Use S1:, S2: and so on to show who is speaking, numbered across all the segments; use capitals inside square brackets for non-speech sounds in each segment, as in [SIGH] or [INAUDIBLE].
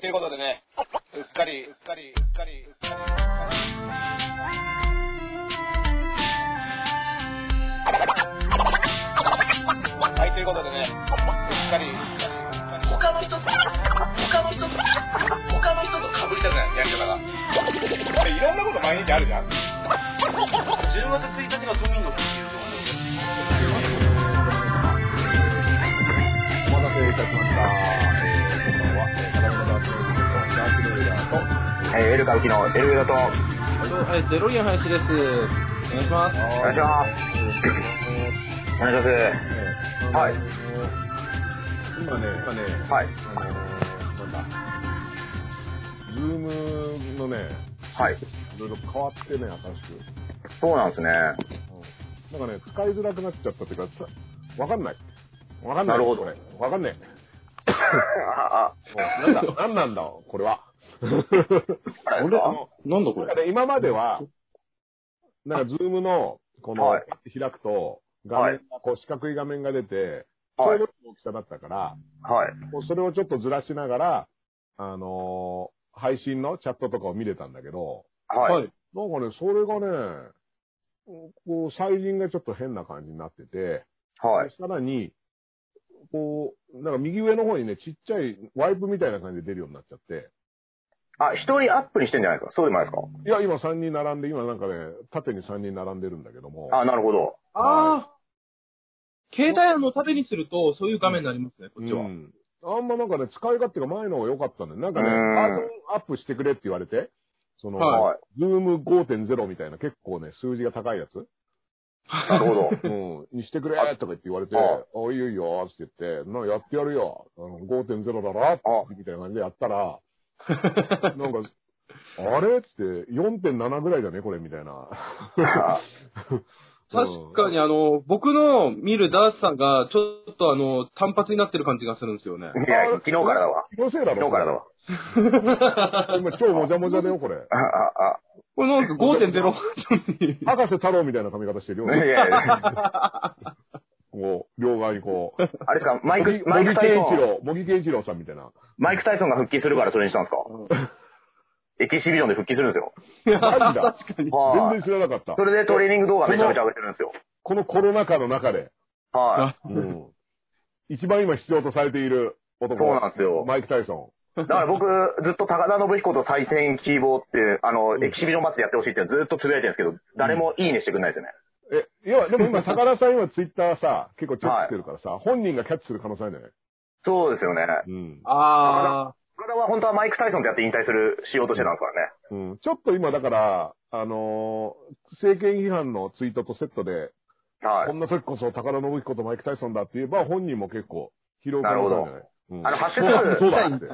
S1: ということでね、うっかり、うっかり、うっかり、うっかり。はい、ということでね、うっかり、うっかり、うっかり。
S2: 他の人と、他の人と、他の人と被りたくない、やり方が。
S1: これいろんなこと毎日あるじゃん。
S2: 10月1日が都民の日っていうのはね
S3: お待たせいたしました。えー、こんばんは。えー、カラメラプロジェクトのダークレイダーと、
S4: はい、エルカウキのエルウェダと、お
S5: はい、デロリアン林です。お願いします。
S4: 願いします。お願いします。はい、
S3: 今ね、今ね、
S4: はい、
S3: あのー、なんだ、ズームのね、
S4: はい。
S3: いろいろ変わってね、新し
S4: そうなんですね。
S3: く。なんかね、使いづらくなっちゃったっていうか、さわかんない。わかんない。
S4: なるほど
S3: これわかんね
S4: あ、
S3: え。なんだ、なんなんだ、これは。
S4: あれ
S5: あ
S4: で
S5: れ
S4: す
S5: あ
S4: か
S5: なんだこ
S3: なん
S5: れ
S3: かね、今までは、なんか、ズームの、この、
S4: はい
S3: 開くと、画面が、こう、四角い画面が出て、
S4: はい
S3: ちょうどいい大きさだったから、
S4: はい。
S3: もうそれをちょっとずらしながら、あのー配信のチャットとかを見れたんだけど、
S4: はい。
S3: なんかね、それがね、こう、サイジングがちょっと変な感じになってて、
S4: はい。
S3: さらに、こう、なんか右上の方にね、ちっちゃいワイプみたいな感じで出るようになっちゃって、
S4: あ、一人アップにしてんじゃないですかそうでもないです
S3: いや、今3人並んで、今なんかね、縦に3人並んでるんだけども、
S4: かあ、なるほど。
S5: ああ。携帯あの縦にすると、そういう画面になりますね、こっちは。
S3: うんあんまなんかね、使い勝手が前の方が良かったんだよ。なんかね、
S4: う
S3: バ
S4: ん
S3: ージョンアップしてくれって言われて、その、
S4: は
S3: ズーム5.0みたいな結構ね、数字が高いやつ、
S4: なるほ [LAUGHS] ど。
S3: うん、にしてくれとか言って言われて、
S4: あ
S3: あ、いいよいいよ、つって言って、な、やってやるよ、あの5.0だろ、みたいな感じでやったら、なんか、あれっつって、4.7ぐらいだね、これ、みたいな。
S5: 確かにあの、僕の見るダースさんが、ちょっとあの、単発になってる感じがするんですよね。
S4: いや、昨日からだわ。
S3: 気のせいだろ。
S4: 昨日からだわ。
S3: 今、超もじゃもじゃだよ、これ。
S4: あ、あ、あ。
S5: これなんか5.0に。
S3: 博士太郎みたいな髪型してるよ
S4: い。やいやい [LAUGHS] や
S3: こう、両側にこう。
S4: あれですか、マイク、マ
S3: 茂
S4: イ
S3: 木
S4: ク・タイ
S3: 健一
S4: ソン、
S3: 郎、茂木健一郎さんみたいな。
S4: マイク・タイソンが復帰するからそれにしたんですかエキシビジョンで復帰するんですよ。
S3: マジだ。
S5: [LAUGHS] 確かに。
S3: 全
S4: は
S3: 然
S4: い。
S3: 知らなかった
S4: そ。れでトレーニング動画めちゃめちゃ上げてるんですよ。
S3: このコロナ禍の中で、
S4: は
S3: うん一番今必要とされている
S4: い。
S3: 男。
S4: そうなんですよ。
S3: マイク・タイソ
S4: だから僕、ずっと高田信彦と再戦希望って、あの、エキシビジョン祭りやってほしいってずっとつぶやいてるんですけど、誰もいいねしてくれないですよね。
S3: ン。え、要は、でも今、高田さん今ツイッターさ、 [LAUGHS] 結構チェックしてるからさ、本人がキャッチする可能性あるんじゃない
S4: そうですよね。
S3: うん。
S5: あ
S4: 高田は本当はマイク・タイソンとやって引退する、しようとしてたんですからね。
S3: うん。ちょっと今、だから、あのー政権批判のツイートとセットで、
S4: は
S3: こ
S4: い。
S3: んな時こそ高田信彦とマイク・タイソンだって言えば、本人も結構拾う可能性あるんじゃないうん
S4: あの、ハッシ
S5: あ。
S4: ュタグ、
S3: そうだって。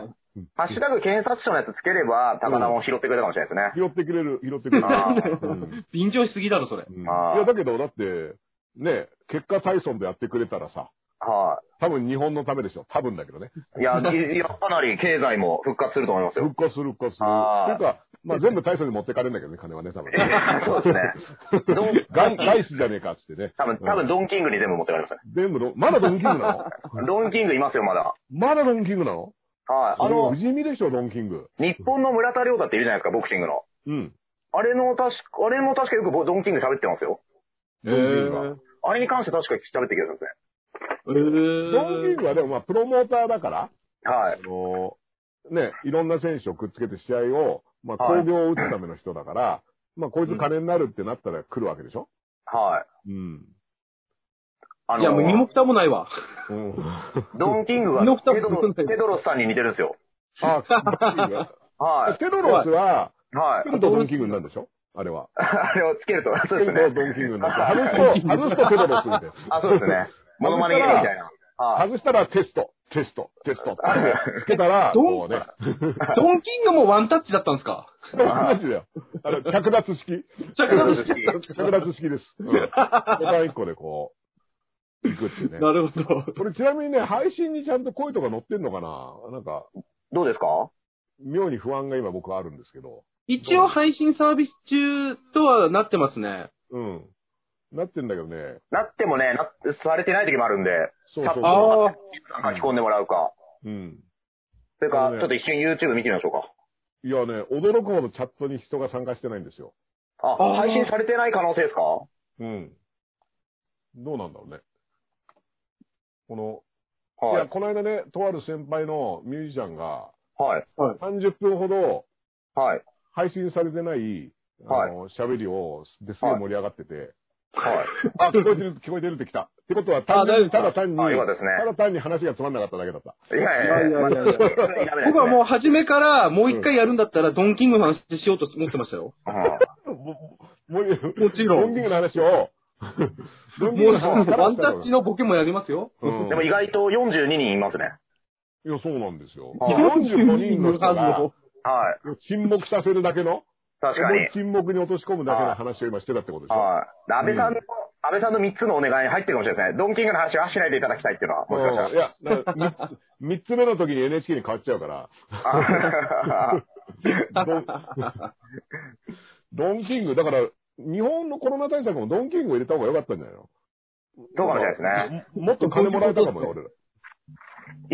S4: ハッシュタグ検察庁のやつつければ、高田も拾ってくれたかもしれないですね。
S3: 拾ってくれる、拾ってくれる。
S4: あー
S3: うん
S5: [LAUGHS] 便乗しすぎだろ、それ。
S3: うんい
S4: あー
S3: や、だけど、だって、ね、結果タイソンでやってくれたらさ、
S4: は
S3: 多分日本のためでしょ。多分だけどね。
S4: い。いや、いいやかなり経済も復活すると思いますよ。
S3: 復活する、復活する。
S4: あ
S3: とい
S4: ー
S3: うか、まあ全部タイソンに持ってかれるんだけどね、金はね、多
S4: [LAUGHS]
S3: 分。
S4: そうですね。どん
S3: ガン、ガイスじゃねえかっつってね。
S4: 多分、多分ドンキングに全部持ってかれましたね。
S3: 全部の、まだドンキングな
S4: [LAUGHS]
S3: の
S4: ドンキングいますよ、まだ。
S3: まだドンキングなの
S4: はい。あ
S3: あの、
S4: の
S3: 不、死身でしょ、ドンキング。
S4: 日本の村田亮太っているじゃないですか、ボクシングの。
S3: うん。
S4: あれの、確か、あれも確かよくボドンキング喋ってますよ。
S3: ドンキングは。
S4: あれに関して確か喋ってきてるんですね。
S5: え
S3: ドンキン
S5: ー。
S3: グはでもまあ、プロモーターだから、
S4: はい
S3: あ。のーね、いろんな選手をくっつけて試合を、まあ、
S4: はい
S3: 興行を打つための人だから、まあ、こいつ金になるってなったら来るわけでしょ
S4: はい。
S3: うん。
S4: あの、
S5: いや、もう身も蓋もないわ。
S3: うん。
S4: ドンキングは
S5: 身の蓋も
S4: テドロ
S5: ない
S4: テドロスさんに似てるんですよ。
S3: あ、ドンキング
S4: は
S3: [LAUGHS] テドロスは、
S4: い。は
S3: つ
S4: い
S3: け。るとドンキングになるんでしょあれは。
S4: あれをつけると、
S3: つ
S4: そう
S3: け
S4: で
S3: る
S5: [LAUGHS]
S4: すね。
S3: とドンキングにな
S4: はい
S3: る。外すと、外すとテドロスみたいな。
S4: あ、そうですね。モノマネ芸人みたいな。はい。
S3: 外したらテスト、テスト、テスト。つけたら、
S5: ドン
S3: こうね。
S5: ドンキングもワンタッチだったんですか
S3: 同じだよ。あの、着脱式。
S5: 着
S4: そう
S5: 脱し
S4: ですね
S3: 着脱式です。うん。他一個でこう、行くっていうね。
S5: なるほど。
S3: これちなみにね、配信にちゃんと声とか載ってんのかななんか、
S4: どうですか
S3: 妙に不安が今僕はあるんですけど。
S5: 一応配信サービス中とはなってますね。
S3: うん。なってんだけどね。
S4: なってもね、な、されてない時もあるんで、
S3: そうそ
S4: あ
S3: うそ
S5: ああ、
S4: なんか着込んでもらうか。
S3: う。うん。
S4: それか
S3: そう、ね
S4: ちょっと一瞬 YouTube 見てみましょうか。
S3: いやね、驚くほどチャットに人が参加してないんですよ。
S4: あ、
S5: あー
S4: 配信されてない可能性ですか
S3: うん。どうなんだろうね。この、い、
S4: は
S3: や、
S4: い。
S3: この間ね、とある先輩のミュージシャンが、
S4: はい。
S3: 30分ほど
S4: はい。
S3: 配信されてない、あの、喋、りを、ですごい盛り上がってて、
S4: はい。
S3: あ、 [LAUGHS] 聞こえてる、聞こえてるってきた。ってことは、単
S5: あ大丈夫
S3: に、
S5: ですか
S3: ただ単に、
S4: あよかったですね
S3: ただ単に話がつまんなかっただけだった。
S4: いやいや
S5: いやいや
S4: いや、
S5: いや
S4: まあそれダメですね
S5: 僕はもう初めからもう一回やるんだったらドンキングの話しようと思ってましたよ。
S4: う
S3: ももう
S5: もちろん
S3: ロンギングの話を、ロンギン
S5: もう
S3: グの話から
S5: ワンタッチのボケもやりますよ。
S3: うん
S4: ん。でも意外と42人いますね。
S3: いや、そうなんですよ。
S4: あ
S3: 45人の人
S5: あ
S3: が
S5: の
S4: はい。
S3: 沈黙させるだけの、
S4: 確かに。
S3: 沈黙に落とし込むだけの話を今してたってことでしょ。
S4: はい。安倍さんの、安倍さんの3つのお願いに入ってるかもしれないですね。ドンキングの話はしないでいただきたいっていうのは、もしかした
S3: うんいや、だから [LAUGHS] 三つ三つ目の時に NHK に変わっちゃうから、
S4: ら。あ
S3: ドンドンキング、だから、日本のコロナ対策もドンキングを入れた方が良かったんじゃないの
S4: どうかもしれないで
S3: もっと金もらえたかもよ、俺ら。
S4: すね。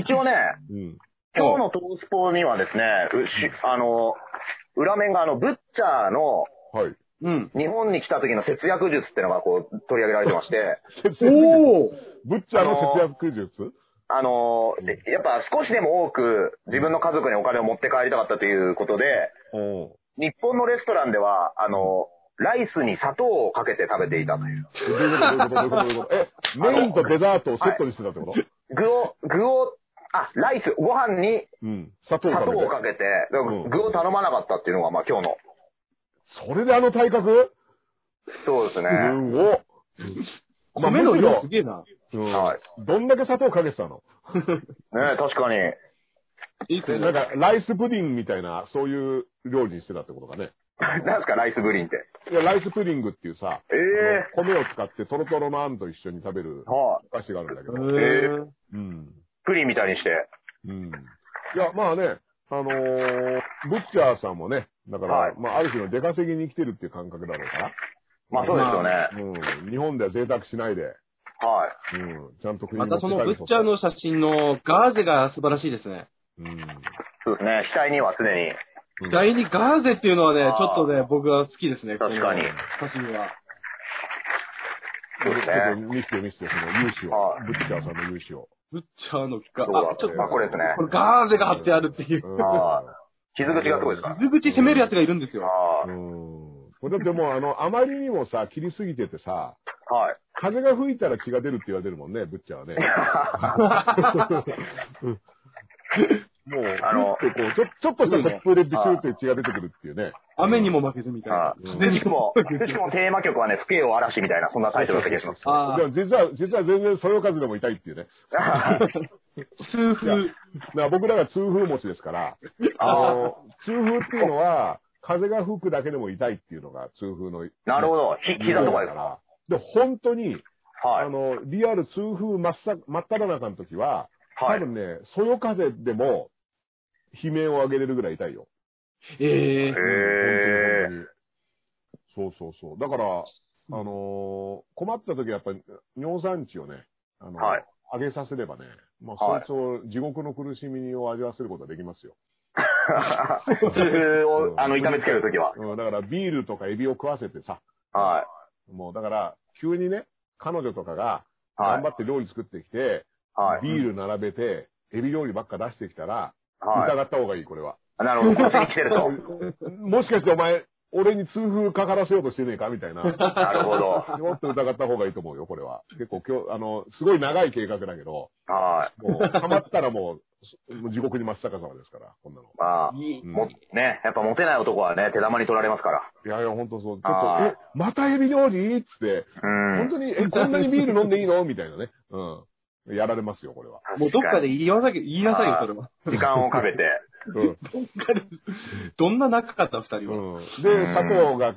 S4: 一応ね、
S3: うん。
S4: 今日のトースポにはですね、うしあの、裏面があの、ブッチャーの
S3: はい。
S5: うん。
S4: 日本に来た時の節約術っていうのがこう取り上げられてまして、
S5: おー
S3: ブッチャーの節約術
S4: あの、やっぱ少しでも多く自分の家族にお金を持って帰りたかったということで、
S3: おう
S4: 日本のレストランでは、あの、ライスに砂糖をかけて食べていたという。
S3: どういうことどういうことどういうことどういう [LAUGHS] ことえ、メインとデザートをセットにしてたってこと
S4: 具を、具を、あ、ライス、ご飯に
S3: うん。砂糖を
S4: 砂
S3: か
S4: 糖
S3: けて
S4: を。かけて、
S3: うん
S4: 具を頼まなかったっていうのが、まあ今日の。
S3: それであの体格
S4: そうですね。
S3: うん、おまあ
S5: 米の量すげえな。
S3: うん
S4: はい。
S3: どんだけ砂糖かけてたの
S4: ね確かに。 [LAUGHS]
S5: いいっすね。
S3: なんか、ライスプディングみたいな、そういう料理にしてたってことかね。
S4: 何すか、ライスグリーンって。
S3: いや、ライスプディングっていうさ、
S4: ええ
S3: あの米を使ってトロトロのあんと一緒に食べる
S4: はい、
S3: お菓子があるんだけど。
S5: へー
S3: うん。
S4: プリンみたいにして。
S3: うん。いや、まあね、あのーブッチャーさんもね、だから、
S4: はい
S3: まあ、ある種の出稼ぎに来てるっていう感覚だろうか
S4: まあそうですよね。
S3: ら。うん。日本では贅沢しないで、
S4: はい。
S3: うん。ちゃんと国
S5: ま
S3: に
S5: たそのブッチャー
S3: の。
S5: の写真のガーゼが素晴らしいですね。
S3: うん。
S4: そうですね。額には常に。
S3: うん
S5: 第二ガーゼっていうのはね、
S4: あー
S5: ちょっとね、僕は好きですね。
S4: 確かに
S5: この写真は。
S3: ち
S4: そうですね
S3: ょっと見せて見せて、その勇姿を
S4: は。い
S3: ブッチャーさんの勇姿を。
S5: ブッチャーのガ
S4: そうだ
S5: あ、ちょっと、
S4: まあこれですね。
S5: これガーゼが貼ってあるっていう。
S3: うん
S4: はい傷口がすごいですから。
S5: 水口攻めるやつがいるんですよ。
S4: は
S3: うん。これだってもう、あの、あまりにもさ、切りすぎててさ、
S4: い。はい。
S3: 風が吹いたら血が出るって言われてるもんね、ブッチャーはね。もう、
S4: あの
S3: ふってこう、ちょちょっとした突風でビューって血が出てくるっていうね。
S5: 雨にも負けずみたいな
S4: は。い。くしくも、くしくもテーマ曲はね、スケーを嵐みたいな、そんなタイトルだった気がし
S5: [LAUGHS]
S4: ます。
S5: あ
S3: でも実は、実は全然そよ風でも痛いっていうね。
S5: ー痛風。
S3: だから僕らが痛風持ちですから、あの、痛風っていうのは、風が吹くだけでも痛いっていうのが痛風の。
S4: なるほど。ひ膝とか
S3: だ
S4: ですか。
S3: ら。で、本当
S4: は
S3: に、
S4: い
S3: あ。の、リアル痛風真っさ真っ只中の時は、
S4: は
S3: 多
S4: い。
S3: 分ね、そよ風でも、悲鳴を上げれるぐらい痛いよ。
S5: ええ
S4: へえ
S3: 本当に本当にそうそうそう。だから、あのー困った時はやっぱり尿酸値をね、あの、
S4: はい
S3: 上げさせればね、まあ、
S4: は
S3: そ
S4: い
S3: いつを地獄の苦しみを味わわせることができますよ。
S4: 痛風を、あの、痛めつけるときは。
S3: うん、だからビールとかエビを食わせてさ、
S4: は
S3: もうだから、急にね、彼女とかが、
S4: い。は
S3: 頑
S4: い
S3: 張。って料理作ってきて、
S4: はい。
S3: ビール並べて、エビ料理ばっか出してきたら、
S4: は
S3: 疑った方がいい、これは。 [LAUGHS]
S4: い。なるほど。こっちに来てると。
S3: もしかしてお前、俺に痛風かからせようとしてねえかみた
S4: [LAUGHS]
S3: いな。
S4: なるほど。
S3: もっと疑った方がいいと思うよ、これは。結構今日、あの、すごい長い計画だけど、
S4: はい。
S3: もう、ハマったらもう、もう地獄に真っ逆さまですから、こんなの。
S4: まあ、
S3: うん
S4: も、ね、やっぱモテない男はね、手玉に取られますから。
S3: いやいや、ほんとそう。ちょっ
S4: あ
S3: と
S4: ー、
S3: え、またエビ料理っつって、
S4: う
S3: 本
S4: ん。
S3: 当に、え、こんなにビール飲んでいいのみたいなね。うん。やられますよ、これは。
S5: もうどっかで言いなさいよ、言いなさいよ、それは。 [LAUGHS]
S4: 時間をかけて。
S3: [LAUGHS] うん。
S5: どんな仲かった、二人は。
S4: [LAUGHS]
S3: うん、で、砂糖が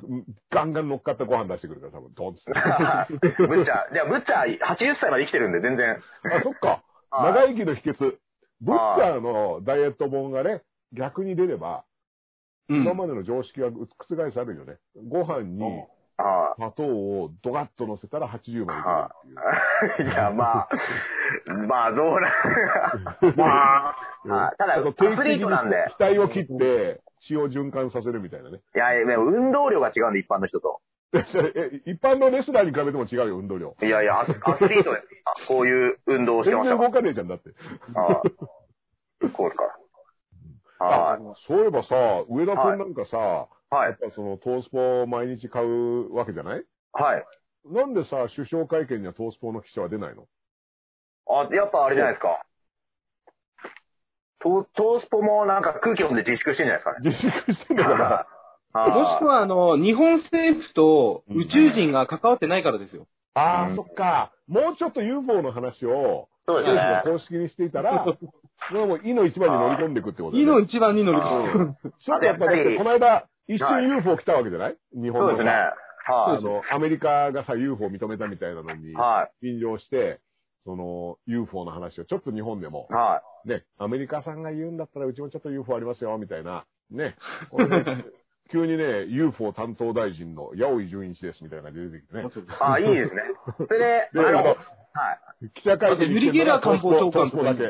S3: ガンガン乗っかったご飯出してくるから、多分、ドンっつ
S4: [LAUGHS]
S3: って。あ、
S4: ブッチャー。じゃあ、ブッチャー80歳まで生きてるんで、全然。
S3: そっか。
S4: はい
S3: 長生きの秘訣。ブッチャーのダイエット本がね、逆に出れば、
S5: う
S3: 今
S5: ん。
S3: までの常識が覆されるよね。ご飯に
S4: うんあ
S3: 砂糖をドガッと乗せたら80までいける
S4: あ。いや、まあ、まあ、どうな、ま
S3: [LAUGHS] っていう。
S4: あ、ただ、ア
S3: あと
S4: スリートなんで、
S3: 期待を切って、血を循環させるみたいなね。
S4: いや、いや運動量が違うんで、一般の人と。
S3: え [LAUGHS] 一般のレスラーに比べても違うよ、運動量。
S4: いやいや、アスアスリートで、あこういう運動をして
S3: 全
S4: ました
S3: 然
S4: か
S3: 動かねえじゃんだって。
S4: ら。ああこうか。
S3: あ
S4: は
S3: そういえばさ、上田君なんかさ、
S4: い。は
S3: や
S4: い
S3: っ。ぱそのトースポを毎日買うわけじゃない
S4: はい。
S3: なんでさ、首相会見にはトースポの記者は出ないの
S4: あ、やっぱあれじゃないですか。トトースポもなんか空気読んで自粛してんじゃないですかね。
S3: 自粛してんだ
S4: [LAUGHS]
S3: から。
S4: はい
S5: もしくは、あの、日本政府と宇宙人が関わってないからですよ。
S3: あ
S4: う
S3: あ、
S4: ん
S3: そっか。もうちょっと UFO の話を、
S4: そうです
S3: 政
S4: ね
S3: 府が公式にしてい
S4: [LAUGHS]
S3: たら、それはもう、イの一番に乗り込んでいくってこと
S5: いいの
S3: ね。
S5: 一番に乗り
S4: う
S5: 込
S3: ちょっとやっぱだっ、
S4: あとやってぱり
S3: この間、一瞬 UFO 来たわけじゃない日本
S4: そう
S3: の
S4: ですね。
S3: あ
S4: は
S3: の、アメリカがさ、UFO を認めたみたいなのに
S4: い。、は
S3: 便乗して、その、UFO の話をちょっと日本でも
S4: い。、は
S3: ね、アメリカさんが言うんだったら、うちもちょっと UFO ありますよ、みたいな、ね。これ
S4: [LAUGHS]
S3: で急にね、UFO 担当大臣の八尾純一です、みたいなのが出てきてね。
S4: い。ああ、いいです [LAUGHS] ね。それで、
S3: で、
S4: あの、
S3: あの
S4: はい。、
S3: 記者会見に来てるのが
S5: だってユリゲラー官房長官
S3: トースポだけ。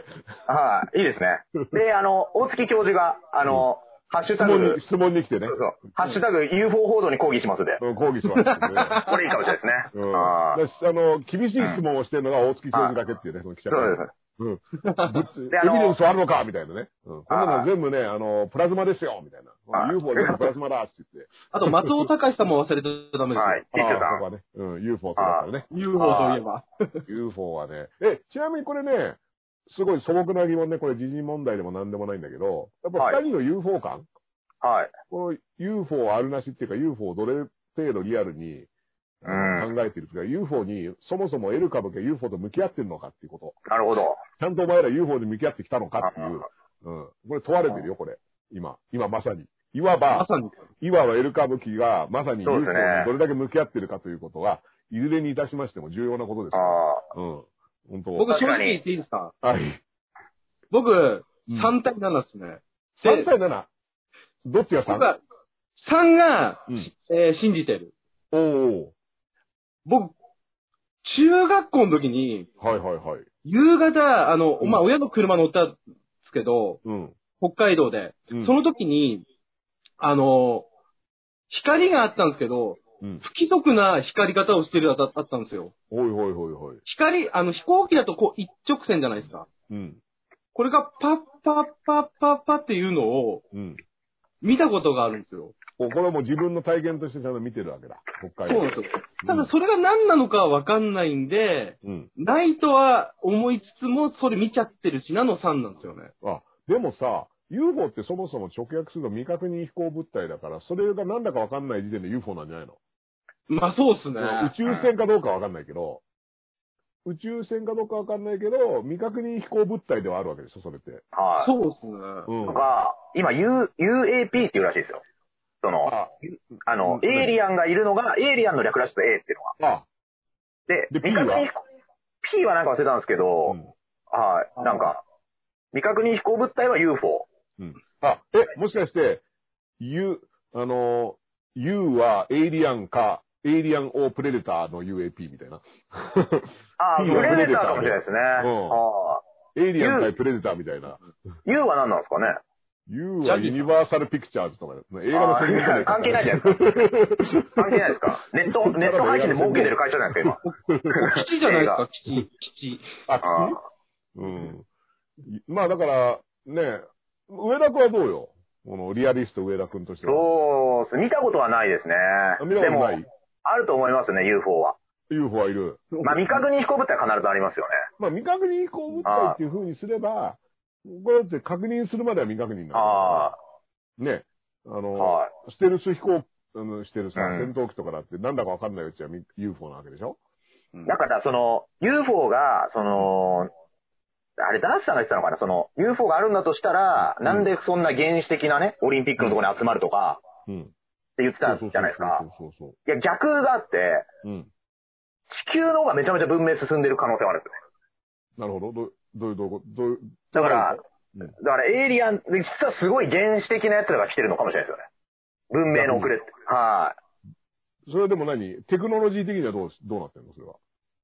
S4: はい。いいですね。で、あの、大月教授が、あの、ハッシュ
S3: 質
S4: タグ、
S3: 問に、質問に来て
S5: [LAUGHS]
S3: ね
S4: そう。そうハッシュタグ UFO 報道に抗議しますんで。
S3: うん抗議しますってね。
S4: これいいかもしれないですね。
S3: [LAUGHS] うん。
S4: ああ
S3: だしあの、厳しい質問をしてるのが大月教授だけっていうね、その記者
S4: そ
S3: 会
S4: う
S3: 見
S4: で。す。
S3: うん。
S4: んであ
S3: エ
S4: の
S3: ビデンスあるのかみたいなね。うん。こんなの全部ね、あの、プラズマですよみたい
S4: は
S3: な。
S4: い
S3: UFO 全部プラズマだって言って。
S5: あと、松尾隆さんも忘れちゃダメで
S4: はい。
S3: あ
S4: ティッシュさ
S3: あ、そ
S4: ん
S3: こ。はね。うん、UFO ってだったらね。
S5: すよ。UFO といえば。
S3: UFO はね。え、ちなみにこれね、すごい素朴な疑問ね、これ時事問題でも何でもないんだけど、やっぱ二人の UFO 感、
S4: はい。
S3: この UFO あるなしっていうか UFO をどれ程度リアルに
S4: うん。
S3: 考えてるというか、UFO にそもそも得るかどうか UFO と向き合ってるのかっていうこと。
S4: なるほど。
S3: ちゃんとお前ら UFO に向き合ってきたのかっていう
S4: あ。
S3: うん。これ問われてるよ、これ。今。今まさに。いわば
S5: ま、さに。
S3: いわばエル歌舞伎がまさに UFO
S4: そう
S3: に
S4: ですね
S3: どれだけ向き合ってるかということは、いずれにいたしましても重要なことです
S4: あ
S3: よ。
S4: あ。
S3: うん。本当。
S5: 僕、正直言っていいですか
S3: はい。
S5: 僕、
S3: うん
S5: 3対7ですね。
S3: 3
S5: で、
S3: 対7。どっちが
S5: 僕
S3: 3?
S5: は、3が、
S3: うん。
S5: えー信じてる。
S3: おー
S5: 僕、中学校の時に、
S3: おー。はいはいはい。
S5: 夕方、あの、
S3: うん
S5: まあ、親の車乗ったんですけど、
S3: うん。
S5: 北海道で。
S3: うん
S5: その時に、あの、光があったんですけど、
S3: うん。
S5: 不規則な光り方をしてるだあったんですよ。
S3: おいおいおいおい。
S5: 光、あの、飛行機だとこう一直線じゃないですか。
S3: うん。
S5: これがパッパッパッパッパっていうのを
S3: うん。
S5: 見たことがあるんですよ。
S3: もうこれはもう自分の体験としてちゃんと見てるわけだ。北
S5: そう
S3: 海道。
S5: なんですよ。ただそれが何なのかはわかんないんで、
S3: うん。
S5: ないとは思いつつも、それ見ちゃってるしなの3なんですよね。
S3: あ、でもさ、UFO ってそもそも直訳すると未確認飛行物体だから、それがなんだかわかんない時点で UFO なんじゃないの
S5: まあそうっすね。
S3: 宇宙船かどうかわかんないけど、宇宙船かどうかわかんないけど、未確認飛行物体ではあるわけでしょ、それって。
S4: はい。
S5: そうっすね。
S3: うん
S4: と。か、今 U、UAP っていうらしいですよ。その、
S3: あ、
S4: あの、
S3: うん
S4: エイリアンがいるのが、エイリアンの略らしくて A っていうのが。
S3: あ、
S4: で、
S3: で
S4: 未確
S3: P は
S4: 認飛行 P はなんか忘れたんですけど、
S3: うん
S4: はい。なんか、未確認飛行物体は UFO。
S3: うん。あ、え、もしかして、U、あの、U はエイリアンか、エイリアン・オー・プレデターの UAP みたいな。
S4: ああ、
S3: P
S4: プ
S3: は
S4: レデターかもしれないですね。
S3: うん
S4: ああ
S3: エイリアン対プレデターみたいな。
S4: U は何なんですかね
S3: U はユニバーサル・ピクチャーズとかね、映画の
S4: あーいや関係ないじゃない
S3: ですか。
S4: 関係ないですかネット、ネット配信で儲けてる会社じゃないですか、
S5: 基地じゃないですか、基地、基地。
S3: [LAUGHS] あ、
S4: 今。あ
S3: [LAUGHS]
S4: あ
S3: うん。まあだから、ね、上田君はどうよこのリアリスト上田君としては。
S4: そうっす。見たことはないですね。
S3: 見
S4: で
S3: たこと
S4: も
S3: な、い
S4: あると思いますね、UFO は。
S3: ?UFO は
S4: [LAUGHS]
S3: いる。
S4: まあ、未確認飛行物体は必ずありますよね。
S3: まあ未確認飛行物体っていう風にすれば、これだって確認するまでは未確認なんだ
S4: あ
S3: ね。あ
S4: あ、
S3: の、
S4: はい。
S3: ステルス飛行、あのしてるさ、
S4: うん
S3: 戦闘機とかだって、なんだかわかんないうちは UFO なわけでしょ
S4: だから、その、UFO が、その、あれ、ダンスさんが言ってたのかなその、UFO があるんだとしたら、
S3: うん
S4: なんでそんな原始的なね、オリンピックのところに集まるとか、
S3: うん。
S4: って言ってたじゃないですか
S3: そう。そうそう
S4: いや、逆があって、
S3: そう。うん。
S4: 地球の方がめちゃめちゃ文明進んでる可能性はあるんですよね。
S3: なるほど。どう、どういうとこ、どういう、
S4: だから、
S3: うん
S4: だからエイリアン、実はすごい原始的なやつらが来てるのかもしれないですよね。文明の遅れって。はい。
S3: それでも何テクノロジー的にはどうし、どうなってんのそれは。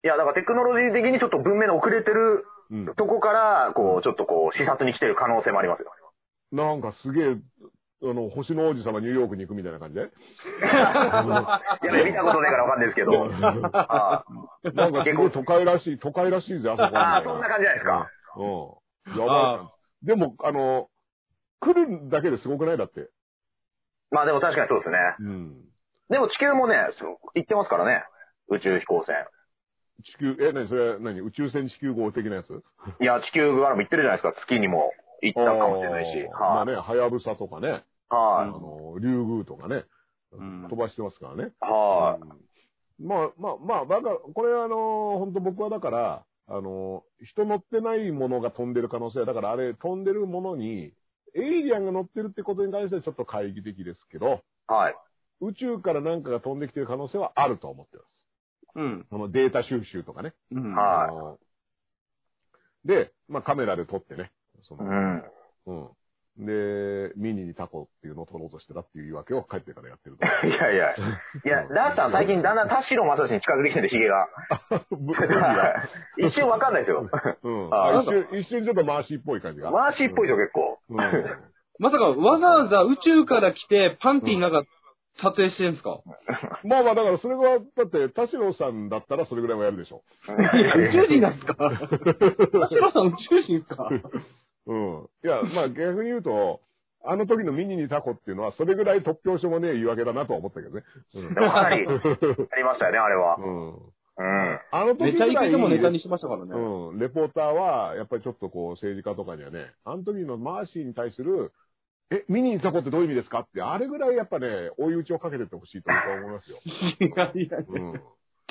S4: いや、だからテクノロジー的にちょっと文明の遅れてる
S3: うん。
S4: とこから、こう、ちょっとこう、視察に来てる可能性もありますよ。
S3: なんかすげえ、あの、星の王子様ニューヨークに行くみたいな感じ
S4: [LAUGHS]
S3: で。
S4: いや、見たことないからわかんないですけど。あ
S3: なんか結構都会らしい、都会らしいぜ、あそこ
S4: あああ、そんな感じじゃないですか。
S3: うん。やばいな。でも、あの、来るだけですごくないだって。
S4: まあでも確かにそうですね。
S3: うん。
S4: でも地球もね、そう行ってますからね。宇宙飛行船。
S3: 地球、え、何それ、何宇宙船地球号的なやつ
S4: いや、地球からも行ってるじゃないですか。月にも行ったかもしれないし。
S3: あーまあ
S4: はい、
S3: ね、はやぶさとかね、あ
S4: はい、
S3: の、リュウグウとかね、
S5: うん
S3: 飛ばしてますからね。
S4: はい、
S3: うんまあまあまあ、だから、これはあのー、本当僕はだから、あのー、人乗ってないものが飛んでる可能性は、だからあれ飛んでるものに、エイリアンが乗ってるってことに関してはちょっと懐疑的ですけど、
S4: はい。
S3: 宇宙から何かが飛んできてる可能性はあると思ってます。
S5: うん。
S3: そのデータ収集とかね。
S5: うん。
S4: はい
S3: あのーで、まあカメラで撮ってね、そうの、
S4: ん。 [LAUGHS]
S3: うん。で、ミニにタコっていうのを撮ろうとしてたっていう言い訳を帰ってからや [LAUGHS] って
S4: [LAUGHS]
S3: ると。
S4: いやいや。いや、ダースさん最近だんだん田代正史に近づいてきてるんで、ヒゲが。
S3: ぶ
S4: [LAUGHS] 一瞬わかんないですよ。
S3: うん
S4: あ
S3: 一瞬、一瞬ちょっと回しっぽい感じが。
S4: 回しっぽいでしょ、結構。
S3: うん
S5: まさか、わざわざ宇宙から来て、パンティーなんか撮影してんすか、
S3: まあまあ、だからそれは、だって、田代さんだったらそれぐらいはやるでしょ。
S5: いや宇宙人なんす
S3: [LAUGHS]
S5: か田代さん宇宙人っすか
S3: うん。いや、まあ逆に言うと、あの時のミニにタコっていうのは、それぐらい突拍子もねえ言い訳だなとは思ったけどね。
S4: でもかなりありましたよね、あれは。
S3: うん。うん。
S4: うん。
S3: あの時
S5: め
S3: ぐ
S5: ちゃ
S3: ら
S5: イケ
S3: い、
S5: でもネタにしましたからね。
S3: うん、レポーターは、やっぱりちょっとこう、政治家とかにはね、あの時のマーシーに対する、え、ミニにタコってどういう意味ですかって、あれぐらいやっぱね、追い打ちをかけてってほしいと僕は思いますよ。
S5: いやいや、
S3: うん。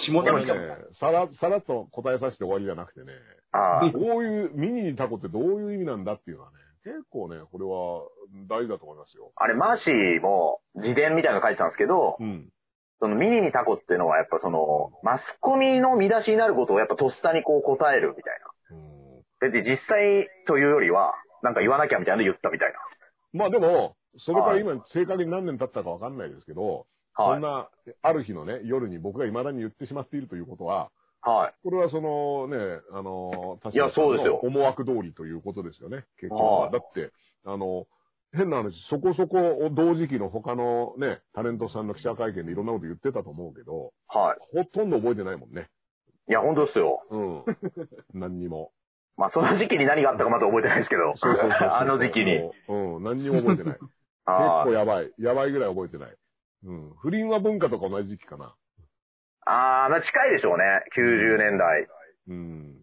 S5: 気持ち
S3: でも
S5: 悪
S3: ね
S5: い。、
S3: さら、さらっと答えさせて終わりじゃなくてね、
S4: ああ。
S3: こういう、ミニにタコってどういう意味なんだっていうのはね、結構ね、これは大事だと思いますよ。
S4: あれ、マーシーも自伝みたいなの書いてたんですけど、
S3: うん。
S4: そのミニにタコっていうのはやっぱその、マスコミの見出しになることをやっぱとっさにこう答えるみたい
S3: うん、
S4: な。で、実際というよりは、なんか言わなきゃみたいなの言ったみたい
S3: まあでも、それから今、正確に何年経ったかわかんないですけど、
S4: な。は
S3: そん
S4: い。
S3: な、ある日のね、夜に僕が未だに言ってしまっているということは、
S4: はい。
S3: これはそのね、あの、確
S4: いやそうですよ
S3: 思惑通りということですよね、結局
S4: は。
S3: はいだって、あの、変な話、そこそこ同時期の他のね、タレントさんの記者会見でいろんなこと言ってたと思うけど、
S4: は
S3: ほとんど覚えてないもんね。
S4: い。いや、本当ですよ。
S3: うん。何にも。
S4: まあ、その時期に何があったかまだ覚えてないですけど、 [LAUGHS] あの時期に。。
S3: うん、何にも覚えて
S4: [LAUGHS]
S3: ない。結
S4: あ
S3: 構やばい。やばいぐらい覚えてない。うん。不倫は文化とか同じ時期かな。
S4: あー、まあ、近いでしょうね。90年代。
S3: うん。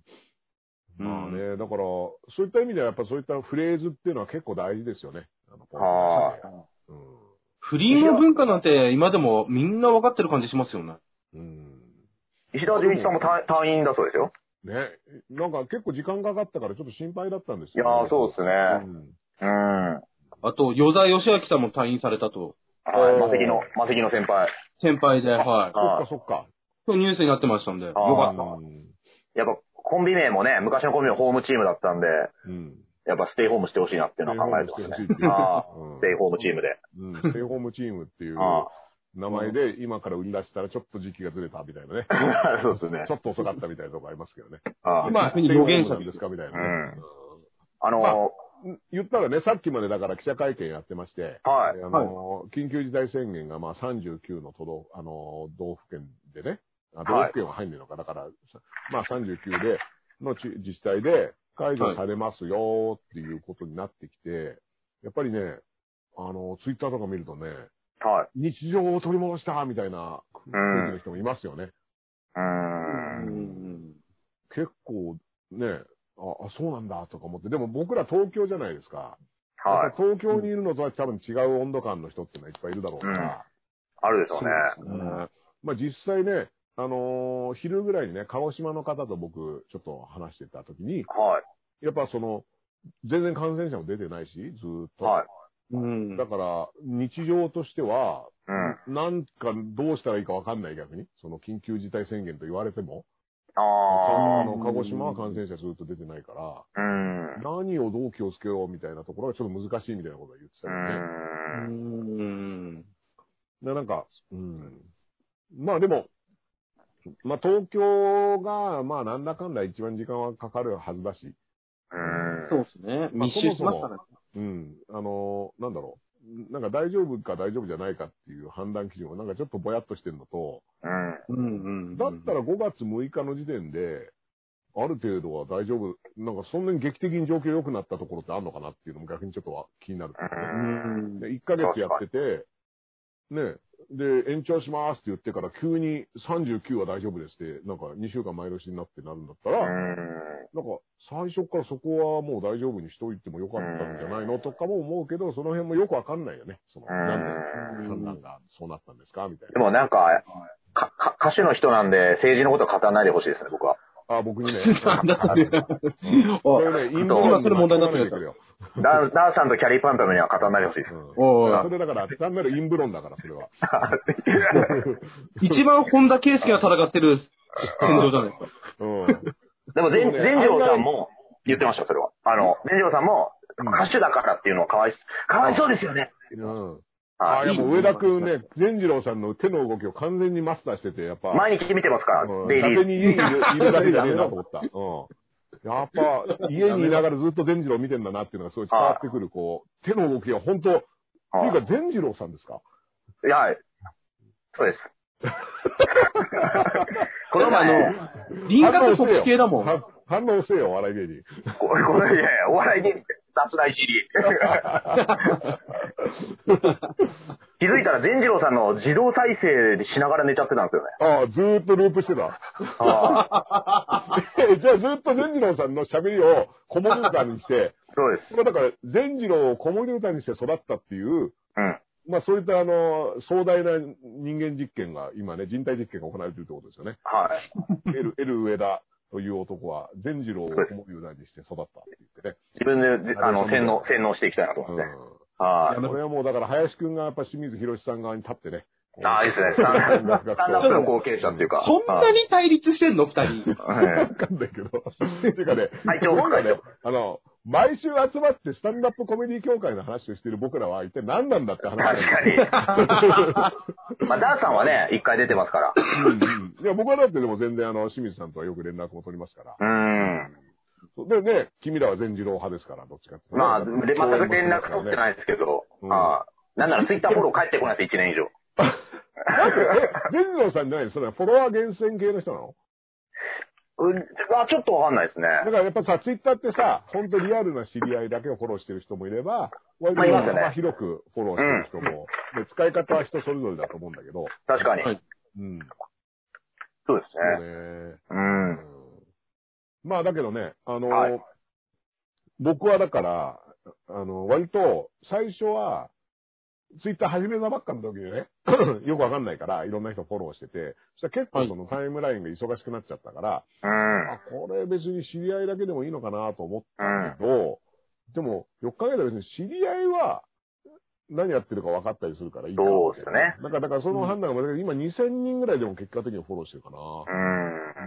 S3: まあね、だから、そういった意味ではやっぱそういったフレーズっていうのは結構大事ですよね。あの
S4: は
S3: うん。
S5: 不倫の文化なんて今でもみんな分かってる感じしますよね。
S3: うん
S4: 石田純一さんも隊隊員だそうですよ。
S3: ね、なんか結構時間かかったからちょっと心配だったんです
S4: いや
S3: よ、
S4: ー、そうですね。
S3: うん
S4: うん。
S5: あと、与沢義明さんも退院されたと。
S4: はい、マセキの、マセキの先輩。
S5: 先輩で、はい。
S4: はい
S3: そっか
S5: 今日ニュースになってましたんで。よ
S4: あ
S5: か
S4: ー
S5: った。
S3: そっか。うん
S4: やっぱコンビ名もね、昔のコンビ名ホームチームだったんで、
S3: うん。
S4: やっぱステイホームしてほしいなっていうのは考えてますね。ああ、ステイホームチームで。
S3: うんうんステイホームチームっていう
S4: あ
S3: 名前で今から売り出したらちょっと時期がずれたみたいなね。
S4: あ、 [LAUGHS] そうですね
S3: ち。ょっと遅かったみたいなとこありますけどね。
S4: ああ
S5: 今
S3: ステイホームなんですかみたいなね。
S4: あのー
S3: まうん言ったらね、さっきまでだから記者会見やってまして、
S4: はい
S3: あのー緊急事態宣言がまあ39の都道、あのー道府県でね、あ道府県は入んねえのか、だから、さまあ39で、のち自治体で解除されますよっていうことになってきて、やっぱりね、あのーツイッターとか見るとね、
S4: はい。
S3: 日常を取り戻したみたいな空気の人もいますよね。
S4: うーん。
S5: うん
S3: 結構ね、あ、あそうなんだとか思って、でも僕ら東京じゃないですか。
S4: はい。
S3: 東京にいるのとは多分違う温度感の人っていうのはいっぱいいるだろうから、
S4: あるでしょうね。
S5: うん
S3: まあ実際ね、あのー昼ぐらいにね、鹿児島の方と僕、ちょっと話してた時に、
S4: はい。
S3: やっぱその、全然感染者も出てないし、ずーっと。
S4: はい。
S5: うん
S3: だから、日常としては、
S4: うん。
S3: なんかどうしたらいいかわかんない逆に、その緊急事態宣言と言われても、あ
S4: あ
S3: の、鹿児島は感染者ずーっと出てないから、
S4: あ。うん。う
S3: 何をどう気をつけようみたいなところがちょっと難しいみたいなことは言ってたよね。
S5: うん
S3: で、なんか、うん。まあでも、まあ東京が、まあなんだかんだ一番時間はかかるはずだし、
S4: うん。
S5: そうですね。
S3: まあ
S5: 密集しますからね。
S3: うん、あのなんだろう、なんか大丈夫か大丈夫じゃないかっていう判断基準はなんかちょっとぼやっとしてるのと、
S4: うん。
S5: うんうん。
S3: だったら5月6日の時点で、ある程度は大丈夫、なんかそんなに劇的に状況良くなったところってあるのかなっていうのも逆にちょっとは気になる。
S5: うん。
S3: で1ヶ月やってて、ね、で、延長しますって言ってから急に39は大丈夫ですって、なんか2週間前倒しになってなるんだったら、なんか最初からそこはもう大丈夫にしといてもよかったんじゃないのとかも思うけど、その辺もよくわかんないよね。その、なん
S4: うん
S3: で判断がそうなったんですかみたい
S4: でもなんか、か、か、歌手の人なんで政治のことは語らないでほしいですね、僕は。
S3: な。あ、僕にね。
S5: なんだ [LAUGHS] それ。
S3: こ
S5: [LAUGHS] おい
S3: れね、陰
S4: 今
S5: それ問題になってるやつ
S3: るよ。
S4: ダン、ダンさんとキャリーパンパムには語らないでほしいです。
S3: うん
S5: おい
S3: それだから、単なる陰部論だから、それは。
S5: 一番本田圭佑が戦ってる戦場じゃないですか。
S3: うん。
S4: でも、全
S3: そうね
S4: 全次郎さんも言ってました、それは。あの、全次郎さんも、
S3: うん
S4: 歌手だからっていうのはかわい、かわいそうですよね。
S3: うん。あ、
S4: はい
S3: やっぱ上田くんね、善次郎さんの手の動きを完全にマスターしてて、やっぱ、
S4: 毎日見てますから、
S3: うん
S4: デイ
S3: 伊
S4: リー。
S3: 達に家にいるいるだけじゃねえなと思
S4: [LAUGHS]
S3: った。うん。やっぱ、家にいながらずっと善次郎見てんだなっていうのがすごい伝わってくる、こう、手の動きが本当、っていう
S4: は
S3: か善次郎さんですか
S4: いいや、はいそう [LAUGHS] です。この
S5: あ
S4: 前の、
S5: の、輪郭そっち系だもん。
S3: は反応せよ、お笑い芸人。
S4: ここれ、いやいや、お笑い芸人って雑な一 [LAUGHS] 理。気づいたら、善次郎さんの自動再生しながら寝ちゃってたんですよね。
S3: ああ、ずーっとループし
S4: [LAUGHS]
S3: てた。
S4: ああ
S3: でじゃあずっと善次郎さんの喋りを子守歌にして、
S4: そうです。
S3: まあだから、善次郎を子守歌にして育ったっていう、
S4: うん。
S3: まあそういったあの、壮大な人間実験が今ね、人体実験が行われているということですよね。
S4: はい。
S3: エ
S4: [LAUGHS]
S3: ル、エル上田という男は、善次郎を子守歌にして育ったって言ってね。
S4: 自分で、あの、洗脳、洗脳していきたいなと思って。は
S3: う
S4: い
S5: やめ
S3: ん。これはもうだから、林くんがやっぱ清水博さん側に立ってね。
S4: ああ、いいですね。スタンダスタンダップの後継者っていうか。
S5: そんなに対立してんの、二人。
S4: はい
S3: わかんないけど。っていうかね、
S4: はい
S3: すごいよね、あの、毎週集まってスタンダップコメディ協会の話をしてる僕らは一体何なんだって話なん
S4: 確
S3: だ
S4: かに。 [LAUGHS] まあ、ダンさんはね、一回出てますから。
S3: うんうんいや、僕はだってでも全然あの、清水さんとはよく連絡を取りますから。
S4: うーん。
S3: そうでね、君らは善次郎派ですから、どっちかっていうとね
S4: まあ、で全く連絡取って
S3: い。
S4: ないですけど
S3: う、ん
S4: ああなんならツイッターフォロー返ってこないです、1年以上。
S3: なんかえ、善次郎さんじゃないのそれはフォロワー厳選系の人なの
S4: うん、あちょっとわかんないですね。
S3: だからやっぱさ、ツイッターってさ、本当リアルな知り合いだけをフォローしてる人もいれば、割と
S4: まあいますね
S3: 幅広くフォローしてる人も、で使い方は人それぞれだと思うんだけど、
S4: 確かに。
S5: はい
S3: うん。
S4: そうです
S3: そう
S4: ね。
S3: ね。
S4: うん。
S3: まあだけどね、あの、
S4: はい
S3: 僕はだから、あの、割と最初は、ツイッター始めたばっかの時にね、よくわかんないから、いろんな人フォローしてて、そしたら結構そのタイムラインが忙しくなっちゃったから、
S4: うん。
S3: あ、これ別に知り合いだけでもいいのかなと思っ
S4: うん
S3: た。けど、でも、よく考えたら別に知り合いは、何やってるか分かったりするからいいかな
S4: そうですね。
S3: だから、だからその判断が、今2000人ぐらいでも結果的にフォローしてるかな。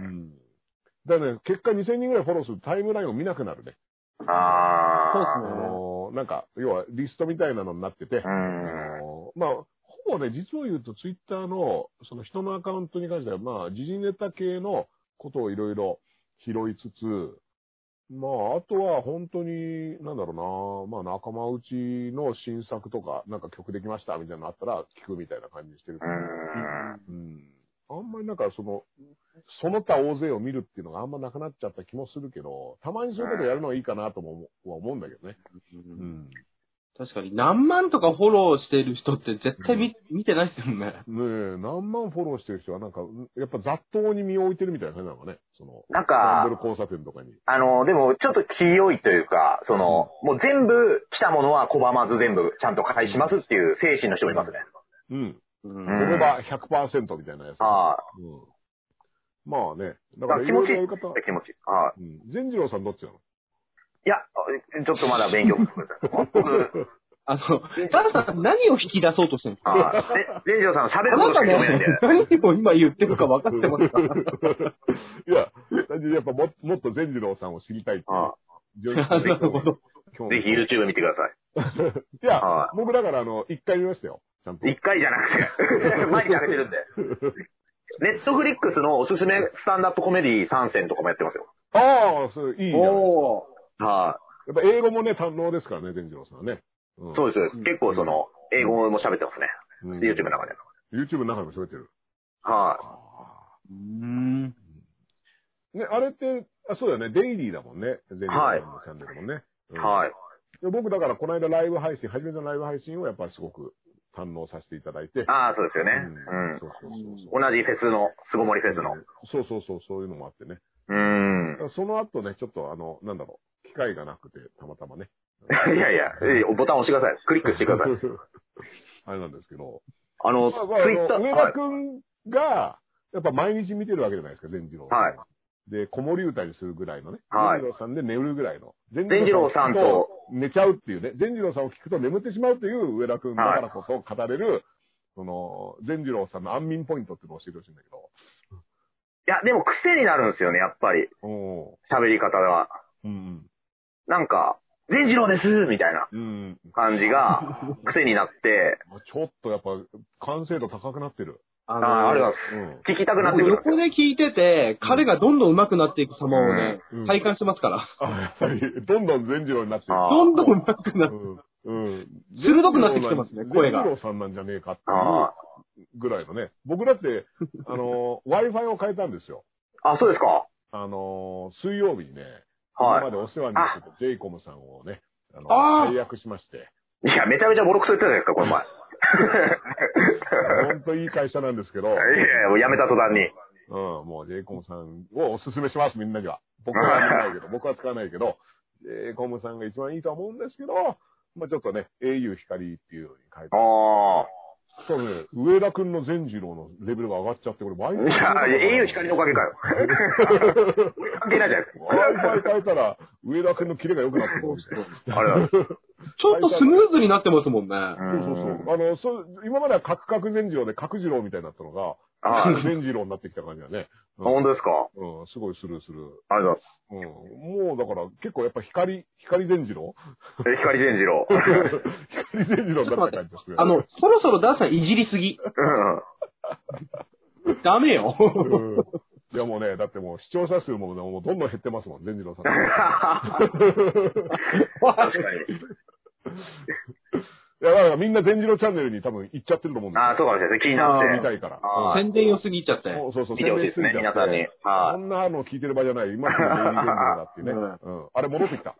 S4: うん。
S3: だからね、結果2000人ぐらいフォローするとタイムラインを見なくなるね。あ
S4: ああ。
S3: のーなんか、要はリストみたいなのになってて、
S4: う
S3: あ
S4: ん。
S3: のーまあ、ほぼね、実を言うとツイッターの、その人のアカウントに関しては、まあ、時事ネタ系のことをいろいろ拾いつつ、まあ、あとは本当に、なんだろうな、まあ、仲間内の新作とか、なんか曲できましたみたいなのあったら聞くみたいな感じにしてる
S4: う。ん。
S3: うんあんまりなんかその、その他大勢を見るっていうのがあんまなくなっちゃった気もするけど、たまにそういうことやるのはいいかなとも思うは思うんだけどね。うん。
S5: 確かに、何万とかフォローしてる人って絶対見,、見てないですもんね。
S3: ねえ、何万フォローしてる人はなんか、うんやっぱ雑踏に身を置いてるみたいな感じなのかね。その、
S4: なん
S3: ハ
S4: か
S3: ンド、ル交差点とかに。
S4: あの、でも、ちょっと清いというか、その、もう全部来たものは拒まず全部ちゃんと返しますっていう精神の人もいますね。
S3: うん。
S5: うん
S3: 飛べば100%みたいなやつ。
S4: ああ、
S3: うん。まあね、だ
S4: ま
S3: か
S4: あ
S3: らい
S4: 気持
S3: ろい
S4: ちい
S3: ろ
S4: い
S3: やり方。。
S4: 気持ちいい。は
S3: うん。善次郎さんどっちなの [LAUGHS]
S4: い。いや、ちょっとまだ勉強不足 [LAUGHS] です。僕
S5: あの、ダンさん何を引き出そうとしてるんですか
S4: ああ、で、レジオさん喋
S5: あ
S4: ること
S5: なた
S4: しか聞こえない
S5: ね
S4: んで。、
S5: 何を今言ってるか分かってますか
S3: いや、単純にやっぱももっと善次郎さんを知りたいっていう
S4: あ
S3: 純
S5: [LAUGHS] な
S3: 粋な
S5: るほど。
S3: 興
S4: ぜ
S3: 味
S4: ひ YouTube 見てください。
S3: いや
S4: は、
S3: 僕だからあの、一回見ましたよ。ちゃんと。
S4: 一回じゃな [LAUGHS] くて、毎日上げてるんで。ネットフリックスのおすすめスタンダップコメディ3選とかもやってますよ。
S3: ああ、それいいじゃん。や
S5: お
S4: は
S3: っぱ英語もね、堪能ですからね、伝次郎さんはね。うん
S4: い。そうです、そうです。結構その、英語も喋ってますね。
S3: うん
S4: YouTube の中で。
S3: YouTube の中でも喋ってる。
S4: はい。
S5: ー。うーん。
S3: ね、あれって、あそうだよね、デイリーだもんね。全然
S4: はい
S3: のチャンネルもね。うん
S4: はい。
S3: で僕だからこの間ライブ配信、初めてのライブ配信をやっぱりすごく堪能させていただいて。
S4: ああ、そうですよね。
S3: うんそうそう
S4: うん。同じフェスの、巣ごもりフェスの。
S3: そうそう。そうそうそう、そういうのもあってね。
S4: うん。
S3: その後ね、ちょっとあの、なんだろう、機会がなくて、たまたまね。
S4: [LAUGHS] いやいや、ええボタン押してください。クリックしてください。
S3: [LAUGHS] あれなんですけど。
S4: あの、ツ
S3: まあまああの
S4: イッター、
S3: 上
S4: は
S3: 田
S4: い
S3: くんが、やっぱ毎日見てるわけじゃないですか、善次郎さん
S4: はい
S3: で、子守歌にするぐらいのね。
S4: はい
S3: 善次郎さんで眠るぐらいの。善
S4: 次郎さんと
S3: 寝ちゃうっていうね。善次郎さんを聞くと眠ってしまうという上田くんだからこそ語れる、その、善次郎さんの安眠ポイントっていうのを教えてほしいんだけど。
S4: いや、でも癖になるんですよね、やっぱり。
S3: お
S4: 喋り方は。
S3: ーうん
S4: なんか、善次郎ですみたいな
S3: うん。うん。
S4: 感じが
S3: [LAUGHS]
S4: 癖になって、
S3: ちょっとやっぱ、完成度高くなってる。
S5: あ
S4: あ
S5: の
S4: あ、ありがとう
S3: うん。
S4: ございます。聞きたくなってくるんです
S5: 横
S4: よ。
S5: で聞いてて、彼がどんどん上手くなっていく様をね
S3: うん、
S5: 体感してますから。
S3: あ、やっぱり、どんどん善次郎になってる。
S4: あー
S5: どんどん上手くなって。
S3: うん。
S5: 鋭くなってきてますね声が
S3: ゼロさんなんじゃねえかって
S4: あ
S3: いうぐらいのね。僕だって、あの、Wi-Fi を変えたんですよ。
S4: あ、そうですか。
S3: あの、水曜日にね、
S4: は
S3: 今までお世話になってた j イコムさんをね、あの、
S5: あー
S3: 解約しまして、
S4: い。いや、めちゃめちゃボロクソ言ってたじゃないですか、この前。
S3: 本当いい会社な
S5: [LAUGHS]
S3: んですけど、
S4: いやいや、もうやめた途端に。
S3: うん、もう j イコムさんをお勧めします、みんなには。僕は使わないけ
S5: [LAUGHS]
S3: ど、僕は使わないけど、j イコムさんが一番いいとは思うんですけど、まあちょっとね、au 光っていうのに変えて、
S4: ああ。
S3: そうね、上田くんの善次郎のレベルが上がっちゃって、これ、
S4: [LAUGHS]
S3: 毎
S4: いや、いや au 光のおかげかよ。関係ないじゃないですか。
S3: Wi-Fi 変えたら、上田君のキレが良くなってくるんですよ。
S4: あれだ。そう
S5: ちょっとスムーズになってますもんね。
S3: そうそうそう。あの、そう、今まではカクカク善次郎で、角次郎みたいになったのが、
S4: はい。
S3: 善次郎になってきた感じだね。
S4: あ本当ですか
S3: うん、すごいスルーする。
S4: ありがとう
S3: うん。もうだから、結構やっぱ光、光善
S4: [LAUGHS]
S3: 次郎
S4: ございます。え光善次郎。
S3: 光善次郎になった感じですね。
S5: あの、そろそろダーさんいじりすぎ。
S4: う
S5: ダメよ。
S3: うん、いやもうね、だってもう視聴者数もね、もうどんどん減ってますもん、善次郎さん。
S4: ん確かに。
S3: いや、だからみんな善次郎チャンネルに多分行っちゃってると思うんです
S4: ああ、そうかもしれない。気にな
S5: あ
S4: っ
S5: ー
S3: 見
S4: て。
S3: たいから。
S4: あ
S5: 宣伝良すぎちゃって。
S3: そうそうそう。
S4: 見てほしいですね、皆さんに。
S3: こ
S4: は
S3: んなの聞いてる場合じゃない。今すぐメイン現場だっていうね。うん。あれ戻ってきた。
S4: い。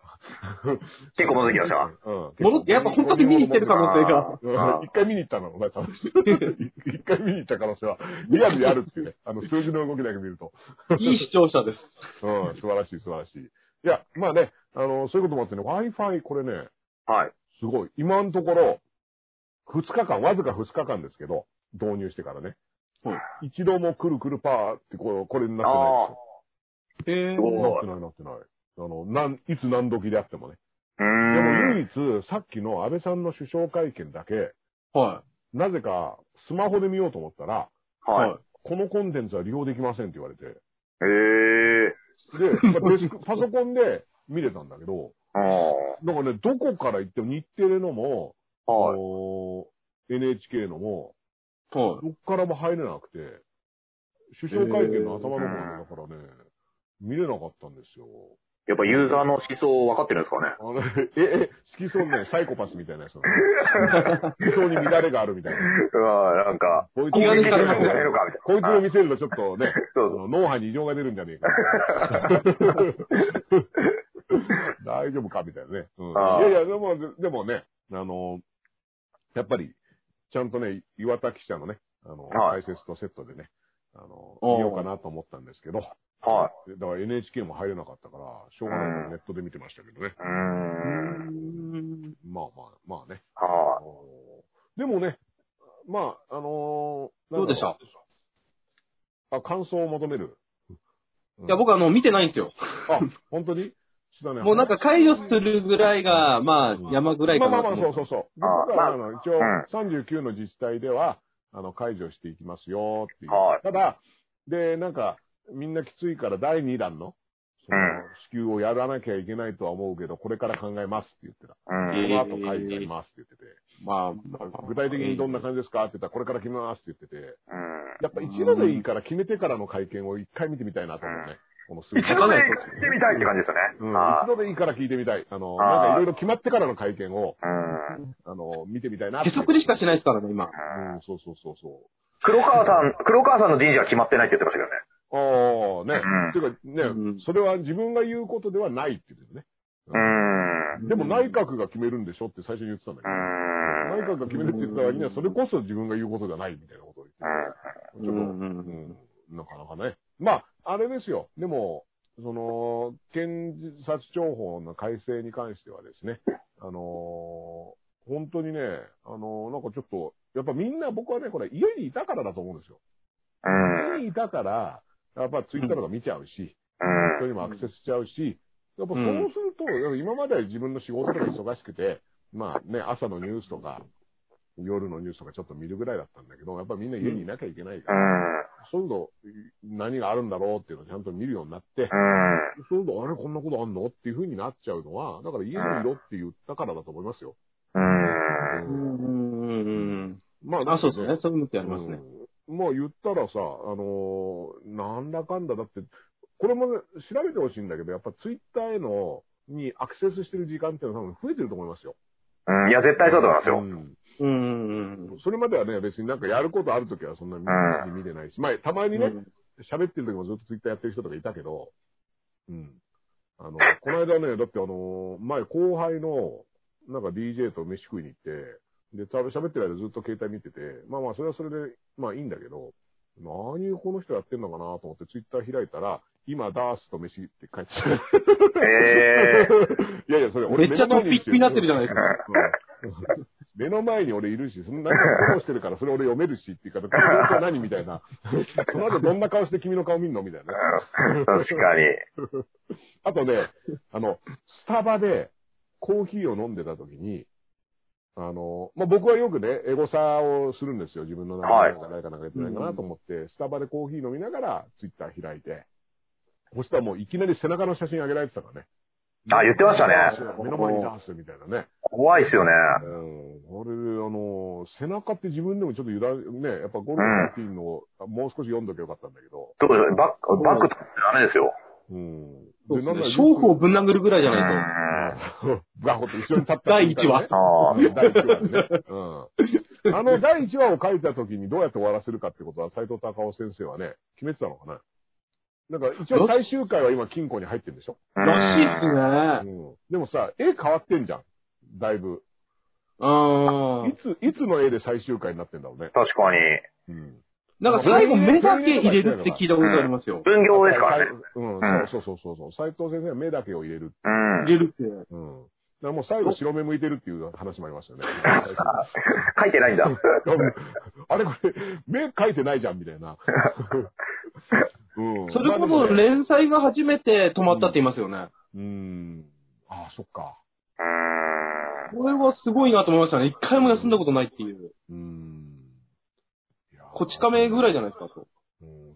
S4: 結構戻ってきました。
S3: うん。
S5: 戻って、やっぱ本当に見に行ってる可能性
S4: あ
S5: が。
S4: あ
S3: うん一回見に行ったの、お前さ
S5: [LAUGHS]
S3: ん。一回見に行った可能性は、リアルであるっていうね。あの、数字の動きだけ見ると。
S5: いい視聴者です。
S3: うん、素晴らしい、素晴らしい。いや、まあね、あの、そういうこともあってね、Wi-Fi、これね、
S4: はい。
S3: すごい。今のところ、2日間、わずか2日間ですけど、導入してからね。一度もくるくるパーってこう、これになってない
S5: え
S4: ああ。す
S3: ですよ
S4: ごい
S3: なってない、なってない。あの、なん、いつ何時であってもね。
S4: う
S3: で
S4: ー
S3: も
S4: ん。
S3: 唯一、さっきの安倍さんの首相会見だけ、
S5: は
S3: なぜか、スマホで見ようと思ったら、
S5: い。
S4: はい。
S5: い。
S3: このコンテンツは利用できませんって言わ
S4: [LAUGHS]
S3: れて。で、
S4: ええ。
S3: まあデスクパソコンで見れたんだけど、
S4: あ
S3: だからね、どこから行っても日テレのも、
S4: あ。はい。
S3: あの NHK のも、
S5: は
S3: どっからも入れなくて、首相会見の頭の方だからね、見れなかったんですよ。
S4: やっぱユーザーの思想分かってるんですかね。
S3: あの、え、え、好きそうね、サイコパスみたいなやつなの。好きそうに乱れがあるみたいな。
S4: うわなんか、
S3: こいつ
S5: 気軽にされます
S4: 見
S5: ね
S4: せるかみたいな。
S3: こいつを見せるとちょっとね、
S4: そ
S3: あ
S4: うそう。
S3: の脳波に異常が出るんじ
S5: [LAUGHS]
S3: ゃねえか。大丈夫かみたいなね。うん、い
S4: ああ
S3: やいや、でも、でもね、あの、やっぱり、ちゃんとね、岩田記者のね、あの、
S4: はい
S3: 解説とセットでね、あの、
S5: おう
S3: 見ようかなと思ったんですけど、
S4: はい。
S3: でだから NHK も入れなかったから、しょうがないからネットで見てましたけどね。
S4: うーん。
S5: ん。
S3: まあまあ、まあね。
S4: は
S3: でもね、まあ、あのー
S5: どうでした
S3: なんだろうあ、感想を求める。
S5: いや、僕あの、見てないんですよ。
S3: あ、本当にそうだね
S5: もうなんか解除するぐらいが、まあ、山ぐらい
S3: ま
S5: か
S3: あま
S5: な
S3: あ
S5: と
S3: まあ、
S5: 思
S3: そう
S5: って。
S3: そうそう。僕
S4: あ
S3: らはあの一応
S4: うん、
S3: 39の自治体では、あの、解除していきますよっていう。
S4: はい
S3: ただ、で、なんか、みんなきついから第2弾の、その
S4: うん、
S3: 支給をやらなきゃいけないとは思うけど、これから考えますって言ってた。
S4: い。う
S3: こ
S4: ん。
S3: の後解除やりますって言ってて。まあ、具体的にどんな感じですかって言ったら、これから決めますって言ってて、
S4: うん。
S3: やっぱ一話でいいから決めてからの会見を一回見てみたいなと思うね。この数
S4: 一
S3: 字。
S4: 度で行ってみたいって感じですよね。
S3: うん、
S4: あ
S3: 一度でいいから聞いてみたい。あの、
S4: あー
S3: なんかいろいろ決まってからの会見を、
S4: あうん。
S3: あの、見てみたいなって。
S5: 結束でしかしないですからね、今。
S3: うん、そうそうそうそ
S4: 黒川さん、黒川さんの人事は決まってないって言ってましたけどね。
S3: う。ああ、ね。
S4: うん
S3: っていうか
S5: う
S3: ね、
S5: ん
S3: それは自分が言うことではないって言ってるね。
S4: うん。
S3: でも内閣が決めるんでしょって最初に言ってたんだけど。
S4: うん。
S3: 内閣が決めるって言ってた割には、それこそ自分が言うことじゃないみたいなことを言って
S5: う
S3: ちょ
S5: ん
S3: っと、
S5: うん
S3: うん、なかなかね。まあ、あれですよ。でも、その、検察庁法の改正に関してはですね、あのー本当にね、あのーなんかちょっと、やっぱみんな僕はね、これ家にいたからだと思うんですよ。
S4: うん。
S3: 家にいたから、やっぱツイッターとか見ちゃうし、
S4: うん
S3: そういうのもアクセスしちゃうし、やっぱそうすると、やっぱ今までは自分の仕事とか忙しくて、まあね、朝のニュースとか、夜のニュースとかちょっと見るぐらいだったんだけど、やっぱみんな家にいなきゃいけないから、そういうの、何があるんだろうっていうのをちゃんと見るようになって、
S4: うん。
S3: そういうの、あれこんなことあんのっていう風になっちゃうのは、だから家にいろって言ったからだと思いますよ。
S4: うん。
S5: うんうんうん
S3: ま
S5: うん。あ、そうですね。そういうのってありますね。
S3: うんまあ言ったらさ、あのーなんだかんだだって、これもね、調べてほしいんだけど、やっぱツイッターへの、にアクセスしてる時間っていうのは多分増えてると思いますよ。
S4: うん。いや、絶対そうだと思いますよ。
S3: う
S5: う
S3: ん
S5: んうんうん。
S3: それまではね、別になんかやることあるときはそんなに
S4: うん
S3: 見てないし、まあたまに
S5: う
S3: ね、
S5: ん
S3: 喋ってる時もずっとツイッターやってる人とかいたけど、うん。あの、この間ね、だってあの、前後輩の、なんか DJ と飯食いに行って、で、た喋ってる間ずっと携帯見てて、まあまあ、それはそれで、まあいいんだけど、何をこの人やってんのかなと思ってツイッター開いたら、今、ダースと飯って書いてた。
S4: ええ。
S3: [LAUGHS] いやいや、それ俺
S5: めっちゃ
S3: 目の前
S5: トピックになってるじゃない
S3: い
S5: で
S3: ですす
S5: か
S3: か。うん目の前に俺いるし、そのなんかフォローしてるから、それ俺読めるしっていうか、この状況何みたいな。この後どんな顔して君の顔見んのみたいな。
S4: 確かに。
S3: あとね、あの、スタバでコーヒーを飲んでた時に、あの、まあ、僕はよくね、エゴサをするんですよ。自分の名前が誰かなんかやってないかなと思って、スタバでコーヒー飲みながらツイッター開いて、そしたらもういきなり背中の写真上げられてたからね。
S4: あ言ってましたね
S3: 目の前にダンスみたいなね。
S4: 怖いっすよね。
S3: うん、あれ、あの、背中って自分でもちょっと油断、ね、やっぱゴルフのピンの、もう少し読んどけばよかったんだけど、
S4: どうでしょうバック、バックとかダメですよ。
S3: うん。
S5: そうですね
S3: でなんだ
S5: 勝負をぶん殴るぐらいじ
S4: う
S5: ゃないと。
S4: ん。
S3: ガホと一緒に立った、
S5: 第一話
S3: ね
S4: ああ。
S3: 第1話でね。うん。あの、第1話を書いた時にどうやって終わらせるかってことは、斎藤隆夫先生はね、決めてたのかな。なんか、一応最終回は今、金庫に入ってるんでしょ
S5: らしいっすね。
S3: うん。でもさ、絵変わってんじゃん。だいぶ。
S5: あ
S3: いつ、いつの絵で最終回になってんだろうね。
S4: 確かに。
S3: うん。
S5: なんか最後目だけ入れるって聞いたことありますよ。
S4: 分業ですからね。
S3: うん、
S4: うん
S3: そうそうそうそう。斎藤先生は目だけを入れる。
S4: うん
S5: 入。れるって。
S3: うん。だからもう最後白目向いてるっていう話もありましたよ
S4: [LAUGHS]
S3: ね。
S4: 書いてないんだ。
S3: あれこれ、目描いてないじゃんみたいな。うん。
S5: それこ
S3: まあ
S5: そ
S3: でもね
S5: 連載が初めて止まったって言いますよね。
S3: うん。ああ、そっか。
S4: う
S5: これはすごいなと思いましたね。一回も休んだことないっていう。
S3: うん。いやー
S5: こち亀ぐらいじゃないですか、そう。
S3: うん。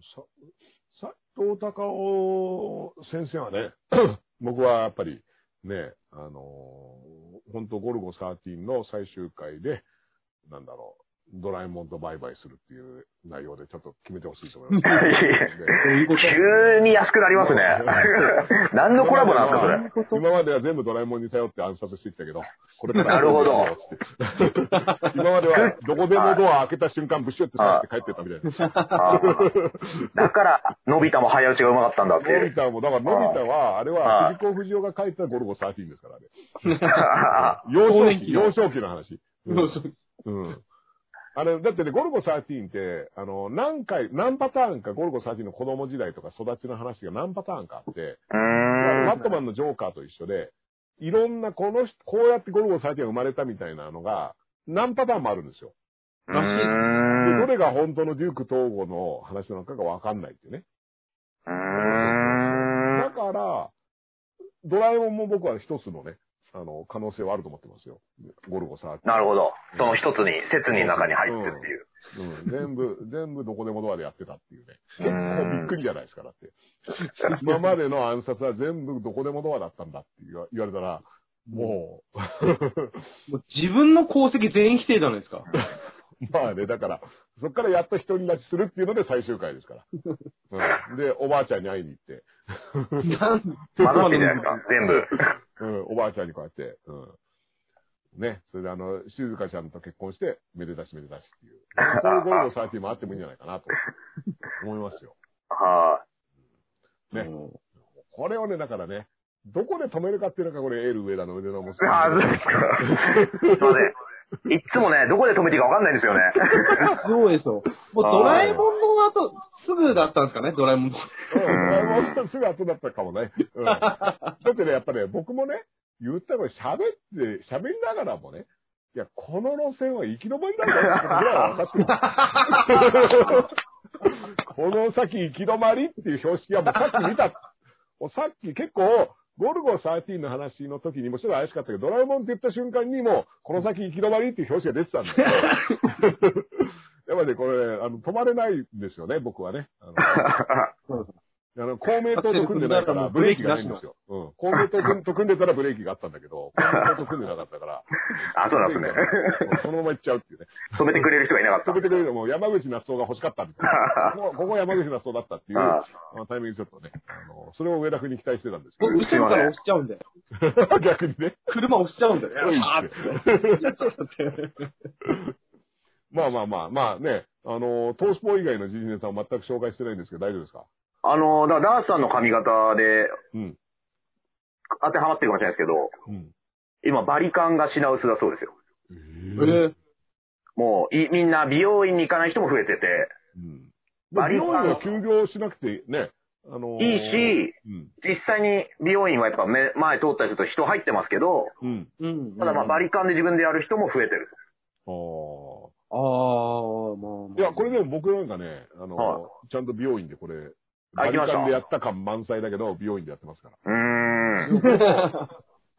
S3: さ、斎藤隆夫先生はね、 [CLEARS THROAT] 僕はやっぱりね、あのー、本当ゴルゴ13の最終回で、なんだろう、ドラえもんとバイバイするっていう内容でちょっと決めてほしいと思います。
S4: [LAUGHS]
S5: そういうこ
S4: ん。急に安くなりますね。何のコラボなんですか、それ。
S5: と。
S3: [LAUGHS] 今までは全部ドラえもんに頼って暗殺してきたけど、これから。
S4: なるほど。
S3: [LAUGHS] 今までは、どこでもドア開けた瞬間、ブシュってさって帰ってったみたいな。
S4: ああだから、のび太も早打ちがうまかったんだってい
S3: のび [LAUGHS]
S4: う。
S3: 太も、だからのび太は、あれ
S4: は
S3: は、
S4: い
S3: 藤子不二雄が書いたゴルゴ13ですから、あれ。
S4: あ
S3: 幼
S5: 更
S3: 少
S5: 年
S3: 期、
S5: 期の
S3: 幼少期の話。うん
S5: そうそう
S3: うん。あれ、だってね、ゴルゴ13って、あの、何回、何パターンか、ゴルゴ13の子供時代とか育ちの話が何パターンかあって、
S4: あうーん。
S3: バットマンのジョーカーと一緒で、いろんな、この人、こうやってゴルゴ13が生まれたみたいなのが、何パターンもあるんですよ。
S4: う
S5: らしいです
S3: で
S4: ーん
S3: どれが本当のデューク統合の話なのかがわかんないっていうね。
S4: うー
S3: だ
S4: ん。
S3: から、ドラえもんも僕は一つのね、あの、可能性はあると思ってますよ。ゴルゴ13。
S4: なるほど。その一つに、説に中に入ってるっていう。
S3: うん、全部、 [LAUGHS] 全部どこでもドアでやってたっていうね。
S4: う
S3: 結
S4: ん
S3: 構びっくりじゃないですか、だって。今までの暗殺は全部どこでもドアだったんだって言わ言われたら、もう、 [LAUGHS]
S5: もう自分の功績全員否定じゃないですか。
S3: まあね、だから、そっからやっと独り立ちするっていうので最終回ですから。うん、で、おばあちゃんに会いに行って、
S5: なん
S4: 混ざってんじゃないですか、全部。
S3: うん、おばあちゃんにこうやって、うん。ね、それであの、静香ちゃんと結婚して、めでたしめでたしっていう。そういうゴルゴ13もあってもいいんじゃないかなと思いますよ。
S4: は
S3: ねこれをね、だからね、どこで止めるかっていうのがこれ、エール上田の腕の面
S4: い。ああ、そう
S3: 白
S4: で
S3: い。
S4: すか。すいません。いっつもね、どこで止めていいかわかんないんですよね。 [LAUGHS]
S5: そうですよ。もうドラえもんの後、すぐだったんですかね、ドラえもんの。
S3: うん、もうすぐ後だったかもね。うん、だってね、やっぱね、僕もね、言ったら喋って、喋りながらもね、いや、この路線は行き止まりなんだよってことぐらいは分かってる。この先行き止まりっていう標識はもうさっき見た。もうさっき結構、ゴルゴ13の話の時にもちょっと怪しかったけど、ドラえもんって言った瞬間にもう、この先行き止まりっていう表紙が出てたんだけど。やっぱね、これ、あの、止まれないんですよね、僕はね。あのあの、公明党と組んでないから、ブレーキがないんですよ。うん。公明党と組んでたらブレーキがあったんだけど、公明党と組んでなかったから、
S4: あ、そうなんですね。
S3: そのまま行っちゃうっていうね。
S4: 止めてくれる人がいなかった
S3: 止。めてくれるのも山口夏夫が欲しかったみたいな。ここここ山口夏夫だったっていう、
S4: あ
S3: あのタイミングでちょっとね、あの、それを上田君に期待してたんですけ
S5: 僕、後ろから押しちゃうんだよ。
S3: ど、 [LAUGHS] 逆にね。
S5: 車押しちゃうんだよ。あーって。
S3: まあまあまあ、まあね、あの、トースポ以外のジジネさんは全く紹介してないんですけど、大丈夫ですか
S4: あの、だからダースさんの髪型で
S3: うん。
S4: 当てはまってるかもしれないですけど、
S3: うん。
S4: 今バリカンが品薄だそうですよ。
S5: えー
S4: もうい、みんな美容院に行かない人も増えてて、
S3: うん。
S4: バリ
S3: 日
S4: カン
S3: 本は休業しなくてね、あのー
S4: いいし、
S3: うん。
S4: 実際に美容院はやっぱ目前通ったりすると人入ってますけど、
S3: うん。
S5: うん。
S4: ただまあバリカンで自分でやる人も増えてる。
S3: ああ。
S5: ああ、まあまあ。
S3: いや、これでも僕なんかね、あの、
S4: は
S3: ちゃんと美容院でこれ、
S4: あ行きました
S3: バリカンでやった感満載だけど、美容院でやってますから。
S4: うーん。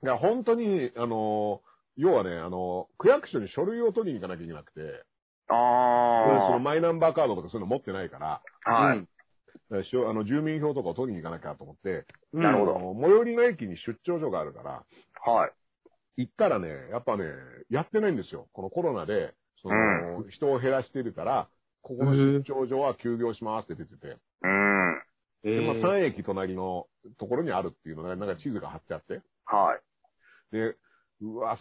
S3: いや、本当に、あの、要はね、あの、区役所に書類を取りに行かなきゃいけなくて、俺その
S4: あ
S3: マイナンバーカードとかそういうの持ってないから、
S4: あ。はい。
S3: えしょあの住民票とかを取りに行かなきゃと思って、
S5: うん。
S4: なるほど
S3: あの最寄りの駅に出張所があるから、
S4: はい。
S3: 行ったらね、やっぱね、やってないんですよ。このコロナで、その、人を減らしてるから、ここの出張所は休業しますって出てて、
S4: うーん。
S5: え
S3: で、まあ、
S5: ー
S3: 3駅隣のところにあるっていうのが、なんか地図が貼ってあって、
S4: はい。
S3: で、うわ、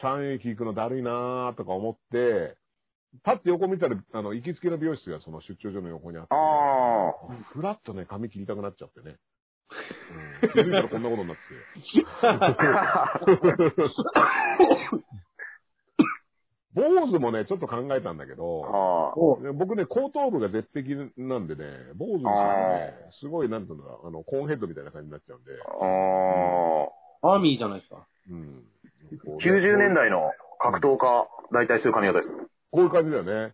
S3: 3, 三駅行くのだるいなーとか思って、パッて横見たら、あの、行きつけの美容室がその出張所の横にあって、
S4: あ
S3: ふらっとね、髪切りたくなっちゃってね。うん、気づいたらこんなことになってて。
S4: あ。
S5: [LAUGHS]
S3: 坊主もね、ちょっと考えたんだけど、
S4: は
S3: で僕ね、後頭部が絶壁なんでね、坊主のはね、すごい、なんていうのかな、あの、コーンヘッドみたいな感じになっちゃうんで、
S4: あ。あ
S5: アーミーじゃないですか。
S3: うん。こ
S4: あ。
S3: うね
S4: 90年代の格闘家、大体そういう髪型です。
S3: こういう感じだよね。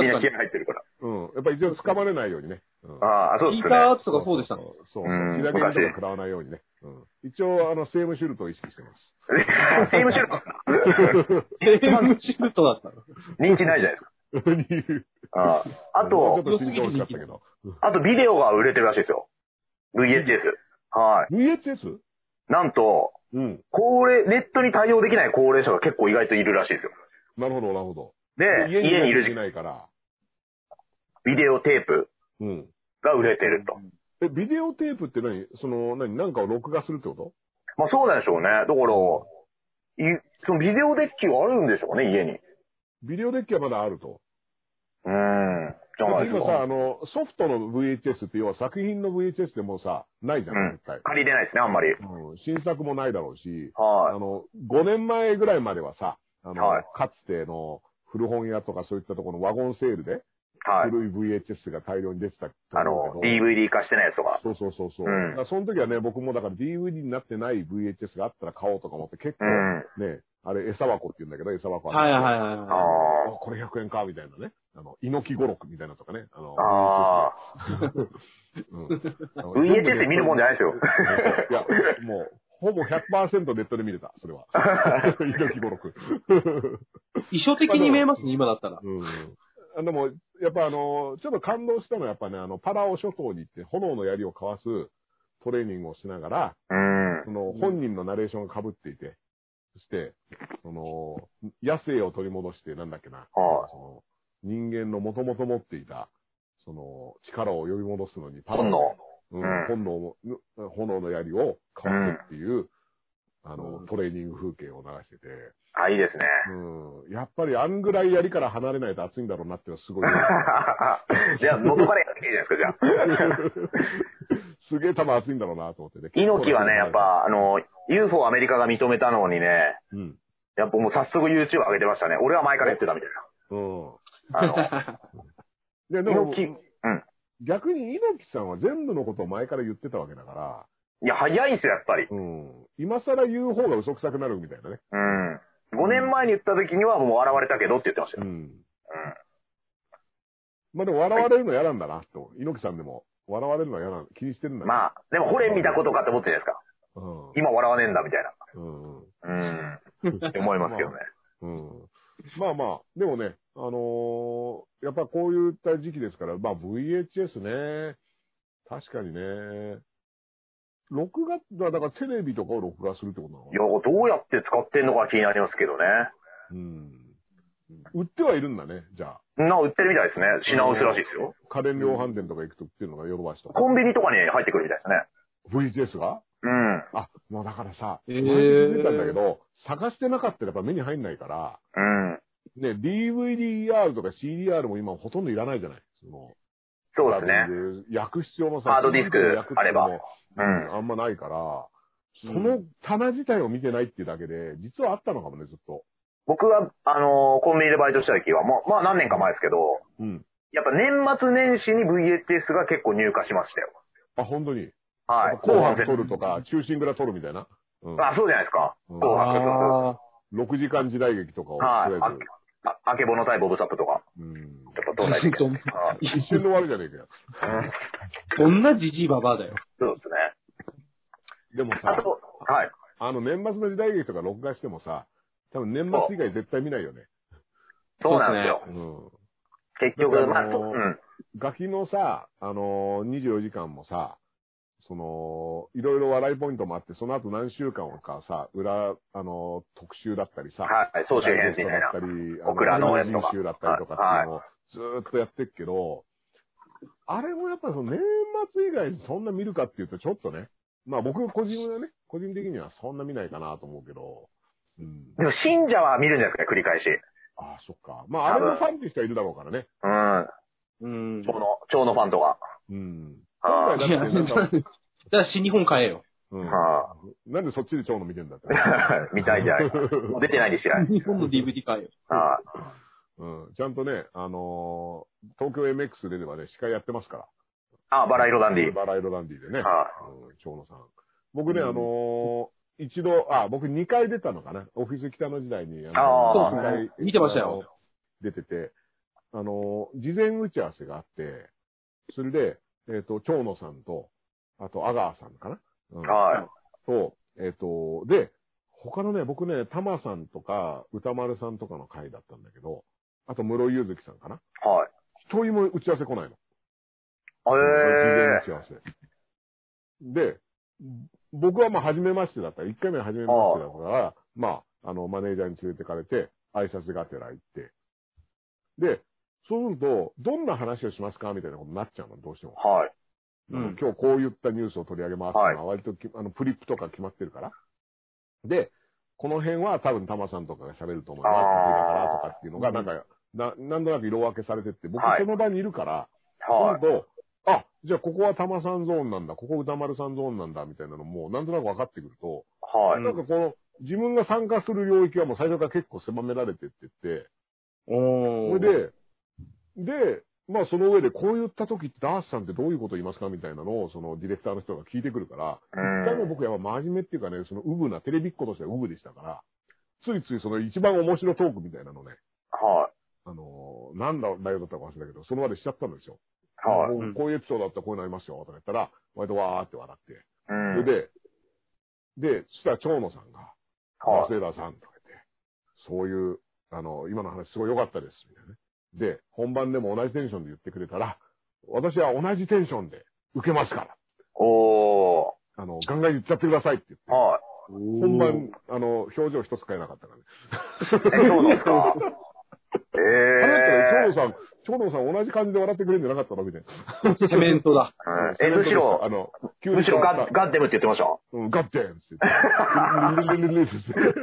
S4: みんな気合入ってるから。
S3: うん。やっぱり一応掴まれないようにね。うん、
S4: ああ、そう
S5: ピ
S4: で
S5: ー
S4: す
S5: タ
S4: ね。
S5: ーアーツとかそうでしたね。
S3: そうそう。
S4: うん
S3: 左手とか食らわないようにね。うん、一応、あの、セームシュルトを意識してます。
S4: [LAUGHS] セームシュート。
S5: テレビシフトだったの。
S4: 人気ないじゃないですか。ああ。あ
S3: もう
S4: と
S3: ち、ょっと慎重しかったけど。
S4: あとビデオが売れてるらしいですよ。VHS。は
S3: VHS?
S4: い。なんと、
S3: うん。
S4: 高齢、ネットに対応できない高齢者が結構意外といるらしいですよ。
S3: なるほど、なるほど。
S4: で、家にいる
S3: でき
S4: 時
S3: ないから。
S4: ビデオテープ
S3: うん。
S4: が売れてると。
S3: え、ビデオテープって何その、何なんかを録画するってこと
S4: まあそうなんでしょうね。だから、いそのビデオデッキはあるんでしょうね、家に。
S3: ビデオデッキはまだあると。
S4: うーん。じゃないです
S3: 今さ、
S4: か
S3: あ。の、ソフトの VHS って要は作品の VHS でもうさ、ないじゃ、
S4: うんん
S3: 絶対。
S4: 借りれないですね、あんまり。
S3: うん、新作もないだろうし。あ
S4: は
S3: の、5年前ぐらいまではさ、あの、
S4: はい
S3: かつての古本屋とかそういったところのワゴンセールで、
S4: い。はい。
S3: 古い VHS が大量に出てたと
S4: あ
S3: 思
S4: の
S3: う、けど。
S4: DVD 化してないやつとか。
S3: そうそうそうそう。
S4: うん
S3: だからその時はね、僕もだから DVD になってない VHS があったら買おうとか思って
S4: う
S3: 結構ね、
S4: ん。あ
S3: あれ餌箱って言うんだけど、餌箱
S5: はいはい
S3: い。
S5: はい
S4: あ
S5: は
S3: あこれ100円か、みたいなね。あの、猪木五六みたいなとかね。あの、
S4: ー。ああ。 [LAUGHS]
S3: うん
S4: VHS 見るもんじゃないですよ。 [LAUGHS]
S3: いや、もう、ほぼ100%ネットで見れた、そ
S4: [LAUGHS]
S3: れは。猪木五六。
S5: い。衣装的に見えますね、今だったら。
S3: うん
S4: [LAUGHS]
S3: あでも、やっぱあの、ちょっと感動したのはやっぱね、あの、パラオ諸島に行って炎の槍をかわすトレーニングをしながら、
S4: うん。
S3: その本人のナレーションが被っていて、そして、その、野生を取り戻して、なんだっけな、
S4: はい
S3: その人間の元々持っていた、その、力を呼び戻すのに、パ
S4: 本能。
S3: うん
S4: うん
S3: 本能をぬ炎の槍をかわすっていう、あの
S5: う、ん
S3: トレーニング風景を流してて、
S4: あ、いいですね。
S3: うん、やっぱりあんぐらい槍から離れないと熱いんだろうなっていうのはすご
S4: [LAUGHS]
S3: い。
S4: じゃあ、元からやってきていいじゃないですか、じゃあ。
S3: [LAUGHS] すげえ多分熱いんだろうなと思ってね。
S4: [LAUGHS] 猪木はね、やっ、ぱ、あの、UFO アメリカが認めたのにね、
S3: うん。
S4: やっぱもう早速 YouTube 上げてましたね。俺は前からやってたみたい
S3: うん。
S4: な。あの、
S3: い [LAUGHS] や、でも
S4: 猪、木、うん。
S3: 逆に猪木さんは全部のことを前から言ってたわけだから、
S4: いや、早いっすよ、やっぱり。
S3: うん。今更言う方が嘘くさくなるみたいなね。
S4: うん。5年前に言った時にはもう笑われたけどって言ってました
S3: う
S4: よ。
S3: ん。まあでも笑われるの嫌なんだな、と。猪木さんでも。笑われるのは嫌な、気にしてるん
S4: う
S3: だ
S4: ん。まあ、でも、ホレン見たことかって思ってるじゃないですか。
S3: あ。うん。
S4: 今笑わねえんだ、みたいな。
S3: うんうん。
S4: うん。
S3: [LAUGHS]
S4: って思いますけどね。
S3: うんまあまあ、でもね、あのーやっぱこういった時期ですから、まあ VHS ね、確かにね、録画、だだからテレビとかを録画するってことなの
S4: いや、どうやって使ってんのか気になりますけどね。
S3: うん。売ってはいるんだね、じゃあ。
S4: な、売ってるみたいですね。品薄らしいですよ。
S3: 家電量販店とか行くと売ってるのがヨドバシとか。
S4: コンビニとかに入ってくるみたいですね。
S3: VHS が
S4: うん。
S3: あ、もうだからさ、
S5: え
S3: 前
S5: ー
S3: に出てたんだけど、探してなかったらやっぱ目に入んないから、
S4: うん。
S3: ね、DVDR とか CDR も今ほとんどいらないじゃないその
S4: そうですね。
S3: 焼く必要もさ、
S4: ハードディスク
S3: 焼くっていうのも
S4: あれば
S3: うんあんまないから、その棚自体を見てないっていうだけで、実はあったのかもね、ずっと。
S4: 僕は、あのーコンビニでバイトした時は、もう、まあ何年か前ですけど、
S3: うん。
S4: やっぱ年末年始に VHS が結構入荷しましたよ。
S3: あ、本当に。
S4: はい。
S3: 後半
S4: 戦
S3: 撮るとか、中心蔵撮るみたいな。うん。
S4: あ、そうじゃないですか。
S3: うん
S4: 後半戦そう
S5: あ
S3: 6時間時代劇とかを、
S4: そうはい。
S3: とりあえず
S4: あ、ああけぼの対ボブサップとか、
S3: うん。
S4: やっぱどうなるか。はい
S3: 一
S5: [LAUGHS]
S3: 瞬で終わるじゃねえかよ。
S4: うん
S5: どんなじじいばばあだよ。
S4: そうですね。
S3: でも
S4: あ
S3: さ、
S4: と、はい。
S3: あの、年末の時代劇とか録画してもさ、多分年末以外絶対見ないよね。
S4: そうなんですよ
S3: う。ん。
S4: 結局、まあ、
S3: あ
S4: そう
S3: のー
S4: うん。
S3: ガキのさ、あのー、24時間もさ、その、いろいろ笑いポイントもあって、その後何週間かさ、裏、あのー、特集だったりさ、
S4: はい。総集編みたいな
S3: ダイジェストだ。ったり、あ
S4: 僕らのやつとか
S3: 人集だったりとかっていうのを、ずーっとやってっけど、あれもやっぱりその年末以外にそんな見るかっていうとちょっとね、まあ僕個人はね、個人的にはそんな見ないかなと思うけど、うん。
S4: でも、信者は見るんじゃないですか、繰り返し。
S3: ああ、そっか。まああれのファンっていう人はいるだろうからね。
S4: うん。
S5: うん。
S4: 蝶の、蝶のファンとか。
S3: うん。
S4: はい
S5: いや、だから新日本買えよ。
S3: うん。
S4: は
S3: なんでそっちで蝶野見てんだって。
S4: い。 [LAUGHS] 見たいじゃないですか。もう出てないにしない。
S5: 新日本の DVD 買えよ。
S4: は
S3: [LAUGHS] うん。ちゃんとね、あのー東京 MX 出ればね、司会やってますから。
S4: い。あ、バラ色ダンディ。
S3: バラ色ダンディでね。
S4: は
S3: うん、蝶野さん。僕ね、あのー一度、あ、僕2回出たのかな。オフィス北の時代に。の
S4: あー
S5: そうですね
S3: 二回
S5: 見てましたよ
S3: あの出てて、あのー事前打ち合わせがあって、それで、えっ、と、蝶野さんと、あと、阿川さんかな。うん
S4: い。は
S3: と、えっ、と、で、他のね、僕ね、タマさんとか、歌丸さんとかの回だったんだけど、あと、室井祐月さんかな。
S4: い。はい。
S3: 一人も打ち合わせ来ない
S4: え
S3: の。事前打ち合わせ。で、僕はまあ、初めましてだった。一回目は初めましてだから、まあ、あの、マネージャーに連れてかれて、挨拶がてら行って。で、そうすると、どんな話をしますかみたいなことになっちゃうの、どうしても。
S4: ー。はい。
S5: うん。
S3: 今日こういったニュースを取り上げますとか、
S4: はい
S3: 割ときあのプリップとか決まってるから。で、この辺は多分玉さんとかが喋ると思いま
S4: あ
S3: す。
S4: ー
S3: だからとかっていうのが、
S5: うん
S3: なんか、ななんとなく色分けされてって、僕
S4: はい
S3: その場にいるから、
S4: はい。
S3: そうすると、あ、じゃあここは玉さんゾーンなんだ、ここ歌丸さんゾーンなんだ、みたいなのも、なんとなく分かってくると、
S4: は
S5: う
S4: い。
S5: ん
S3: なんかこの、自分が参加する領域はもう最初から結構狭められてってって、
S5: おー。
S3: それで、で、まあその上でこう言った時ってダースさんってどういうこと言いますかみたいなのをそのディレクターの人が聞いてくるから、
S4: う
S3: 一回も
S4: ん。
S3: 僕は真面目っていうかね、そのウブな、テレビっ子としてはウブでしたから、ついついその一番面白トークみたいなのね、
S4: は
S3: あのーなんだ内容だったか忘れたけど、その場でしちゃったんですよ。
S4: い。はい。
S3: こうこういうエピソードだったらこういうのありますよ、とか言ったら、割とわーって笑って。
S4: うん。
S3: それで、で、そしたら長野さんが、
S4: は
S3: ダースエイダーさんとか言って、そういう、あの、今の話すごい良かったです、みたいなね。で、本番でも同じテンションで言ってくれたら、私は同じテンションで受けますから。
S4: おー。
S3: あの、ガンガン言っちゃってくださいって言って。
S4: はい。
S3: 本番、あの、表情一つ変えなかったからね。
S4: え、そうなん [LAUGHS] ですかえ
S3: [LAUGHS] あなた、
S4: え
S3: 長野さん、長野さん同じ感じで笑ってくれるんじゃなかったのみたいな。
S5: セメント
S4: [LAUGHS]
S5: だ。
S4: うんえ、むしろ
S3: あ、の、急に
S4: むしろガッ
S3: ガッ、
S4: ガッデムって言ってました
S3: うん、ガッてんっつって。ルルルルルルルって言って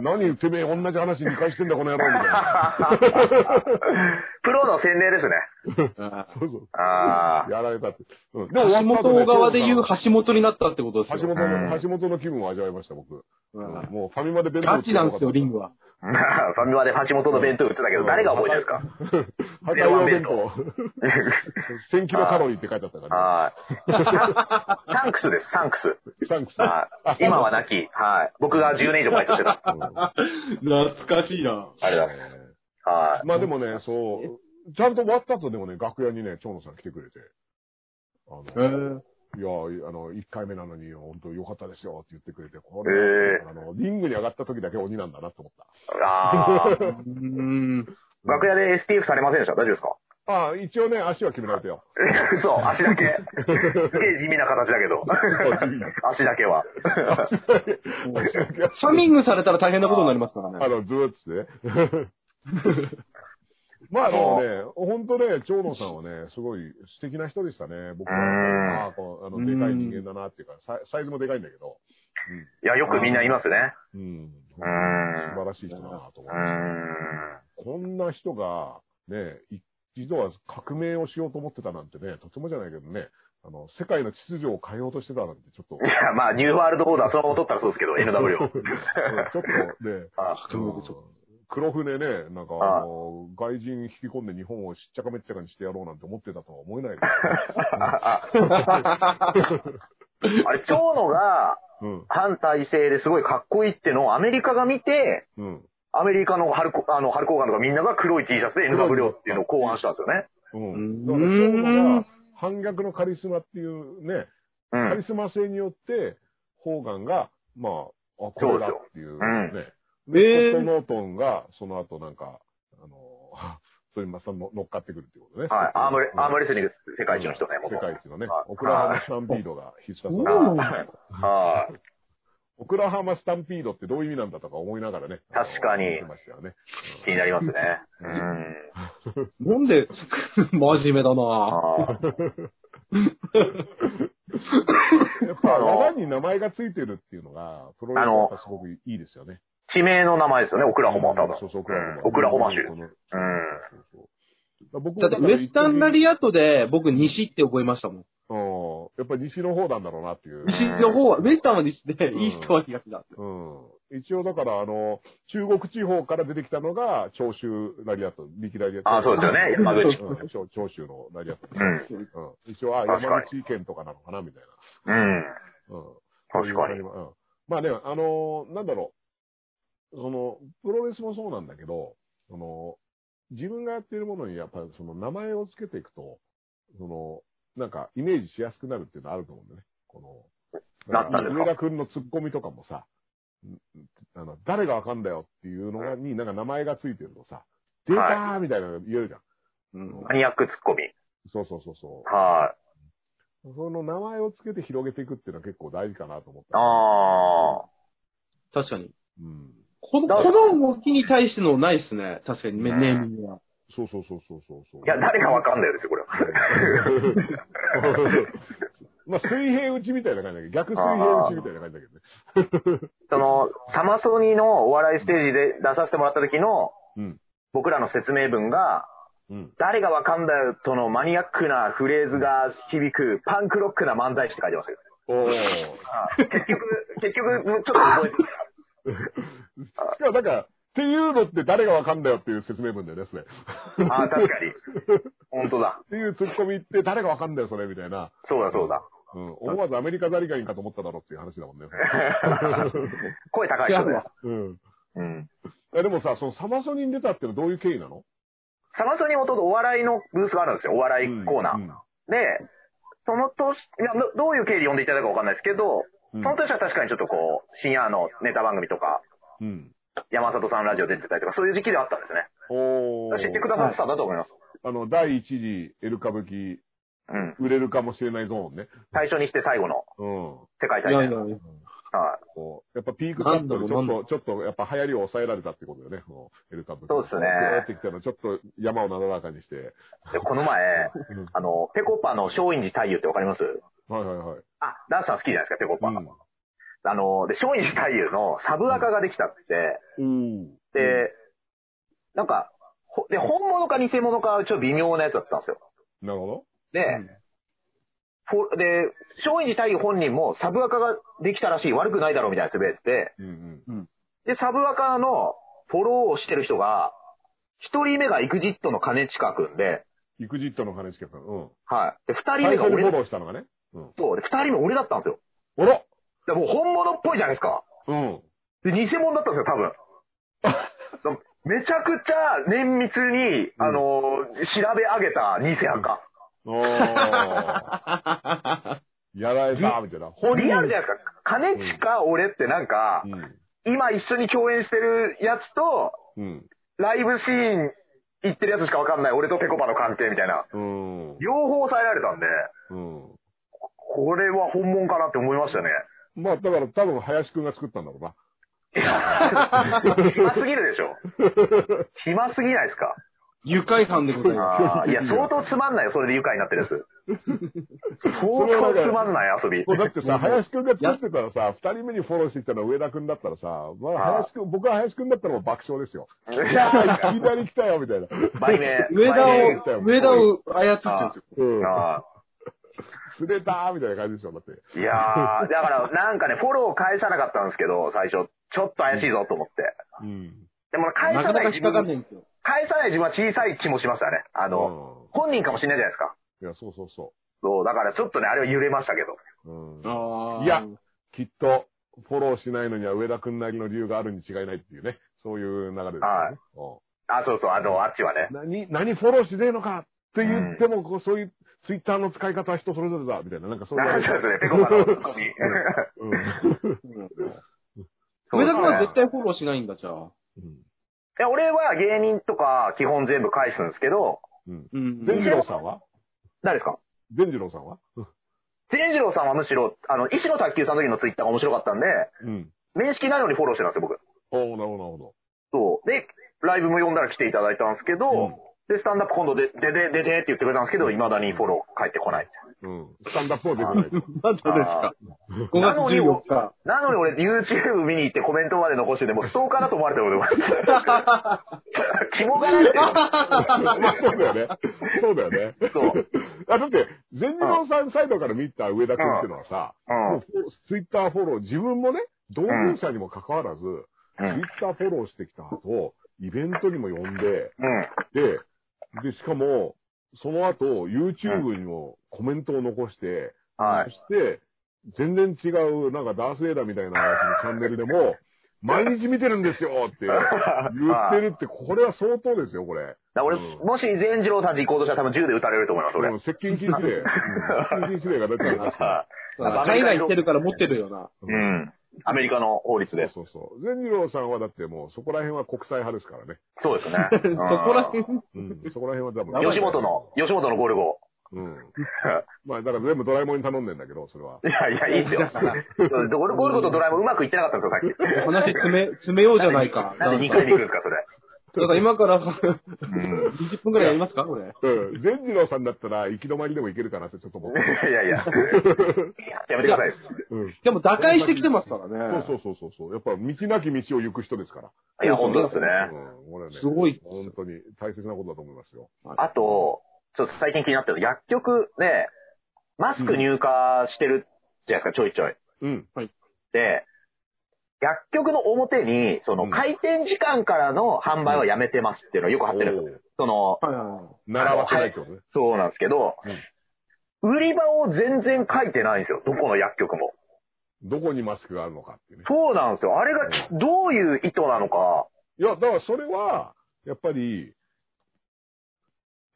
S3: 何言ってめえ、同じ話2回してんだ、この野郎みたいな。
S4: プロの洗礼ですね。
S3: そうそう。
S4: あ [LAUGHS] あ。
S3: やられたって。うん。でも
S5: 橋
S3: 終わ
S5: 本側
S3: った後ね
S5: で言う橋本になったってことです
S3: 橋
S5: よ。
S3: 本
S4: う
S3: の、
S4: ん
S3: 橋本の気分を味わいました、僕。
S5: う
S3: うん
S5: ん
S3: もうファミマで弁当売
S5: ガ
S3: って
S5: チ
S3: る
S5: な
S3: の
S5: んですよ、リングは。
S4: ファミマで橋本の弁当売ってたけど、誰が覚えてるんですか
S3: かった。は弁当。1000キロカロリーって書いてあっ
S4: [LAUGHS]
S3: たから、
S4: はい。サンクスです、サンクス。
S3: ね。サンクス。
S4: はい。今はなき、はい。僕が10年以上バイトしてた。
S3: うん
S5: 懐かしいな。
S4: あれだ。はい。
S3: まあでもね、そう、ちゃんと終わった後でもね、楽屋にね、蝶野さん来てくれて、あの、
S5: えー
S3: いや、あの、1回目なのに、本当良かったですよって言ってくれて、こ
S4: へ
S3: れ、あの、リングに上がった時だけ鬼なんだなって思っ
S4: ああ。
S5: う
S4: [LAUGHS]
S5: ーん。
S4: 楽屋で STF されませんでした大丈夫ですか [LAUGHS]
S3: た。ああ、一応ね、足は決められ [LAUGHS] たよ。
S4: え嘘、足 [LAUGHS] だけ。すげえ地味な形だけど。 [LAUGHS] 足だけは。
S5: シャミングされたら大変なことになりますから
S3: [LAUGHS] あ
S5: ね。
S3: の、ずーっつってね。 [LAUGHS] まあでもね、本当ね、長野さんはね、すごい素敵な人でしたね。僕は、
S4: うん
S3: ああ、こうあの、でかい人間だなっていうか、サイサイズもでかいんだけど、
S4: いや、よくみんな言いますね。
S3: うん。素
S4: ん
S3: 晴らしい人だなと思
S4: うー
S3: って。
S4: ん。
S3: こんな人が、ね、い一度は革命をしようと思ってたなんてね、とてもじゃないけどね、あの、世界の秩序を変えようとしてたなんて、ちょっと、
S4: いや、まあ、ニューワールドオーダーそのまま取ったらそうですけど、NW [LAUGHS]
S3: [LAUGHS]
S4: を。
S3: ちょっとね、
S4: あ
S5: 革命でちょっと
S3: 黒船ね、なんか、
S4: ああ
S3: あの外人引き込んで日本をしっちゃかめっちゃかにしてやろうなんて思ってたとは思えない。
S4: ああれ、蝶野が
S3: うん、
S4: 反体制ですごいかっこいいってのをアメリカが見て、
S3: うん、
S4: アメリカの春あの春高官とかみんなが黒い T シャツで NW っていうのを考案したんですよね。
S3: うん。だから、そういうの
S5: う
S3: が、反逆のカリスマっていうね、
S4: う
S3: カリ
S4: ん。
S3: スマ性によって、ホーガンが、まあ、あ、これだってい
S4: そ
S3: う
S4: う
S3: ね。
S5: ん
S3: で
S5: えー
S3: コストノートンが、その後なんか、あの、 [LAUGHS] そういうまさんの乗っかってくるっていうことね。
S4: はい。アームレ、
S3: うん
S4: アームレスリング世界一の人ね、元
S3: 世界一のね
S4: はい。
S3: オクラハマスタンピードが必殺
S5: う
S3: 技。
S5: ん
S4: はいはい。
S3: オクラハマスタンピードってどういう意味なんだとか思いながらね。
S4: 確かに
S3: あの見てましたよね。
S4: 気になりますね。うん。
S5: なんで、 [LAUGHS] 真面目だな
S4: あー
S3: やっぱ、技に名前がついてるっていうのが、プロレスはやっぱすごくいいですよね。
S4: 地名の名前ですよね、オクラホマ、多分。
S3: そうそう、オクラホマ。
S4: オクラホマ州。
S3: そ
S4: う
S3: う
S4: ん。
S3: そうそう僕
S5: だって、ウエスタンラリアットで僕西って覚えましたもん。
S3: うん。やっぱり西の方なんだろうなっていう。
S5: 西の方は、ウエスタンは西で、
S3: ん
S5: イーストは東だって。
S3: うん。一応だから、あの、中国地方から出てきたのが、長州ラリアット、力ラリアット。
S4: あそうですよね山口
S3: うん長長州のラリアット。
S4: うん。
S3: うん。一応、あ、
S4: 確かに
S3: 山口県とかなのかな、みたい
S4: うん。
S3: な。うん。
S4: 確かに。
S3: うん。まあね、あのーなんだろう。その、プロレスもそうなんだけど、その、自分がやっているものに、やっぱりその名前をつけていくと、その、なんか、イメージしやすくなるっていうのはあると思うんだよね。この、
S4: なったんですか
S3: 上田くんのツッコミとかもさ、んあの、誰がわかんだよっていうのが、に、なんか名前がついてるとさ、出たーみたいなの言えるじゃん。
S5: うん
S4: マニアックツッコミ。
S3: そうそうそうそう。
S4: はい。
S3: その名前をつけて広げていくっていうのは結構大事かなと思った。
S4: あ
S5: 確かに。
S3: うん。
S5: この、
S4: だから
S5: この動きに対してのないっすね。確かに、ね
S4: うん
S5: ネーミングは。
S3: そうそうそうそうそうそう。
S4: あ。いや、誰がわかんないですよ、これは。
S3: まあ、水平打ちみたいな感じだけど、逆水平打ちみたいな感じだけどね。
S4: その、サマソニのお笑いステージで出させてもらった時の、
S3: うん。
S4: 僕らの説明文が、
S3: うん。
S4: 誰がわかんだよとのマニアックなフレーズが響くパンクロックな漫才師って書いてましたけど。
S3: おー。
S4: 結局、結局、ちょっと覚えてる。
S3: しかもなんか、っていうのって誰がわかんだよっていう説明文だよね、それ。っ
S4: ああ、確かに。本当だ。
S3: ていうツッコミって誰がわかんだよ、それ、みたいな。
S4: そうだ、そうだ。
S3: うん。思わずアメリカザリガニかと思っただろうっていう話だも [LAUGHS] んね。
S4: 声高い人だよ。
S3: うん。
S4: うん。
S3: え、でもさ、そのサマソニに出たってのはどういう経緯なの
S4: サマソニもとお笑いのブースがあるんですよ。お笑いコーナー。で、その年、いや、どどういう経緯で呼んでいただいたかわかんないですけど、
S3: うん。うん。
S4: その年は確かにちょっとこう、深夜のネタ番組とか、
S3: うん。
S4: 山里さんラジオ出てたりとか、そういう時期ではあったんですね。
S3: おー。
S4: 知ってくださってたんだと思います。
S3: あの、第一次エル歌舞伎
S4: うん。
S3: 売れるかもしれないゾーンね。
S4: 最初にして最後の
S3: うん。
S4: 世界
S5: い
S4: 大
S5: やい
S4: 戦。
S5: や、
S4: はい。
S3: こうやっぱピークカットでち
S5: な
S3: ょ
S5: んだ
S3: っ
S5: ろ
S3: と、ちょっとやっぱ流行りを抑えられたってことよね、このエルカブ。
S4: そうっすね
S3: やってきたの、ちょっと山をなだらか
S4: [LAUGHS]
S3: にして。
S4: で、この前、あの、ペコパの松陰寺太夫ってわかります
S3: はいはいはい。
S4: あ、ダンスさん好きじゃないですか、ペコパ。
S3: うん
S4: あの、で、松陰寺太夫のサブアカができたって、
S3: うん。
S4: で、なんか、ほで、本物か偽物かちょっと微妙なやつだったんですよ。
S3: なるほ
S4: で、フォで、松陰寺太夫本人もサブアカができたらしい、悪くないだろうみたいなつぶやいてて、
S3: ど。うん
S4: で、サブアカのフォローをしてる人が、一人目が EXIT の兼近くんで、
S3: うん。イクジットの金近くん。うん。
S4: はい。で、二人目
S3: 最
S4: が
S3: 初にフ
S4: 俺
S3: ォ
S4: だ
S3: ローしたのがね。うん。
S4: そうで、二人目俺だったんですよ。
S3: おろ
S4: でもう本物っぽいじゃないですか。
S3: うん。
S4: で、偽物だったんですよ、多 [LAUGHS] 分。でもめちゃくちゃ綿密に、あのー調べ上げた偽アカ。 [LAUGHS]
S3: おー。やられた、みたいな。本
S4: リアルじゃないですか。兼近、俺ってなんか、今一緒に共演してるやつと、
S3: うん。
S4: ライブシーン行ってるやつしかわかんない、俺とペコパの関係みたいな。
S3: うん。うん。
S4: 両方抑えられたんで、
S3: うん。
S4: これは本物かなって思いましたね。
S3: まあ、だから多分林くんが作ったんだろうな。
S4: いや暇すぎるでしょ。暇すぎないですか。
S5: 愉快犯でございま
S4: あーいや、相当つまんないよ、それで愉快になってるやつ。相当つまんない遊び。
S3: そうだ [LAUGHS] ってさ、林くんが作ってたらさ、二人目にフォローしてきたのは上田くんだったらさ、まあ、林くん、僕は林くんだったらもう爆笑です [LAUGHS] よ。いやー、いきなり来たよ、みたいな。
S4: [LAUGHS] 売名。
S5: す。 [LAUGHS] 上田
S4: 売
S5: を、
S4: 名
S5: 上田を操ってるんですよ。
S3: うん。
S4: あ
S3: 釣れたー、みたいな感じですよ、だって。
S4: ーいやー、だからなんかね、フォロー返さなかったんですけど、最初、ちょっと怪しいぞと思って。
S3: うん。
S4: でも返
S5: な
S4: さ
S5: かな
S4: ない
S5: か
S4: 自
S5: 引っか、
S4: 分
S5: かんないんですよ。
S4: 返さない自分は小さい気もしましたね。あの、本人かもしれないじゃないですか。
S3: うん。いや、そうそうそ
S4: そう、だからちょっとね、あれは揺れましたけど。
S3: う。うん。
S5: ああ。
S3: いやきっと、フォローしないのには上田くんなりの理由があるに違いないっていうね。そういう流れですよね。
S4: はい
S3: うん
S4: あ、そうそう、あの、あっちはね。
S3: 何、何フォローしねえのかって言っても、こうそういう、ツイッターの使い方は人それぞれだ、みたいな、なんかそうい
S4: なん
S3: う
S4: かですね、ペコパのツッコミ。
S3: うん。
S5: [LAUGHS] 上田君は絶
S4: い
S5: 対フォローしないんだ、じゃあ。
S3: うん。
S4: や、俺は芸人とか基本全部返すんですけど、
S3: うん。
S5: うん。
S3: 善次郎さんは
S4: 誰ですか
S3: 善次郎さんは
S4: 善次郎さんはむしろ、あの、石野卓球さんの時のツイッターが面白かったんで、
S3: うん。
S4: 面識ないのにフォローしてたんですよ、僕。
S3: おおなるほど、なるほ
S4: そ
S3: ど。
S4: う。で、ライブも呼んだら来ていただいたんですけど、
S3: うん
S4: で、スタンダップ今度で、でで、ででって言ってくれたんですけど、未だにフォロー返ってこない。
S3: うん。スタンダップは出てない。
S5: まだですか ?5
S4: な
S5: 月
S4: のに
S5: 14日。
S4: なのに俺 YouTube 見に行ってコメントまで残してて、もうストーカーだと思われてる俺は。
S3: [LAUGHS]
S4: 肝がないって
S3: まあそうだよね。そうだよね。
S4: そう。
S3: あ、だって、善次郎さんサイドから見た上田君っていうのはさ、
S4: うん
S3: もうツイッターフォロー、自分もね、同業者にも関わらず、ツイッ
S4: ん
S3: ターフォローしてきた後、イベントにも呼んで、
S4: うん。
S3: で、で、しかも、その後、YouTube にもコメントを残して、
S4: はい。
S3: そして、全然違う、なんかダースエイダーみたいなやつのチャンネルでも、毎日見てるんですよ [LAUGHS] って言ってるって、これは相当ですよ、これ。
S4: だから俺、
S3: うん
S4: もし善次郎さんち行こうとしたら多分銃で撃たれると思います、俺。
S3: うん接近禁
S4: [LAUGHS]
S3: 止令。うん接近禁止令が出てるんですよ。
S4: あ
S5: 海外行ってるから持ってるよな。
S4: うん。アメリカの法律で。
S3: そうそうそう。善次郎さんはだってもうそこら辺は国際派ですからね。
S4: そうです
S3: [LAUGHS]
S4: ね。
S5: そこら辺、
S3: うん。そこら辺は多分。
S4: [LAUGHS] 吉本の、吉本のゴルゴ。
S3: うん。まあだから全部ドラえもんに頼んでんだけど、それは。
S4: [LAUGHS] いやいや、いいっすよ。そうゴルゴルゴとドラえもんうまくいってなかったんですよ、さっき。
S5: 話詰め、詰めようじゃないか。
S4: なんで2回で行くんですか、それ。
S5: だから今から、 [LAUGHS]
S4: うん [LAUGHS]
S5: 20分くらいやりますかこれ。
S3: うん。善次郎さんだったら行き止まりでも行けるかなってちょっと思って。
S4: [LAUGHS] いやいや。やめてください。
S3: うん。
S5: でも打開してきてますからね。
S3: そうそうそうそう。やっぱ道なき道を行く人ですから。
S4: いや、本当ですね。
S3: うん。これはね。
S5: すごい
S3: 本当に大切なことだと思いますよ。
S4: あと、ちょっと最近気になってるの薬局で、マスク入荷してるじゃないですか、ちょいちょい。
S3: うん。
S4: で、薬局の表に、そ
S3: う
S4: の、
S3: ん
S4: 開店時間からの販売はやめてますっていうのをよく貼ってるんですよ。そ
S5: は
S4: の、
S5: いはいはい。
S3: 習わせないってことね。
S4: そうなんですけど、売り場を全然書いてないんですよ、どこの薬局も。
S3: どこにマスクがあるのかっていうね。
S4: そうなんですよ。あれがきどういう意図なのか。
S3: いや、だからそれは、やっぱり、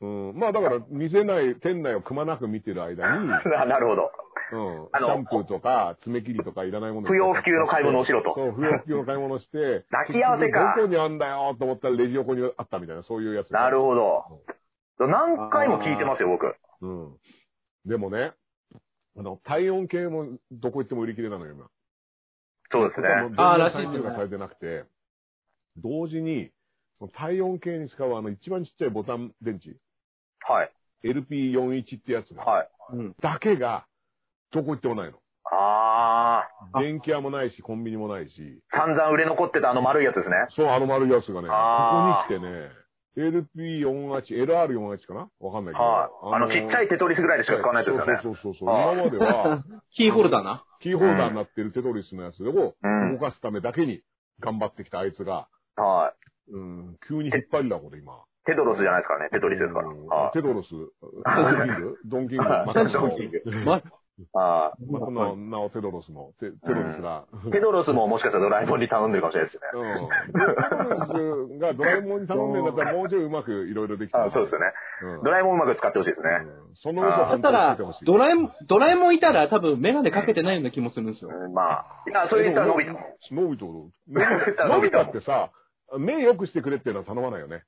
S3: うん、まあだから、店内、店内をくまなく見てる間に、うん、
S4: [LAUGHS] ななるほど。
S3: シ
S4: あの
S3: ャンプーとか、爪切りとかいらないもの
S4: 不要不急の買い物をしろと
S3: そう、不要不急の買い物を
S4: [LAUGHS]
S3: して、
S4: 抱き合わせか
S3: どこにあんだよと思ったらレジ横にあったみたいな、そういうやつ。
S4: なるほど。何回も聞いてますよ、僕。
S3: うん。でもね、あの、体温計もどこ行っても売り切れなのよ、今。
S4: そうですね。
S5: あ
S3: あ
S5: ー
S3: あ、
S5: ら
S3: ら
S5: し
S3: し
S5: いですね
S3: がされてなくて、同時に、その体温計に使うあの一番ちっちゃいボタン電池、
S4: はい。
S3: LP41 ってやつが、
S4: はい。
S5: うん。
S3: だけが、どこ行ってもないの。
S4: あ
S5: あ
S3: 電気屋もないし、コンビニもないし、
S4: ー、散々売れ残ってたあの丸いやつですね。
S3: そう、あの丸いやつがね、
S4: あ
S3: ここに来てね、LP48、LR48 かなわかんないけど。
S4: はい。あの、ちっちゃいテトリスぐらいでしか使わないやつですよね。
S3: そうそうそうそう。今まで
S4: [LAUGHS]
S3: は、
S5: キーホルダーな。
S3: キーホルダーになってるテトリスのやつを
S4: うん
S3: 動かすためだけに頑張ってきたあいつが、
S4: はい。
S3: うん、急に引っ張りだこと今。
S4: テトロスじゃないですからね、テトリスですから。
S3: うん
S4: はい
S3: テ
S4: [LAUGHS]
S3: トロス、ドンキングドンキング、
S4: はい
S3: またの
S4: ドンキング
S5: ま、
S4: は
S3: またのなおテトロスの、テテトロスが、
S4: い。テトロスももしかしたらドラえもんに頼んでるかもしれないですね。
S3: うん。テトロスがドラえもんに頼んでんだったらもうちょいうまくいろいろできた。
S4: あそうですよね。
S3: うん
S4: ドラえもんうまく使ってほしいですね。
S3: うんその嘘を
S5: だっ
S3: 本
S5: た
S3: 当につ
S5: ら
S3: いてほしい。、
S5: ドラえもん、ドラえもんいたら多分メガネかけてないような気もするんですよ。
S4: うんまあ、いや、それ言ったら伸びた。
S3: 伸びたの
S4: びた
S3: 伸びたってさ、目良くしてくれっていうのは頼まないよね。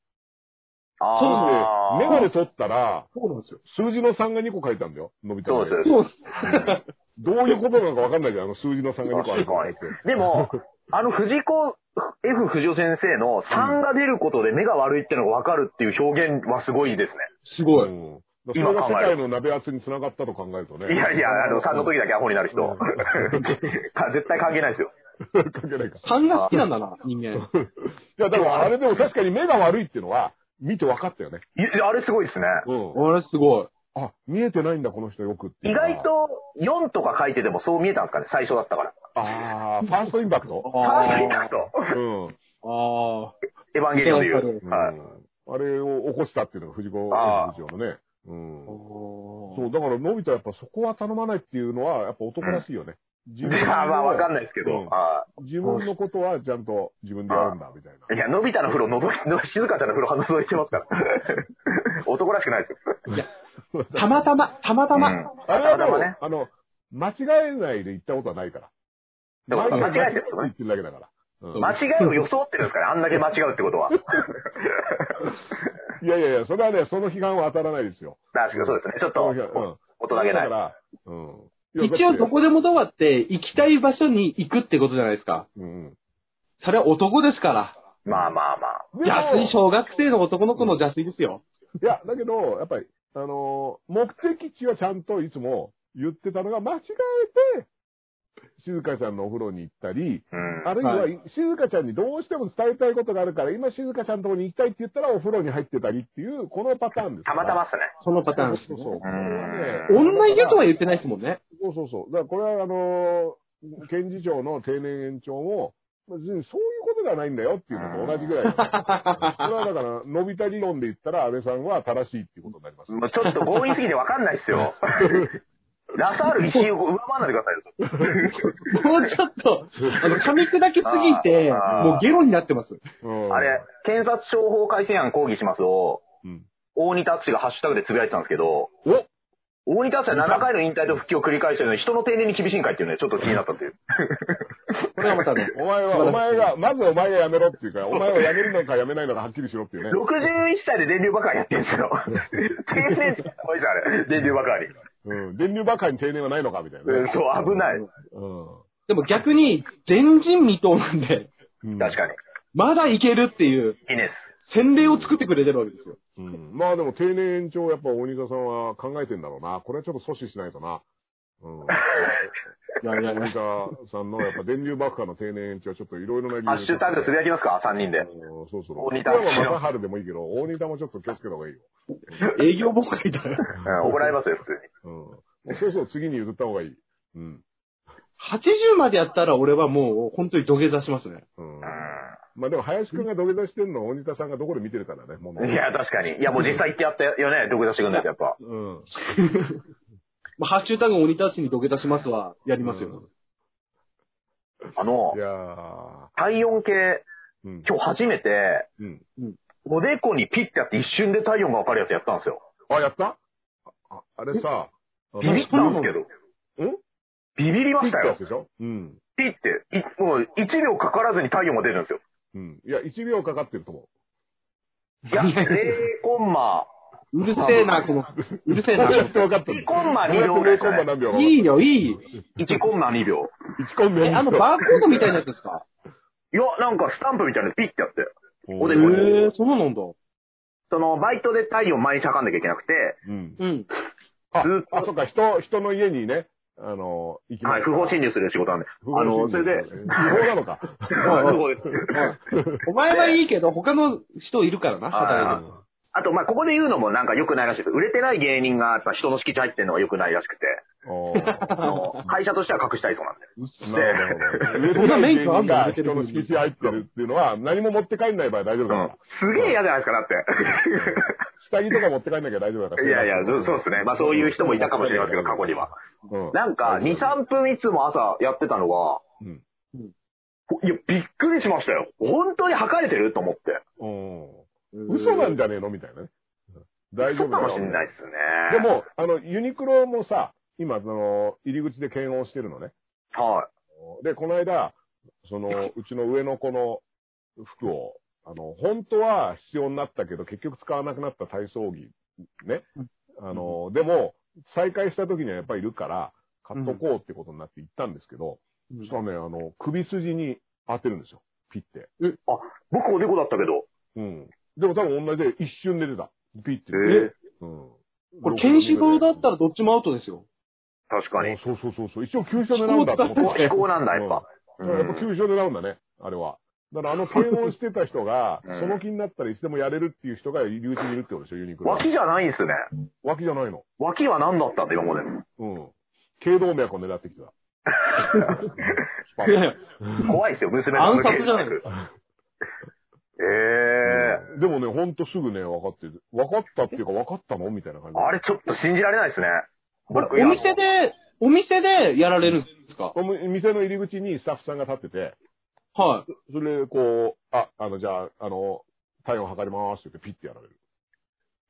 S4: あー
S3: で、メガネ取ったら、
S5: そうなんですよ。
S3: 数字の3が2個書いたんだよ、伸びた
S4: そうです。
S5: そうっす。
S3: どういうことなのかわかんないじゃん、あの数字の3が2個あるからって。
S4: で
S3: [LAUGHS]
S4: も、あの藤子 F 不二雄先生の3が出ることで目が悪いってのが分かるっていう表現はすごいです
S5: すごい。
S3: うんだからそれが世界の鍋圧につながったと考えるとね。
S4: ね。いやいや、あの3の時だけアホになる人。
S3: うん
S4: [LAUGHS] 絶対関係ないですよ。
S3: 関係ないか。
S5: 3が好きなんだ
S3: [LAUGHS]
S5: な、人間。
S3: いや、だからあれでも確かに目が悪いっていうのは、見て分かったよね。
S4: いやあれすごいですね。
S3: うん。
S5: あれすごい。
S3: あ、見えてないんだ、この人よくってい
S4: 意
S3: うのは
S4: 外。と4とか書いててもそう見えたんですかね、最初だったから。
S3: ああ、ファーストインパ
S4: [LAUGHS]
S3: クト
S4: ああ、見えたと。
S3: うん。
S5: ああ。
S4: エヴァンゲリオンで言う。
S3: うん
S4: はい
S3: あれを起こしたっていうのが藤子
S4: ああ
S3: F 不二雄のね。うん。
S5: そ
S3: そう、だから、のび太はやっぱそこは頼まないっていうのは、やっぱ男らしいよね。自
S4: [LAUGHS] いや、まあわかんな
S3: ない。
S4: いですけ
S3: うん
S4: ど。は
S3: 自分のことはちゃんと自分でやるんだ、みたい
S4: いいや、のび太の風呂のぞい、の [LAUGHS] 静香ちゃんの風呂は覗いてますから。 [LAUGHS] 男らしくないですよ。
S5: う。たまたま、たまたま。
S4: うん
S3: な。あれは
S4: たまたま
S3: で
S4: ね
S3: も、あの、間違えないで言ったことはないから。
S4: だから
S3: 毎回
S4: 間違えてる
S3: 間違って言ってるだけだから。うん
S4: 間違いを装ってるんですかね、あんだけ間違うってことは。
S3: いやいやいや、それはね、その批判は当たらないですよ。
S4: 確かにそうですね。ちょっ
S3: その批
S4: と、
S3: 判
S4: 大
S3: うん。
S4: 人げない
S3: だか。ら、うん。いや
S5: 一応ど、
S3: だっ
S5: こでもドアって行きたい場所に行くってことじゃないですか。
S3: てうんうん。
S5: それは男ですから。
S4: まあまあまあ。
S3: でも
S5: 邪推、小学生の男の子の邪推ですよ。
S3: いや、だけど、やっぱり、あのー目的地はちゃんといつも言ってたのが、間違えて、静香ちゃんのお風呂に行ったり、
S4: うん。
S3: あるいは、
S5: は
S3: 静香ちゃんにどうしても伝えたいことがあるから、今静香ちゃんのところに行きたいって言ったらお風呂に入ってたりっていう、このパターンです。
S4: たまたまっすね。
S5: そのパターンです
S3: そう
S5: ね、
S3: そうそう。
S4: うん
S5: 女湯とは
S3: 言
S5: 言ってないですもんね。
S3: そうそうそう。だからこれは、あのー検事長の定年延長も、別にそういうことではないんだよっていうのと同じぐらい。
S4: [LAUGHS]
S3: これはだから、伸びた理論で言ったら安倍さんは正しいっていうことになります。
S4: もうちょっと強引すぎてわかんないっすよ。ラサール石井を上回らないでくださいよ。
S3: [LAUGHS]
S5: もうちょっと、あの、噛み砕きすぎて、
S4: あー
S5: もうゲロになってます。
S3: うん
S4: あれ、検察庁法改正案抗議しますを、
S3: うん
S4: 大仁田敦がハッシュタグでつぶやいてたんですけど、大仁田敦は7回の引退と復帰を繰り返してるのに、人の定年に厳しいんかいっていうね、ちょっと気になったっていう。
S5: これはまた
S4: [LAUGHS]
S5: ね。
S3: お前は、お前が、まずお前がやめろっていうか、お前はやめるのかやめないのかはっきりしろっていうね。
S4: 61歳で電流爆破やってるんですよ。定年ってすごいじゃん、あれ。電流爆破に。
S3: うん。電流ばかりに定年はないのかみたいな
S4: うん
S3: ね。
S4: そう、危ない。
S3: うん。
S5: でも逆に、前人未到なんで、
S3: うん
S4: 確かに。
S5: まだいけるっていう、
S4: いいです。
S5: 洗礼を作ってくれてるわけですよ。
S3: うん、まあでも定年延長やっぱ大仁田さんは考えてんだろうな。これはちょっと阻止しないとな。うん。
S5: いやいやい
S3: 大
S5: や
S3: 仁田さんのやっぱ電流爆破の定年延長ちょっといろいろな理
S4: ハッシュタグでつぶやきますか ?3 人で。
S3: うんそうそう。
S4: 大仁
S3: 田
S4: 田
S3: は正治でもいいけど、大仁田もちょっと気をつけた方がいいよ。
S5: 営業妨害だよ。
S4: うん、怒られますよ、普通に。
S3: うん。もうそうそう次に譲った方がいい。うん。
S5: 80までやったら俺はもう、本当に土下座しますね。
S3: うん
S4: う。
S3: まあでも林くんが土下座してんのを大仁田さんがどこで見てるからね、も
S4: ん。いや、確かに。いや、もう実際行ってやったよね、独立してくんないと、やっぱ。
S3: うん。
S5: まあ、ハッシュタグ鬼たちに土下座しますは、やりますよ。
S4: あの
S3: い、やー。
S4: 体温計、
S3: うん。
S4: 今日初めて、
S3: うん。
S4: おでこにピッてやって一瞬で体温がわかるやつやったんですよ。
S3: あ、やったああれさ、あの
S4: ビビったんですけど。
S3: ん
S4: ビビりま
S3: ピッ
S4: してた
S3: や
S4: よ
S3: つ。でしょうん。
S4: ピッて、いもう1秒かからずに体温が出るんですよ。
S3: [LAUGHS] うん。いや、1秒かかってると思
S4: いや、0コンマ
S5: うるせえな、この、うるせえな。
S3: どうやって分かったの
S4: 1コン
S3: [LAUGHS]
S4: マ2秒ぐらいじゃない
S3: どうやって0コンマ何秒か分か
S5: いいよ、いいよ。
S4: 1コンマ2秒。
S3: った1コンマ
S5: え、あの、バーコードみたいなやつですか
S4: いや、なんかスタンプみたいなのピッてやって。
S5: へ
S4: お
S5: え
S4: でこに
S5: ー、そうなんだ。
S4: その、バイトで太陽毎日測んなきゃいけなくて、
S3: うん。
S5: うん。
S3: あ
S4: ずっ、と
S3: あそっか、人、人の家にね、あの、行きま
S4: はい、
S3: す
S4: 不法侵入する仕事なんで。
S3: 不法
S4: あの、
S3: 侵
S4: そ
S3: 入
S4: れで、
S3: 不法な
S4: [LAUGHS]
S3: のか。
S4: 不法です
S5: お前はいいけど、他の人いるからな、働いてる。
S3: あ
S4: あと、まあ、ここで言うのもなんか良くないらしいです。売れてない芸人がやっぱ人の敷地入ってるのが良くないらしく
S3: [LAUGHS]
S4: て、
S3: おー
S4: あの会社としては隠したいそうなんで。
S3: なるほど。
S5: そんな免許あんの
S3: が人の敷地入ってるっていうのは、何も持って帰んない場合大丈夫だから。
S4: すげえ嫌じゃないですか、だっ
S3: 下着とか持って帰んなきゃ大丈夫だ
S4: て。
S3: から。
S4: いやいや、そうそうですね。まあ、そういう人もいたかもしれませんけど、過去には。
S3: うん。
S4: なんか、2、3分いつも朝やってたのが、
S3: うん
S4: いや、びっくりしましたよ。本当に測れてると思って。
S3: うん。嘘なんじゃねえのみたいなね。大
S4: そ
S3: 丈
S4: う
S3: 夫
S4: か
S3: だ
S4: も
S3: よ
S4: しれないですね。
S3: で、も、あの、ユニクロもさ、今、その、入り口で検温してるのね。
S4: はい。
S3: で、この間、その、うちの上の子の服を、あの、本当は必要になったけど、結局使わなくなった体操着、ね。あの、でも、再開した時にはやっぱりいるから、買っとこうってことになって行ったんですけど、そしたらね、あの、首筋に当てるんですよ。ピッて。
S4: 僕おでこだったけど。
S3: うん。でも多分同じで一瞬で出た。ピッて。
S4: ええ
S3: うん。
S5: これ、ケンシロウだったらどっちもアウトです
S3: [LAUGHS]
S5: よ。
S4: 確
S3: あ
S4: かに。
S3: そうそうそうそう。一応急所狙うんだってこと
S5: そう
S4: こ
S5: だ
S4: こ気候なんだ、やっぱ。
S3: だからやっぱ急所狙うんだね、あれは。だからあの検温してた人が、
S4: うん
S3: その気になったらいつでもやれるっていう人が入り口にいるってことでしょ、ユニクロ。
S4: 脇じゃないんですね。
S3: 脇じゃないの。
S4: 脇は何だったんだ、今まで。
S3: うん。頸動脈を狙ってきてた。
S5: いやいや
S4: 怖いですよ、娘の
S5: 暗殺じゃない
S4: [LAUGHS] え
S3: うんでもね、ほんとすぐね、分かってる。分かったっていうか、分かったのみたいな感じ
S4: え。。あれちょっと信じられないですね。
S5: これ、お店で、お店でやられるんですか
S3: おむ店の入り口にスタッフさんが立ってて、
S5: はい。
S3: それでこう、あ、あの、じゃあ、あの、体温測りますって言ってピッてやられる。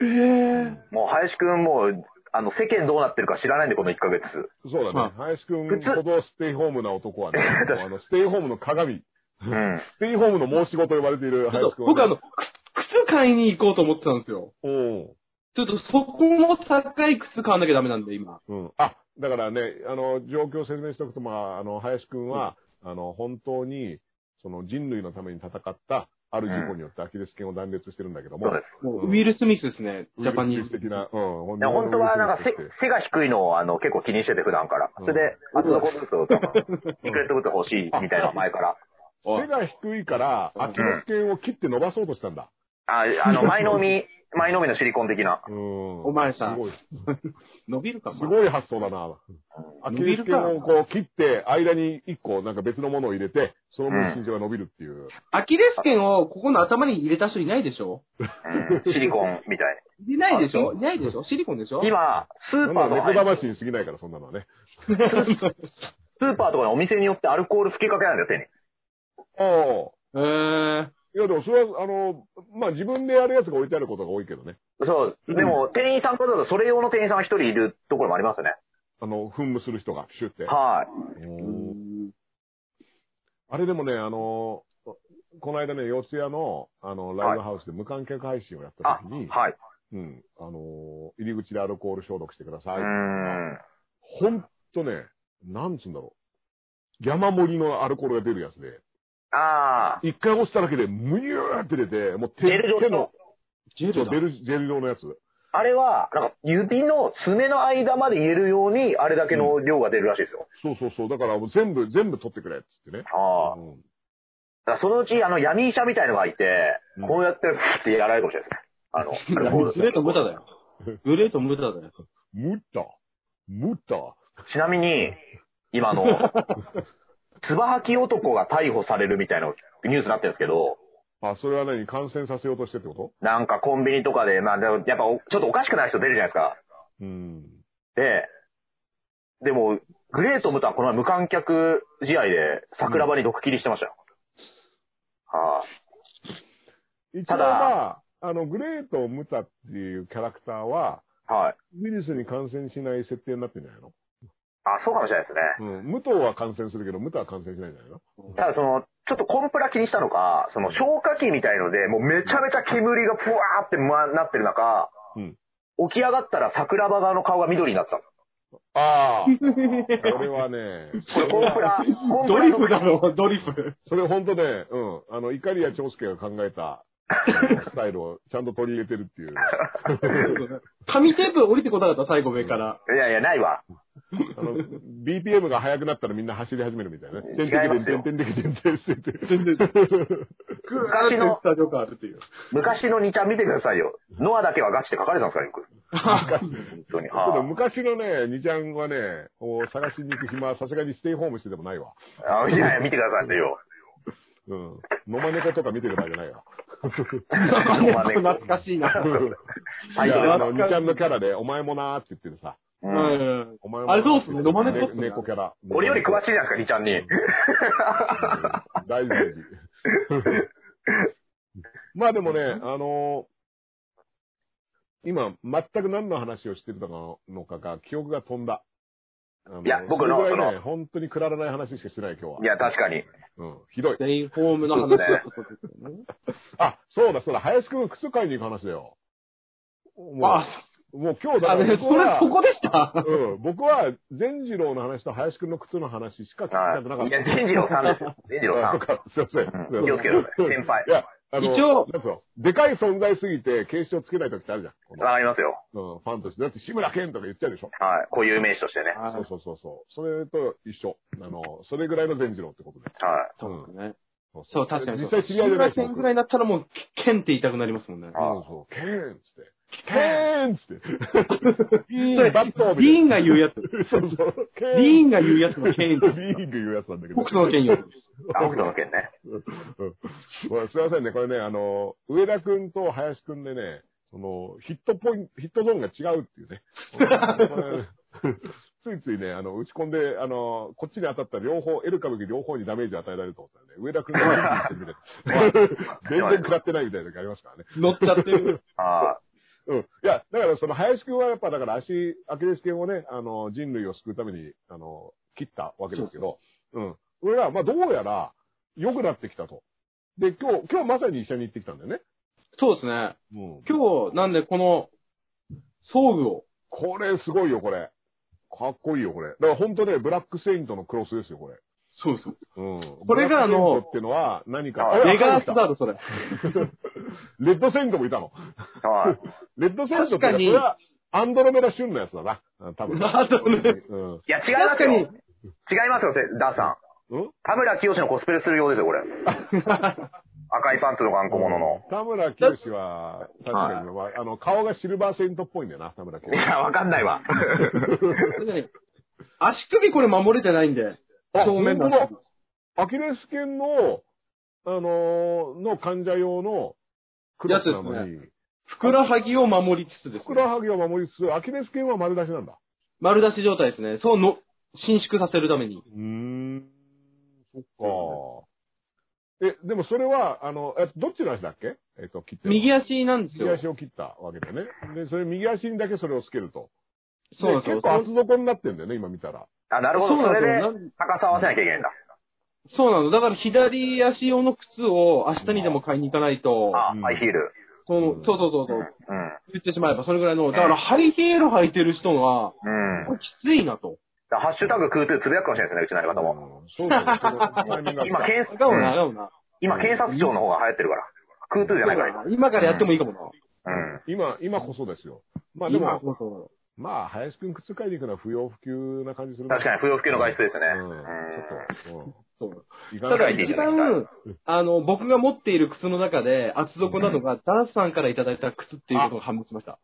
S5: ええ。
S4: もう林くんもう、あの、世間どうなってるか知らないんで、この1ヶ月。
S3: そうだ
S5: まあ
S3: ね。林くん
S4: 普通
S3: ほどステイホームな男はね
S4: [LAUGHS] 確か、に
S3: あの、ステイホームの鏡、
S4: うん。
S3: ステイホームの申し子と呼ばれている
S5: ちょっ
S3: 林く
S5: と、
S3: ん
S5: 僕あ
S3: はね、
S5: の、く靴買いに行こうと思ってたんですよ。
S3: うん。
S5: ちょっとそこも高い靴買わなきゃダメなんで、今。
S3: うん。あ、だからね、あの、状況を説明しておくと、まあ、あの、林くんは、あの、本当に、その人類のために戦った、ある事故によってアキレス腱を断裂してるんだけども、
S4: そうです。
S5: もうウィル・スミスですね、ジ
S3: ウイルス
S5: ャパニーズ。
S3: 的な、うん、
S4: いや本当は、なんか
S3: ウイ
S4: 背
S3: ルス
S4: 背が低いのを、あの、結構気にしてて、普段から。それで、
S5: うん
S4: あとのことですよ、
S5: [LAUGHS]
S4: シークレットブーツ欲しい、みたいなの前から。
S5: おい
S3: 背が低いから、アキレス腱を切って伸ばそうとしたんだ。
S4: あ、
S5: [LAUGHS]
S4: あの、前のみ、前のみのシリコン的な。
S3: うん。
S5: お前さ
S3: すごい、す
S5: 伸びるかも。
S3: ごい発想だな。アキレス腱をこう切って、間に一個なんか別のものを入れて、その分身長が伸びるっていう。
S5: アキレス腱をここの頭に入れた人いないでしょ
S4: うん、シリコンみたい
S5: いないでしょいないでしょシリコン [LAUGHS] でしょ
S4: な。今、ス
S3: な
S4: ー
S3: ん
S4: パー
S3: だ
S4: と
S3: 猫
S4: か、
S3: 魂に過ぎないから、そんなのはね。
S4: スーパーとかのお店によってアルコール吹きかけないんだよ、手に。
S3: おー。
S5: えー、
S3: いや、でもそれは、あの、まあ、自分でやるやつが置いてあることが多いけどね。
S4: そう。でも、店員さんからだと、それ用の店員さんが一人いるところもありますね。
S3: あの、噴霧する人が、シュって。
S4: はい。
S3: うんあれでもね、あの、この間ね、四谷の、あの、ライブハウスで無観客配信をやった時に、
S4: はい。
S3: うん、あの、入り口でアルコール消毒してくださ
S4: う
S3: い。
S4: ん。
S3: ほんとね、なんつうんだろう。山盛りのアルコールが出るやつで、
S4: ああ。
S3: 一回押しただけで、むにゅーって出て、もう手
S4: ジェル
S3: 手
S4: 状の
S3: の、。
S5: ジェ
S3: そ
S5: ル
S3: う
S5: だ
S3: ジェ。ルジェル状のやつ。
S4: あれは、なんか、指の爪の間まで入れるように、あれだけの量が出るらしいですよ。
S3: そうそうそう。だからもう全部、全部取ってくれ、っつってね。
S4: ああ。
S3: うん
S4: だからそのうち、あの、闇医者みたいのがいて、
S3: うん
S4: こうやって、ふってやられるかもしれないです
S3: [LAUGHS]
S4: ね。あの、こ
S5: グレート無駄だよ。グレート無駄だよ。
S3: むった。むった。
S4: うちなみに、今
S3: [LAUGHS]
S4: あの、つばはき男が逮捕されるみたいなニュースになってるんですけど、
S3: あ、それは何感染させようとしてってこと
S4: なんかコンビニとかで、まあ、でもやっぱお、ちょっとおかしくない人出るじゃないですか。
S3: うん。
S4: で、でも、グレートムタはこの前無観客試合で桜庭に毒切りしてましたよ。は
S3: 一応
S4: ただ
S3: まあ、あの、グレート・ムタっていうキャラクターは、
S4: い、はい。
S3: ウイルスに感染しない設定になってんじゃないの
S4: あ、そうかもしれないですね。
S3: うん。武藤は感染するけど、ムタは感染しないんじゃないの
S4: ただその、ちょっとコンプラ気にしたのか、その消火器みたいので、もうめちゃめちゃ煙がぷわーって、ま、なってる中、
S3: うん
S4: 起き上がったら桜庭側の顔が緑になってたの。
S3: ああ。これはね、
S4: これコンプラ、
S5: [LAUGHS]
S4: コンプ
S5: ド
S4: ラ
S5: リ
S4: の
S5: フだろ、ドリフ。
S3: それ本当ね、うん。あの、イカリア長介が考えた、スタイルをちゃんと取り入れてるっていう。
S5: 紙テープ降りてこなかった、最後上から。
S4: いやいや、ないわ。
S3: あの、BPM が速くなったらみんな走り始めるみたいなね。
S4: 違いますよ
S3: てんてんてんてんてんてんてんて
S5: 全
S3: ん
S5: 然、グーって
S4: 昔の
S5: スタジオがあるっていう。
S4: 昔の2ちゃん見てくださいよ。ノアだけはガチって書かれてたんですから、よく。
S5: [LAUGHS]
S4: 本当に。
S3: ただ
S4: は
S3: 昔のね、ニちゃんはね、こう探しに行く暇はさすがにステイホームしてでもないわ。
S4: ああいやいや、見てくださいよ。
S3: うん。野間猫とか見てる場合じゃないわ。
S5: 懐かしいな。
S4: はい
S3: いや、あ
S5: 懐か
S3: の、
S5: しい
S3: ニちゃんのキャラで、お前もなーって言ってるさ。
S4: う
S5: うんん。
S3: お前
S5: あれそうっすね野間猫っすね
S3: 猫キャラ。
S4: 俺より詳しいじゃないですか、2ちゃんに。
S3: うん大事大事。 [LAUGHS] まあでもね、あのー今、全く何の話をしてたのかが、記憶が飛んだ。あの
S4: いや僕の
S3: それぐらいね、本当にくだらない話しかしてない、今日は。
S4: いや、確かに。
S3: うん、ひどい。
S5: 全員ホームの話だったことですよね。
S3: [LAUGHS] あ、そうだ、そうだ、林くんが靴買いに行く話だよ。も
S5: あ、
S3: う、もう今日だ
S5: あ、ね、
S3: 僕
S5: それ
S3: は、
S5: そこでした。
S3: うん、僕は、善次郎の話と林くんの靴の話しか聞き
S4: は
S3: たくなか
S4: い。
S3: っ
S4: い
S3: た。
S4: や、善次郎さんですよ。善次郎さ
S3: あそ
S4: ん
S3: う。か [LAUGHS] すいませ。
S4: うんん気をつけてください先輩
S3: いや、 [LAUGHS] あの、
S5: 一応
S3: なんつうのでかい存在すぎて、警視をつけないときってあるじゃん。この
S4: わかりますよ。
S3: うん、ファンとして。だって、志村けんとか言っちゃうでしょ。
S4: はい。固有名詞としてね。は
S5: あ
S3: そうそうそうそう。それと一緒。あの、それぐらいの善次郎ってことで。
S5: そうですね。
S3: そそ
S5: そう、確かにそう。
S3: 実際知り合いじゃないし
S5: 中学生ぐらいになったらもう、けんって言いたくなりますもんね。
S4: あ
S3: そうそう。けんっつって。けんっつって。い
S5: そ
S3: い
S5: れ、
S3: バットを
S5: リーンが言うやつ。
S3: そうそう。ケーン
S5: リーンが言うやつのけ
S3: [LAUGHS]
S5: ん
S3: リーンが言うやつなんだけど。
S5: 北斗の剣よ。
S4: い。あ、北斗の件ね。
S3: これすいませんね、これね、あの、上田くんと林くんでね、その、ヒットポイント、ヒットゾーンが違うって [LAUGHS] いうね。これついついね、あの、打ち込んで、あの、こっちに当たったら両方、エル歌舞伎両方にダメージ与えられると思ったらね、上田くんがリーンって [LAUGHS] 言ってくれた全然食らってないみたいな時ありますからね。
S5: 乗っちゃってる。
S4: あ
S3: うん。いや、だからその林くんはやっぱだから足、アキレス腱をね、あの、人類を救うために、あの、切ったわけですけど、うん。俺ら、まあどうやら、良くなってきたと。で、今日、今日まさに一緒に行ってきたんだよね。
S5: そうですね。
S3: うん。
S5: 今日、なんでこの、装具を。
S3: これすごいよ、これ。かっこいいよ、これ。だから本当ね、ブラックセイントのクロスですよ、これ。
S5: そうそう。
S3: うん。
S5: これがあの
S3: ブラックセイントってのは何か。
S4: あ
S3: あ
S5: レガース
S3: あ
S5: だろ、それ。
S3: レッドセイントもいたの。
S4: あ。はい。
S3: レッドセイントって
S5: 確かに
S3: それはアンドロメダ旬のやつだな。うん多分。
S5: なるほどね。
S3: うん。
S4: いや、違いま
S5: 確
S4: す
S5: か
S4: よ。違
S5: に
S4: い、ますよ、せダーさん。
S3: うん
S4: 田村清のコスプレするようですよ、これ。赤いパンツの頑固者の。
S3: 田村清は、確かに、まあ、あの、顔がシルバーセイントっぽいんだよな、田村清
S4: い。や、わかんないわ。
S5: 確かに足首これ守れてないんで。
S3: あ
S5: 正面の足首。
S3: アキレス腱の、あのーの患者用のクロスなの
S5: やつ
S3: に、
S5: ふくらはぎを守りつつで
S3: ふ
S5: す、
S3: く
S5: ね
S3: ら。はぎを守りつつ、アキレス腱は丸出しなんだ。
S5: 丸出し状態ですね。そうの、伸縮させるために。
S3: うーん、そっか。え、でもそれは、あの、えどっちの足だっけえっと、切ってる
S5: 右足なんです
S3: 右
S5: よ。
S3: 足を切ったわけだよね。で、それ右足にだけそれをつけると。
S5: そうなん
S3: で
S5: ですよ
S3: 結。構厚底になってんだよね、今見たら。
S4: あ、なるほ
S5: そ
S4: ど。
S5: う
S4: そ
S5: なん
S4: れ
S5: です
S4: で
S5: よなん
S4: 高さ合わせなきゃいけないんだ。
S5: そうなの。だから左足用の靴を明日にでも買いに行かないと、
S4: あ
S3: う、ん
S4: ハイヒール。
S5: その
S3: うん
S5: そうそうそう
S4: う
S5: そ
S4: ん。う
S5: う、言ってしまえばそれぐらいの、だからハイヒール履いてる人が、
S4: ん。うん
S5: こ。れきついなと。
S4: だからハッシュタグ空ートゥーつぶやくかもしれないですね、うちの相方も。
S3: うんそうだね。そのタイミングが
S4: 今、検
S5: だもな、
S4: うん
S5: だもな。
S4: 今検察庁の方が流行ってるから。空ートゥーじゃないから。
S5: 今からやってもいいかもな。
S4: うん。
S3: 今、今こそですよ。まあで
S5: 今こ
S3: も、
S5: そ。
S3: まあ、林くん靴買いに行くのは不要不急な感じするな
S4: 確かに不要不急の外出ですね。
S3: うん。ちょっと、
S5: そうた
S3: うん。行かな
S5: だ
S3: い
S4: いてい
S5: 一
S4: ただきた
S5: 番、あの、僕が持っている靴の中で厚底なのが、ダンスさんからいただいた靴っていうことが判明しました。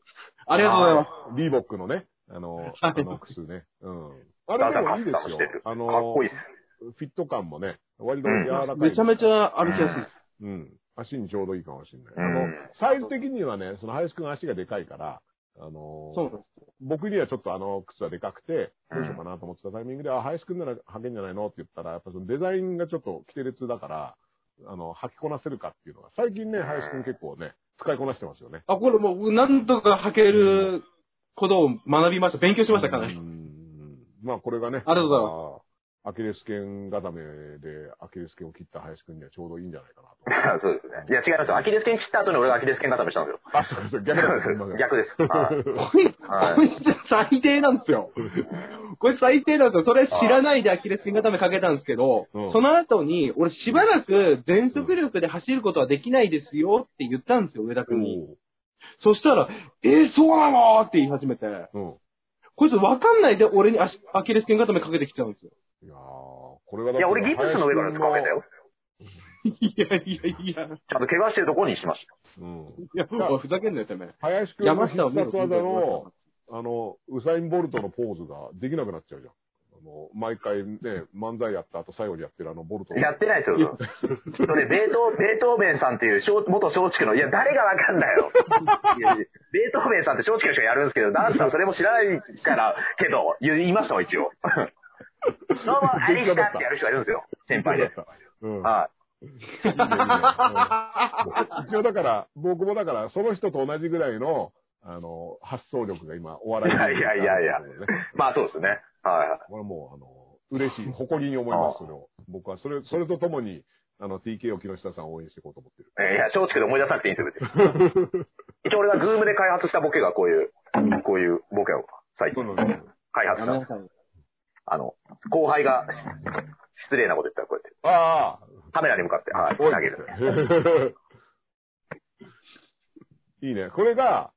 S5: ありがとうございます。
S3: リーボックのね、あの、あの靴ね。うん。あれでもいいですよ。あの、
S4: かっこいいっす。
S3: フィット感もね、割と柔らかい。
S5: めちゃめちゃ歩きやすいです。
S3: うん。足にちょうどいいかもしれない。
S4: うん
S3: あの、サイズ的にはね、その林くん足がでかいから、あの
S5: そうなんです。
S3: 僕にはちょっとあの靴はでかくて、
S4: うん
S3: どうしようかなと思ってたタイミングで、あ、林くんなら履けんじゃないのって言ったら、やっぱそのデザインがちょっと規定列だから、あの、履きこなせるかっていうのが、最近ね、林くん結構ね、使いこなしてますよね。
S5: あ、これもう、なんとか履けることを学びました。勉強しました、かなり。
S3: うんまあこれがね。
S5: ありがとうござい
S3: まアキレス腱固めでアキレス腱を切った林くんにはちょうどいいんじゃないかなと。
S5: [LAUGHS]
S4: [LAUGHS] そうですね。いや、違いますよ。アキレス腱切った後に俺がアキレス腱固めしたんですよ。
S3: あ、そうそう、逆だったすいませ
S4: [LAUGHS]
S3: ん。
S4: 逆です。はい
S5: こいつ、
S4: は
S5: [LAUGHS]
S4: い
S5: こいつ最低なんですよ。こいつ最低なんですよ。それ知らないでアキレス腱固めかけたんですけど、
S3: うん
S5: その後に、俺しばらく全速力で走ることはできないですよって言ったんですよ、上田君に。そしたら、えー、そうなのって言い始めて、
S3: おう
S5: こいつわかんないで俺に足アキレス腱固めかけてきちゃうんですよ。
S3: うん。いやー、これがだって
S4: いや、俺ギプスの上から使わけたよ。
S5: いやいやいや、い
S4: ちゃんと怪我してるとこにしまし
S3: うん。
S5: や、おいふざけんなよ、てめえ。
S3: 林くんの
S5: 山
S3: 必
S5: 下を
S3: 殺
S5: 見ろ。
S3: 技の、あの、ウサイン・ボルトのポーズができなくなっちゃうじゃん。あの、毎回ね、漫才やった後最後にやってるあのボルト
S4: た。やってないですよ。それ、ベート、ベートーベンさんっていう、小元松竹の、いや、誰がわかんないよ。いやベートーベンさんって松竹の人がやるんですけど、ダンスさんそれも知らないから、けど、言いましたもん、一 [LAUGHS] 応。どうも、アリシカってやる人がいるんですよ。先輩で。
S3: うん。
S4: はい
S3: いねいいねうん一応だから、僕もだから、その人と同じぐらいの、あの、発想力が今、お笑い。
S4: いやいやいやいや
S3: ね
S4: い。まあ、そうですね。はい。
S3: これもう、あの、嬉しい、誇りに思います、それを。僕は、それ、それとともに、あの、TKO 木下さんを応援していこうと思ってる。
S4: いや、松竹で思い出さなくていいんですよ、別に。一応俺がズームで開発したボケがこういう、こういうボケを最近
S3: そうなんですよ
S4: 開発
S5: や
S4: し
S5: めな
S4: た。
S5: さい。
S4: あの、後輩が失礼なこと言ったらこうやって、 [LAUGHS]
S3: ああ、
S4: カメラに向かって、はい、投
S3: 多
S4: げ
S3: い
S4: る。 [LAUGHS]
S3: ですね。いいね。これが、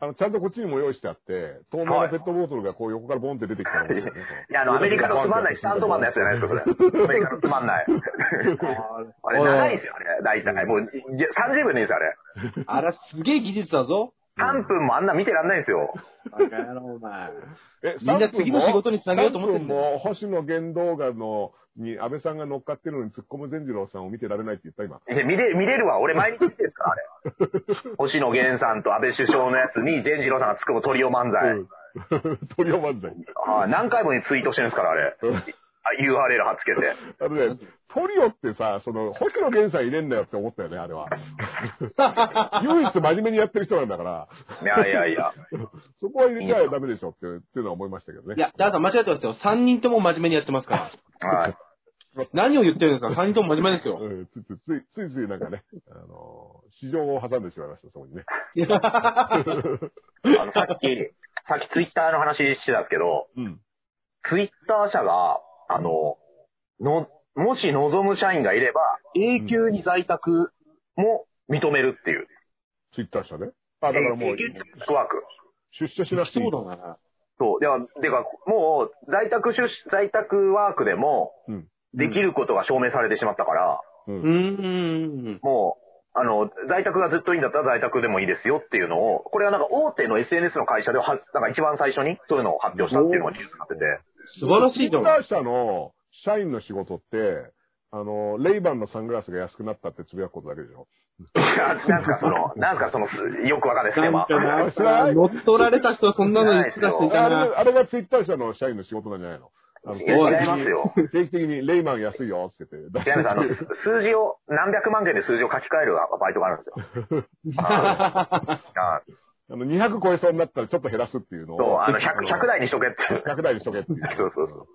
S3: あの、ちゃんとこっちにも用意してあって、透明
S4: は
S3: ないペットボトルがこう横からボンって出てきたら面白いね、
S4: いや、あの、アメリカのつまんないスタントマンのやつじゃないですか、それ。アメリカのつまん
S3: [LAUGHS]
S4: ない。あれ、長いですよ、あれ。大体。もう、いや30分でいいですよ、
S5: あ
S4: あれ。
S5: ら、すげえ技術だぞ。
S4: 3分もあんな見てらんないんですよ。
S5: バカ野郎、お前。
S3: え、
S5: みんな次の仕事につなげようと思ってる
S3: る
S5: んだ
S3: も星野源動画の、に安倍さんが乗っかってるのに突っ込む善次郎さんを見てられないって言った今。
S4: いや、見れ、見れるわ。俺毎日見てるから、あれ。
S3: [LAUGHS]
S4: 星野源さんと安倍首相のやつに、善次郎さんがつくむトリオ漫才。
S3: うん。 [LAUGHS] 鳥を漫才。
S4: はい、何回もねツイートしてるんですから、あれ。あ URL 貼っつけて。
S3: あのね、トリオってさ、その、星野源さん入れんなよって思ったよね、あ
S5: [LAUGHS]
S3: れは。唯一真面目にやってる人なんだから、
S4: いやいやいや。
S3: そこは入れちゃダメでしょってっていうのは思いましたけどね。
S5: いや、ダーさん間違ってますよ。3人とも真面目にやってますから。
S4: はい。
S5: 何を言ってるんですか ?3 人とも真面目です
S3: う
S5: よ。
S3: ん、ついつい、ついついついなんかね、あのー、市場を挟んでしまいました、そこにね。
S4: あの、さっき、さっきツイッターの話してたんですけど、
S3: うん。
S4: ツイッター社が、あの、の、もし望む社員がいれば、永久に在宅も認めるっていう。
S3: ツイッター社ね。あ、だからもう
S4: 永、久に在宅ワーク。
S3: 出社しなくてい
S5: そ
S3: い。
S5: うだな。
S4: そう。では、でか、もう、在宅出、在宅ワークでも、
S3: うん。
S4: できることが証明されてしまったから、
S5: うーん。
S4: もう、あの、在宅がずっといいんだったら在宅でもいいですよっていうのを、これはなんか大手の SNS の会社では、なんか一番最初にそういうのを発表したっていうのがニュースになってて、
S5: 素晴らし
S3: ツイ
S5: い
S3: ッ
S5: と
S3: タ
S5: 思う。
S3: ー社の社員の仕事って、あのー、レイバンのサングラスが安くなったってつぶやくことだけでしょ。
S4: いや [LAUGHS] なんすかその、なんすかその、よくわかんないですけど、まあ、
S5: なんかな乗っ取られた人そんなの言ってた人いた
S3: あれ
S5: な。
S3: あれがツイッター社の社員の仕事なんじゃないのあの
S4: いや違いますよ。
S3: 定期的にレイマン安いよって言って。
S4: 違います。 [LAUGHS] あの、数字を、何百万件で数字を書き換えるバイトがあるんですよ。 [LAUGHS] あ
S3: あの、200超えそうになったらちょっと減らすっていうのを。
S4: そう、あの、100、100台にし [LAUGHS] とけって。
S3: 100台にしとけっていう。
S4: そうそうそう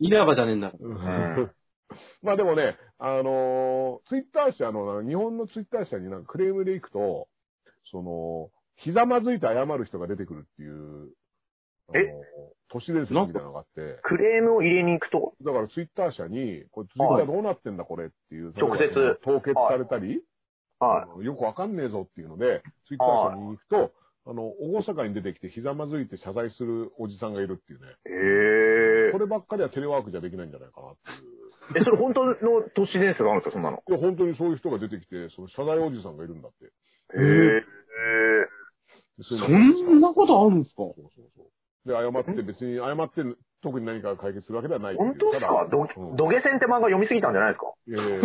S5: 稲葉じゃねえんだか
S3: うんまあでもね、あのーツイッター社の、日本のツイッター社になんかクレームで行くと、その、ひざまずいて謝る人が出てくるっていう、あのー
S4: え
S3: 都市伝説みたいなのがあって、
S4: クレームを入れに行くと、
S3: だからツイッター社に、これツイッターどうなってんだこれっていう、
S4: 直接
S3: 例えばその凍結されたり、
S4: は
S3: あのよくわかんねえぞっていうので、ツイッター社に行くと、あの、大阪に出てきてひざまずいて謝罪するおじさんがいるっていう
S4: い。
S3: ね。
S4: へ
S3: こればっかりはテレワークじゃできないんじゃないかなっていう。
S4: え。え、それ本当の都市伝説があるんですか、そんなの。
S3: いや、本当にそういう人が出てきて、その謝罪おじさんがいるんだって。
S4: へえ。
S3: そ
S5: ら。そんなことあるんですか
S3: そうそうそう。で、謝って、別に謝って、特に何か解決するわけではないっていう
S4: 本当ですかど、土下線って漫画読みすぎたんじゃないですか
S3: いやいや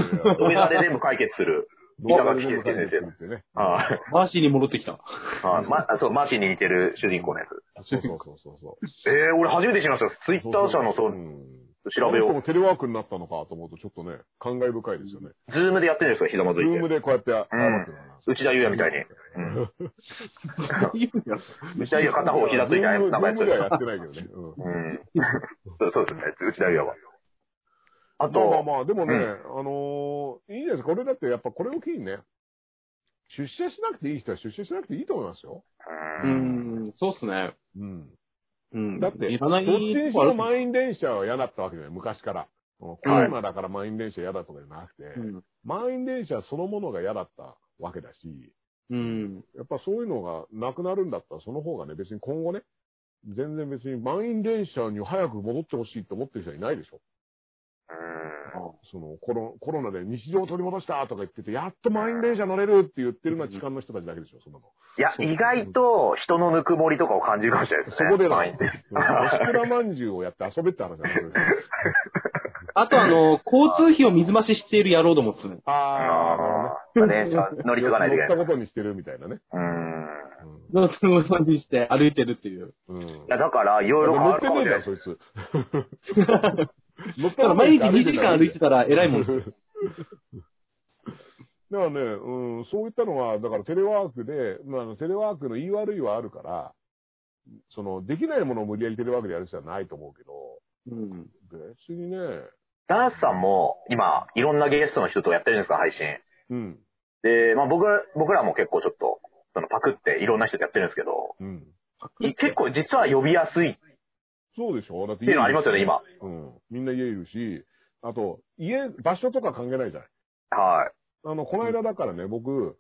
S3: い
S4: 土下座で
S3: やいや。
S4: 全部解決す [LAUGHS] る。板垣圭介先生
S3: ってね。
S4: あ
S5: マーシーに戻ってきた。
S4: あ、ま、そう、マーシーに似てる主人公のやつ。
S3: そうそうそうそうそう。
S4: ええ俺初めて知りましたよ。ツイッター社のそううん調べ
S3: あの人
S4: を
S3: も。テレワークになったのかと思うと、ちょっとね、感慨深いですよね。
S4: ズームでやってるんですよ、ひざま
S3: ズ
S4: ずい
S3: ーム
S4: て。
S3: でこうやって謝ってるのかな。
S4: 内田優也みたいに。うん内田優也片方ひざついたやつ、なんかやつ。
S3: ズームではやってないけどね。うん
S4: うん。そうそうですね、内田優也は。あと、
S3: まあまあまあ、でもね、
S4: う
S3: あのーいいです。これだってやっぱこれを機にね、出社しなくていい人は出社しなくていいと思いますよ。
S5: う
S4: うん
S5: ん、そうっすね。
S3: うん。
S5: うん。
S3: だって、
S5: いらない
S3: どっちにしろ
S5: とこある
S3: 満員電車は嫌だったわけじゃない、昔から。うんコロナだから満員電車嫌だとかじゃなくて、
S5: うん
S3: 満員電車そのものが嫌だったわけだし、
S5: うん。
S3: やっぱそういうのがなくなるんだったら、その方がね、別に今後ね、全然別に満員電車に早く戻ってほしいって思ってる人はいないでしょ。そのコロコロナで日常を取り戻したとか言ってて、やっと満員電車乗れるって言ってるのは痴漢の人たちだけでしょ、そんなの。
S4: いや、意外と人のぬくもりとかを感じるかもしれないです
S3: そ
S4: ね。
S3: こでな、
S4: は
S3: うん
S4: い
S3: おしくらまんじゅうをやって遊べって話なんだけど。
S5: あとあの、交通費を水増ししている野郎どもっすね。
S3: あ
S4: [LAUGHS] あーやっぱね、乗り
S3: ー、
S4: 継がないといけ
S3: 乗
S4: な
S3: っ
S4: い。
S3: たことにしてるみたいなね。
S4: うん。
S5: そういう感じにして歩いてるって [LAUGHS] いう。
S3: うん。うん
S4: いや、だから、いろいろ変
S3: 乗
S4: わる
S3: って
S4: か
S3: ね
S4: も
S3: え
S4: しれ
S3: じゃ、
S4: なんい。
S3: そいつ。乗っ
S5: だから毎日2時間歩いてたら偉いもんです。
S3: [LAUGHS] だからね、うん、そういったのは、だからテレワークで、まああの、テレワークの言い悪いはあるから、その、できないものを無理やりテレワークでやる必要はないと思うけど、
S5: うん。
S3: 別にね、
S4: ダンスさんも、今、いろんなゲストの人とやってるんですか、配信。
S3: うん、
S4: で、まあ僕ら、僕らも結構ちょっと、そのパクっていろんな人とやってるんですけど、
S3: うん。
S4: い結構実は呼びやすいっ
S3: そうでしょだって
S4: ていうのありますよね、。今。
S3: うん。みんな家いるし、あと、家、場所とか関係ないじゃない。
S4: はい。
S3: あの、この間だからね、僕、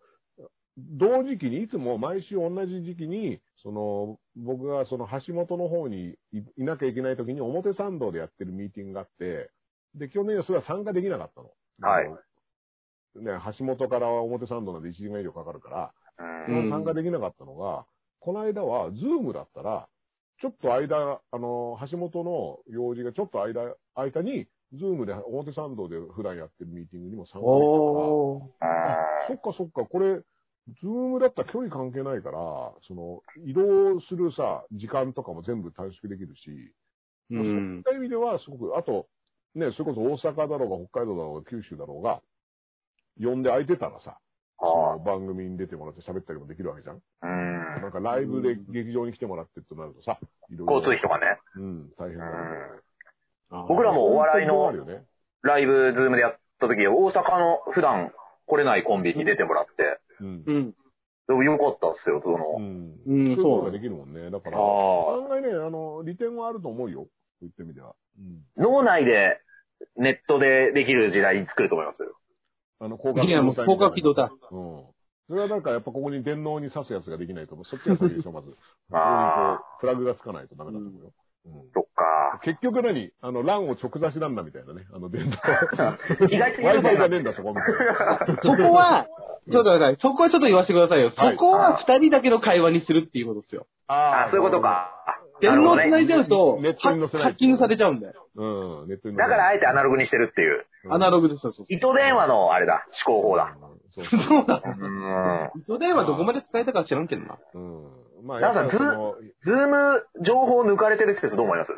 S3: 同時期に、いつも毎週同じ時期に、その、僕がその橋本の方にいいなきゃいけない時に表参道でやってるミーティングがあって、で、去年はそれは参加できなかったの。
S4: はい
S3: あの。ね、橋本からは表参道なんで1時間以上かかるから、
S4: うん
S5: う。ん
S3: 参加できなかったのが、この間は、ズームだったら、ちょっと間、あの、橋本の用事がちょっと間、間に、ズームで表参道で普段やってるミーティングにも参加できたから、
S5: おー。
S3: そっかそっか、これ、ズームだったら距離関係ないから、その、移動するさ、時間とかも全部短縮できるし、
S5: うん。
S3: そういった意味ではすごく、あと、ね、それこそ大阪だろうが北海道だろうが九州だろうが、呼んで空いてたらさ、
S4: は
S3: 番組に出てもらって喋ったりもできるわけじゃん。
S4: い。うん。
S3: なんかライブで劇場に来てもらってってなるとさ、いろいろ
S4: 交通費とかね。
S3: うん、大変だね
S4: 僕らもお笑いの
S3: 本当に困るよね
S4: ライブ、ズームでやった時、大阪の普段来れないコンビに出てもらって、
S3: うん
S5: う。ん。
S4: でもよかったっすよ、その。
S3: うん。
S5: うん、
S3: そういうこ
S5: そ
S3: とが
S5: う
S3: できるもんね。だから、
S4: ああ。
S3: 案外ね、あの、利点はあると思うよ。そういった意味では。うん。
S4: 脳内で、ネットでできる時代に作ると思いますよ。
S3: あの、高
S5: いや、もう高架
S3: 機
S5: 起動だ。
S3: うん。それはなんかやっぱここに電脳に刺すやつができないと思う。そっちが先でしょ、まず。
S4: あ
S3: ここにこうプラグがつかないとダメだと思うよ。うん
S4: そっか。
S3: 結局何あの、欄を直差しなんだみたいなね。あの、電脳。
S4: 意外と言う
S3: Wi-Fi
S4: と
S3: じゃねえんだ、そこみたい
S5: そこは、ちょっと待ってください。そこはちょっと言わせてくださいよ。
S3: はい
S5: そこは二人だけの会話にするっていうことですよ。
S4: あ、
S3: な。
S4: そういうこと。か。な
S5: 電
S4: るほ
S5: 脳
S4: どね
S5: 繋いじゃうと、
S3: ネットに載せな
S5: ハ
S3: い
S5: ッキングされちゃうんだよ。
S3: うん、ネットに。
S4: だからあえてアナログにしてるっていう。
S3: うん、
S5: アナログですよ、そうそう
S4: 糸電話のあれだ、思考法だ。
S3: うん。そう
S5: そうだ。
S4: うーん。
S5: 糸電話どこまで使えたか知らんけどな。
S3: そう。うん。まあ、
S4: なんか
S3: やっぱりその
S4: ズーム情報抜かれてるってどう思います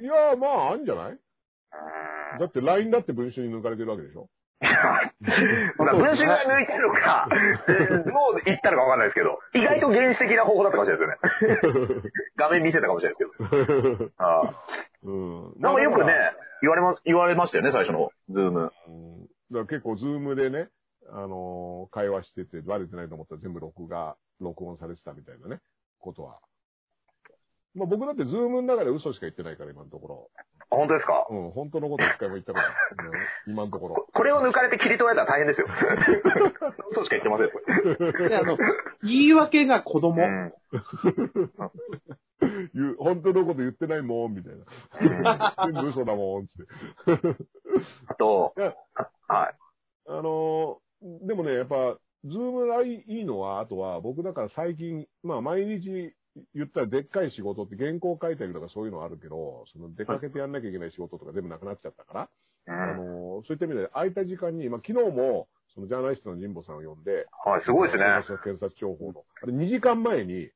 S3: いやまあ、あんじゃないだって LINE だって文集に抜かれてるわけでしょ。 [LAUGHS]
S4: まあ文集が抜いてるのか、もう言ったのかわかんないですけど、意外と原始的な方法だったかもしれないですよね。画面見せたかもしれないですけど。ああ
S3: うん。
S4: なんかよく
S3: ま
S4: ね
S3: あ、
S4: 言われます、言われましたよね、最初の、ズーム。
S3: うんだから結構、ズームでね、あのー会話してて、バレてないと思ったら全部録画、録音されてたみたいなね、ことは。まあ僕だって、ズームの中で嘘しか言ってないから、今のとこ
S4: あ本当ですか
S3: ろ。うん、本当のこと一回も言ったから、うん今のところ
S4: こ。これを抜かれて切り取られたら大変 [LAUGHS] ですよ。そうしか言ってませんよ、これ。
S5: で、あの、言い訳が子供。
S4: うん
S3: [LAUGHS] 言う本当のこと言ってないもん、みたいな。
S4: うんあ
S3: 全部嘘だもん、つって。
S4: と
S3: いや、
S4: はい。
S3: あのーでもね、やっぱ、ズームがいいいいのは、あとは、僕だから最近、まあ毎日言ったらでっかい仕事って原稿書いたりとかそういうのはあるけど、その出かけてやんなきゃいけない仕事とか全部なくなっちゃったから、
S4: う
S3: あ
S4: ん
S3: のーそういった意味で空いた時間に、まあ昨日も、そのジャーナリストの神保さんを呼んで、
S4: はい、すごいですね。
S3: 検察庁法の。あれ2時間前に、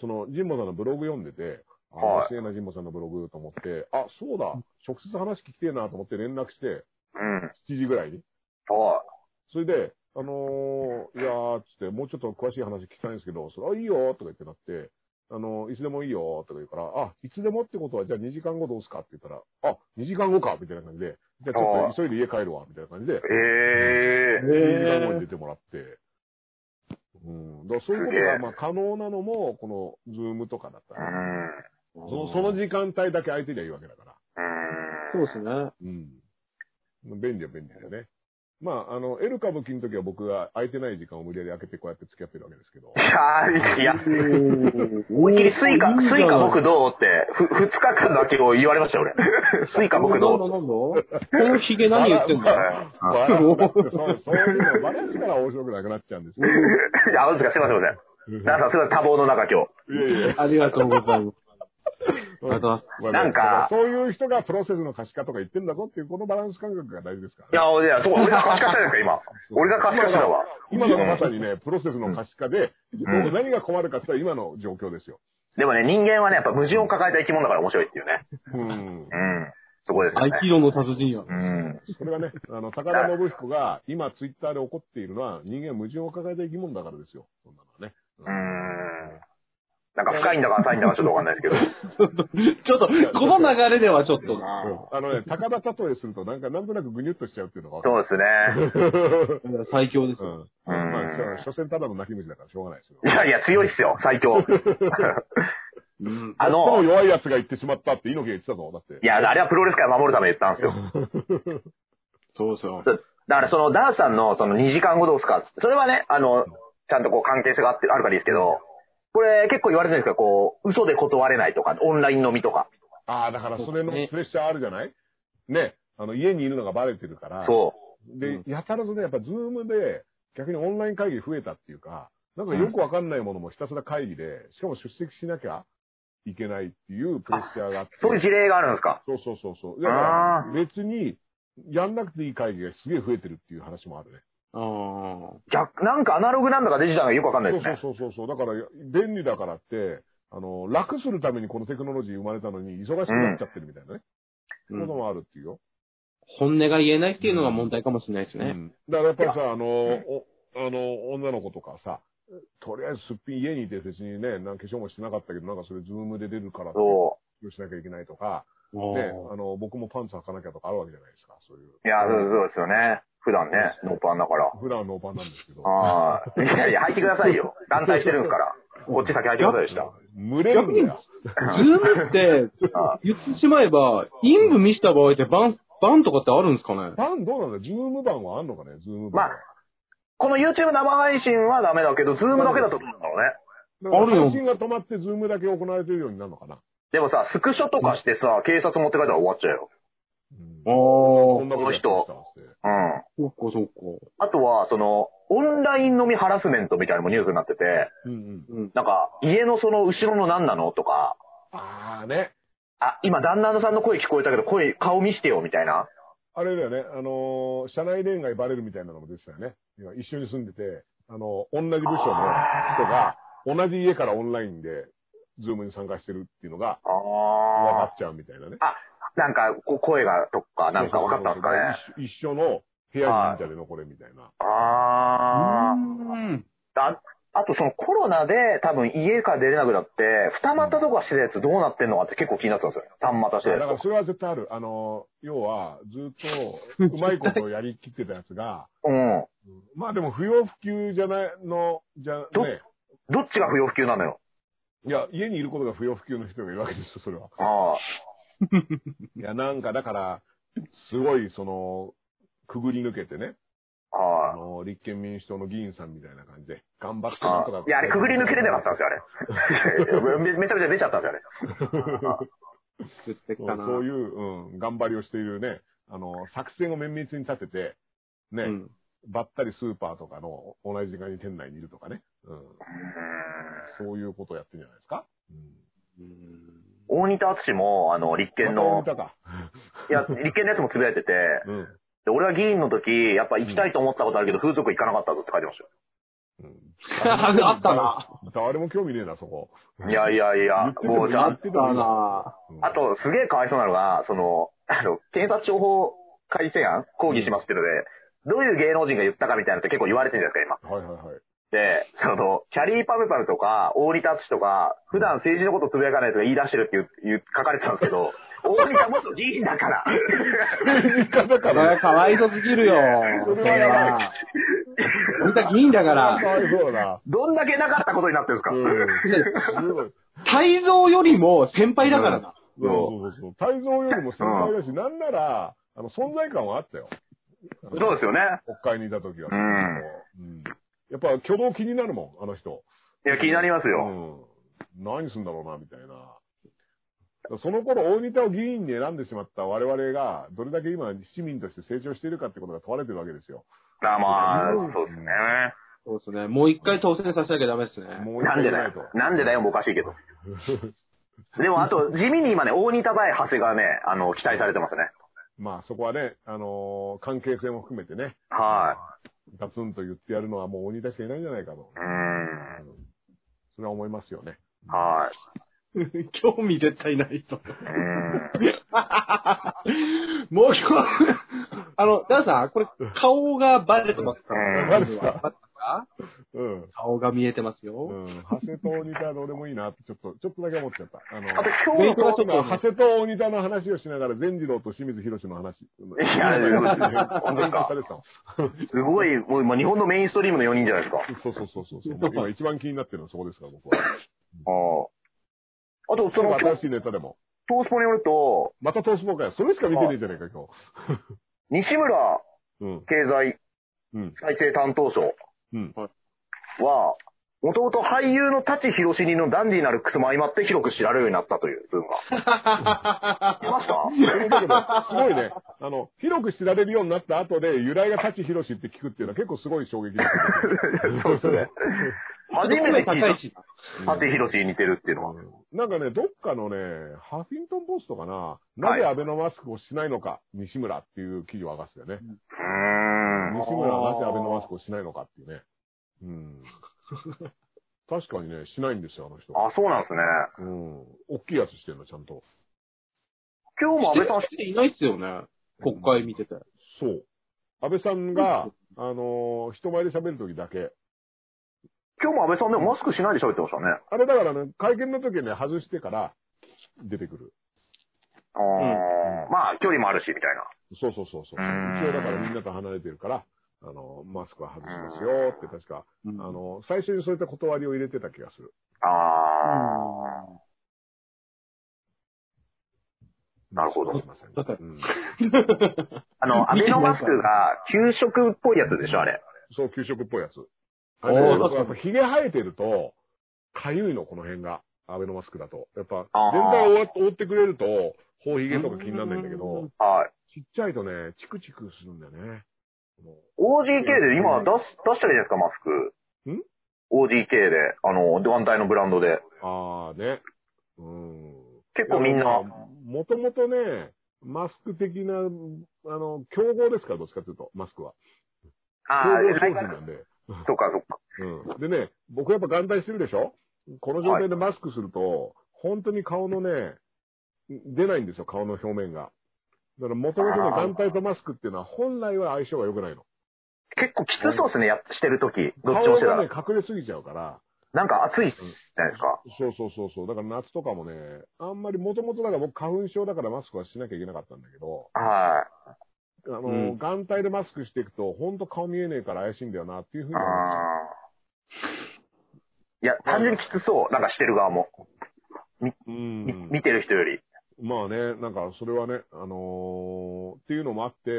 S3: その神保さんのブログ読んでて、あ
S4: はい
S3: 面白いな神保さんのブログと思って、あ、そうだ、直接話聞きてえなと思って連絡して、
S4: うん。
S3: 7時ぐらいに。
S4: は
S3: それで、あのーいやー、つって、もうちょっと詳しい話聞きたいんですけど、それ、あ、いいよーとか言ってなって、あの、いつでもいいよ、とか言うから、あ、いつでもってことは、じゃあ2時間後どうすかって言ったら、あ、2時間後か、みたいな感じで、じゃあちょっと急いで家帰るわ、みたいな感じで、
S4: ええ
S3: 2時間後に出てもらって、うん、だからそういうことがまあ可能なのも、この、ズームとかだった
S4: う
S3: ら、
S4: ん。
S3: そのその時間帯だけ空いてりゃいいわけだから。
S4: うん。
S5: そうですね。
S3: うん。便利は便利だよね。まあ、あの、エル歌舞伎の時は僕が空いてない時間を無理やり空けてこうやって付き合ってるわけですけど。
S4: いやー、いや、
S5: 思
S4: 思いっきりスイカ、スイカ僕どうって、ふ、二日間だけを言われましたよ、 [LAUGHS] 俺。スイカ僕どう
S5: な
S4: っ
S5: ん
S4: て。
S5: だなんだこのヒゲ何言ってん
S3: バ
S5: だ
S3: ラバラそうそういうのバラすから面白くなくなっちゃうんですよ。
S4: [LAUGHS] いや、あ、ですか、すいません、すいません。ダンさん、すいません、多忙の中、今日。
S3: いやいや。
S5: ありがとうございます。ありがとうございます。
S3: まあ
S4: なんか
S3: そういう人がプロセスの可視化とか言ってんだぞっていう、このバランス感覚が大事ですから、
S4: いや、いや、そう、俺が可視化したじゃないですか、今。俺が可視化したわ。
S3: 今のがまさにね、プロセスの可視化で、僕何が困るかって言ったら今の状況ですよ。
S4: でもね、人間はね、やっぱ矛盾を抱えた生き物だから面白いっていうね。
S3: うん
S4: う。ん。そこですよ
S5: 合
S4: ね。
S5: 気道の達人や。
S4: うん。
S3: それがね、あの、高田信彦が今ツイッターで起こっているのは人間は矛盾を抱えた生き物だからですよ。そんなのはね。
S4: うーん。なんか深いんだか浅いんだかちょっとわかんないですけど。
S5: ちょっと、この流れではちょっとな。
S3: あのね、高田例えするとなんかなんとなくぐにゅっとしちゃうっていうのが分かる。
S4: そうですね。
S5: 最強です
S3: う
S5: よ。
S3: ん。まあ、所詮ただの泣き虫だからしょうがないですよ
S4: い。やいや、強いっすよ、最強。
S5: うん。
S4: あ
S3: も
S4: の
S3: う、弱い奴が言ってしまったって猪木が言ってたぞ、だって
S4: い。や、あれはプロレス界を守るために言ったんですよ。
S5: そうそう。
S4: だからそのダースさんのその2時間後どうすかそれはね、あの、ちゃんとこう関係性があって、あるからいいですけど、これ結構言われてるんですかこう、嘘で断れないとか、オンライン飲みとか。
S3: ああ、だからそれの
S5: そうね
S3: プレッシャーあるじゃないね。あの、家にいるのがバレてるから。
S4: そ
S3: で、やたらとね、やっぱズームで、逆にオンライン会議増えたっていうか、なんかよくわかんないものもひたすら会議で、しかも出席しなきゃいけないっていうプレッシャーがあって
S4: う。。そういう事例があるんですか
S3: そうそうそうそう。だから、別に、やんなくていい会議がすげえ増えてるっていう話もあるね。
S5: あ
S4: 逆、なんかアナログなんだかデジタルがよくわかんないですね。
S3: そうそうそうそう。だから、便利だからって、あの、楽するためにこのテクノロジー生まれたのに、忙しくなっちゃってるみたいな
S5: うん
S3: ね。こともあるっていうよ。
S5: 本音が言えないっていうのが問題かもしれないです
S3: う
S5: ね。
S3: んだからやっぱりさ、あの、おあの、女の子とかさ、とりあえずすっぴん家にいて別にね、なんか化粧もしてなかったけど、なんかそれズームで出るからって、
S4: そ
S3: しなきゃいけないとか、
S5: お
S3: ね、
S5: ー
S3: あの、僕もパンツ履かなきゃとかあるわけじゃないですか、そういう。
S4: う。いや、そうそうですよね。普段ね、ノーパンだ [LAUGHS] から。
S3: 普段はノーパンなんですけど。
S4: ああ。いやいや、履いてくださいよ。団体してるんですから。こっち先履いてくださいでした。
S3: 群れるんだよ。
S5: ズーム [LAUGHS] って、言ってしまえば、陰部見した場合ってバン、バンとかってあるんですかね
S3: パンどうなんだズーム版はあんのかねズーム版。
S4: まあこの YouTube 生配信はダメだけど、ズームだけだと思うんだろうね。
S3: だから
S5: あるよ
S3: 配信が止まって、ズームだけ行われてるようになるのかな。
S4: でもさ、スクショとかしてさ、警察持って帰ったら終わっちゃうよ。
S3: うん
S5: ああ、そ
S3: こんなことやってましたって
S4: うん。
S5: うか、そうか。
S4: あとは、その、オンライン飲みハラスメントみたいなのもニュースになってて、
S3: うんうん。
S5: うん。
S4: なんか、家のその後ろの何なのとか、
S3: ああね。
S4: あ、今旦那さんの声聞こえたけど、声、顔見してよ、みたいな。
S3: あれだよね。あのー社内恋愛バレるみたいなのも出てたよね。いや一緒に住んでて、あの同じ部署の人が、同じ家からオンラインで、ズームに参加してるっていうのが、分か
S4: あ
S3: っちゃうみたいなね。
S4: ー。なんか、こ声が、とか、なんか分かったんですかね。
S3: そうそうそう一緒一緒の部屋にいたでのこれみたいな。
S4: あ
S5: うん。
S4: ー。ああと、そのコロナで多分家から出れなくなって、二股とかしてたやつどうなってんのかって結構気になってたんですよ。三股して
S3: だ
S4: た
S3: か
S4: や
S3: らそれは絶対ある。あのー要は、ずっと、うまいことをやりきってたや
S4: [LAUGHS]
S3: つが、
S4: つ。うん。
S3: まあでも不要不急じゃないの、じゃ、ね。
S4: どどっちが不要不急なのよ。
S3: いや、家にいることが不要不急の人がいるわけですよ、それは。
S4: あ
S3: いや、なんかだから、すごい、その、くぐり抜けてね、
S4: あ。
S3: あ
S4: ああ。
S3: の、立憲民主党の議員さんみたいな感じで、頑張ってなん
S4: あ
S3: とか。
S4: いや、あれ、くぐり抜けれなかったんですよ、
S3: [LAUGHS]
S4: あれ。めめちゃめちゃ出ちゃったんですよ、あれ。
S5: 作って
S3: そ
S5: き
S3: う
S5: たな。
S3: そういう、うん、頑張りをしているね、あの、作戦を綿密に立てて、ね、
S5: うん。
S3: ばったりスーパーとかの同じ時間に店内にいるとかね、うん、そういうことをやってるんじゃないですか。うん
S4: 大仁田敦も、あの、立憲の
S3: ま、た見たか。
S4: いや、立憲のやつもつぶやいてて、
S3: うん。
S4: で俺は議員の時、やっぱ行きたいと思ったことあるけど、風俗行かなかったぞって書いてまし
S3: う
S5: [LAUGHS]
S3: ん、
S5: あったな。
S3: 誰も興味ねえな、そこ。
S4: たよ。いやいやいや、もう、じ
S5: あ
S4: ゃ
S5: っ
S4: あ、
S5: たな。
S3: うん
S4: あと、すげえかわいそうなのが、その、 [LAUGHS] あの、検察庁法改正案抗議しますっていうので、どういう芸能人が言ったかみたいなのって結構言われてるじゃないですか、今。
S3: はいはいはい。
S4: って、その、キャリーパムパムとか、大仁田敦とか、普段政治のことつぶやかないとか言い出してるっていう、いう書かれてたんですけ
S3: [LAUGHS]
S4: ど、大仁田元議員だから。 [LAUGHS]
S5: だから、かわいそうすぎるよ。そんな。みんな議員だか
S3: かわ
S5: ら、 [LAUGHS]
S3: いそうだ。
S4: どんだけなかったことになってるんですか、
S3: うん。すごい。
S5: 泰造よりも先輩だからな。
S3: そうそうそう。泰造よりも先輩だし、なんなら、あの、存在感はあったよ。
S4: そうですよね。
S3: 国会にいた時は。
S4: うん
S3: うんやっぱ挙動気になるもん、あの人。
S4: いや、気になります
S3: う
S4: よ。
S3: ん。何すんだろうな、みたいな。その頃、大仁田を議員に選んでしまった我々が、どれだけ今、市民として成長しているかってことが問われてるわけですよ。
S4: あまあ、そうですね。
S5: そうですね。もう一回当選させなきゃダメですね。
S3: もう一
S4: なん
S3: 回
S4: で
S3: ぐ
S4: だ
S3: らい
S4: よ
S3: と。。
S4: なんでだよ、もうおかしいけ
S3: [LAUGHS]
S4: ど。でも、あと、地味に今ね、大仁田対長谷がね、あの、期待されてますね。
S3: まあ、そこはね、あのー関係性も含めてね、
S4: は
S3: ガツンと言ってやるのはもう大仁田しかいないんじゃないかと。
S4: い。うーん。
S3: それは思いますよね。
S4: はい。
S5: 興味絶対ないと。
S4: うーん。
S3: [LAUGHS]
S5: もう今日、 [LAUGHS] あの、ダンさん、これ、顔がバレてますか
S4: うん
S5: バレてますか
S3: うん。
S5: 顔が見えてますよ。
S3: うん。長谷と大仁田はどうでもいいなって、ちょっと、ちょっとだけ思っちゃった。あの
S4: あと、
S5: 勉
S4: 今
S5: 強
S4: 日の
S5: はちょっと
S3: 長谷と大仁田の話をしながら、善次郎と清水博の話。
S4: いやいやいや本当ですか
S3: されてたの
S4: すごい、もう今日本のメインストリームの4人じゃないですか。
S3: そうそうそうそうそう。もう今一番気になってるのはそこですから、僕は。
S4: ああと、そ
S3: そ
S4: の
S3: の、
S4: 今
S3: 新
S4: 日
S3: しいネタでも。
S4: トースポによると、
S3: また投資ボーカや。それしか見てねえじゃねえか、今
S4: 西村
S3: 日。うん。
S4: 経済
S3: うん。
S4: 再生担当省
S3: うん。
S4: は、もともと俳優の舘ひろしにのダンディーなルックスも相まって広く知られるようになったという部分が。い
S3: [LAUGHS]
S4: ました
S3: だけど、すごいね。あの、広く知られるようになった後で、由来が舘ひろしって聞くっていうのは結構すごい衝撃だった。
S4: そうですね。初めて聞い
S5: 高いし。
S4: た。舘ひろしに似てるっていうのは。
S3: うんなんかね、どっかのね、ハフィントンポストかな、なぜアベノマスクをしないのか、西村っていう記事を上がすよ
S4: うー
S3: ね。
S4: ん。
S3: [LAUGHS] 西村はなぜアベノマスクをしないのかっていうね。うん。確かにね、しないんですよ、あの人。
S4: あ、そうなんですね。
S3: うん。大きいやつしてるの、ちゃんと。
S4: 今日も安倍さん
S5: していないっすよね。国会見てて。
S3: そう。安倍さんが、あのー人前で喋るときだけ。
S4: 今日も安倍さんでもマスクしないで喋ってましたね。
S3: あれだからね、会見の時にね、外してから出てくる。
S4: あーまあ、距離もあるし、みたいな。
S3: そうそうそう
S4: う
S3: そう。
S4: ーん
S3: 一応だからみんなと離れてるから、あの、マスクは外しますよって確か、
S5: うん
S3: あの、最初にそういった断りを入れてた気がする。
S4: あなるほど
S3: そうしません
S5: だから
S3: うん
S4: あ。あの、アベノマスクが給食っぽいやつでしょ、あれ。
S3: そう、給食っぽいやつ。あれね、
S5: おー
S3: 僕はやっぱヒゲ生えてると、かゆいの、この辺が。アベノマスクだと。やっぱ、
S4: あー
S3: 全体を覆って覆ってくれると、頬ヒゲとか気にならないんだけど、
S4: はい。
S3: ちっちゃいとね、チクチクするんだよね。もう
S4: OGK で今出す、出してるじゃないですか、マスク。
S3: ん
S4: ?OGK で、あの、団体のブランドで。
S3: あーね。うん。
S4: 結構みんな。
S3: いや。もともとね、マスク的な、あの、競合ですから、どっちかというと、マスクは。競
S4: ああ、
S3: 合商
S4: ライ
S3: 品
S4: バ
S3: な
S4: ル
S3: んで。
S4: そっかそっか。
S3: うん。でね、僕やっぱ眼帯してるでしょこの状態でマスクすると、本当に顔のね、出ないんですよ、顔の表面が。だから元々ね、
S4: あー
S3: 眼帯とマスクっていうのは本来は相性が良くないの。
S4: 結構きつそうですね、やっしてるとき。どっちも
S3: 顔
S4: してた
S3: がね、
S4: ら。
S3: 隠れすぎちゃうから。
S4: なんか暑いじゃないですか。
S3: そうそうそうそう。だから夏とかもね、あんまり元々だから僕花粉症だからマスクはしなきゃいけなかったんだけど、
S4: は
S3: あの、
S5: うん
S3: 眼帯でマスクしていくと、本当顔見えねえから怪しいんだよなっていうふう
S4: い。
S3: に
S4: あ
S3: 思っちゃ
S4: あ。
S3: う
S4: いや、単純にきつそう。なんかしてる側も。
S3: う
S4: み
S3: ん
S4: 見てる人より。
S3: まあね、なんかそれはね、あのーっていうのもあって、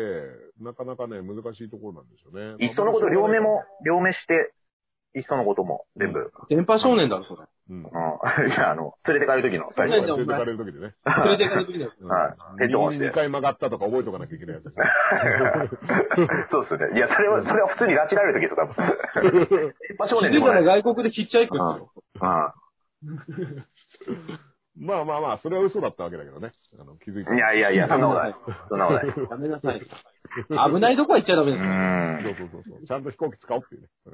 S3: なかなかね、難しいところなんですよね。
S4: いっそのこと両目も、両目して、いっそのことも、全部。
S5: 電波少年だろ、それ。
S3: うん。
S4: うん。 [LAUGHS] じゃあ、あの、連れて帰るときの最
S3: 連
S4: 初。
S5: そうだよお前
S3: れてかれる時でね。
S5: それでかくなる。
S3: うん
S4: はいヘッドホンし
S3: 右
S4: て
S3: に2回曲がったとか覚えておかなきゃいけないやつですね。
S4: [LAUGHS] [LAUGHS] そうですね。いや、それは、それは普通に拉致られるときです、多分。電波少
S5: 気
S4: 年
S5: づ
S4: で
S5: い
S4: も
S5: た
S4: ない。
S5: ら
S4: うん。
S5: 外国でヒッチハイクですよ。
S3: まあまあまあ、それは嘘だったわけだけどね。あの気づいて。
S4: いやいやいや、そんなことない。そんなことない。
S5: やめな [LAUGHS] さい。危ないとこは行っちゃダメ
S4: う
S5: ですよ。
S4: ん。
S3: そうそうそうそう。ちゃんと飛行機使おうっていうね。
S4: う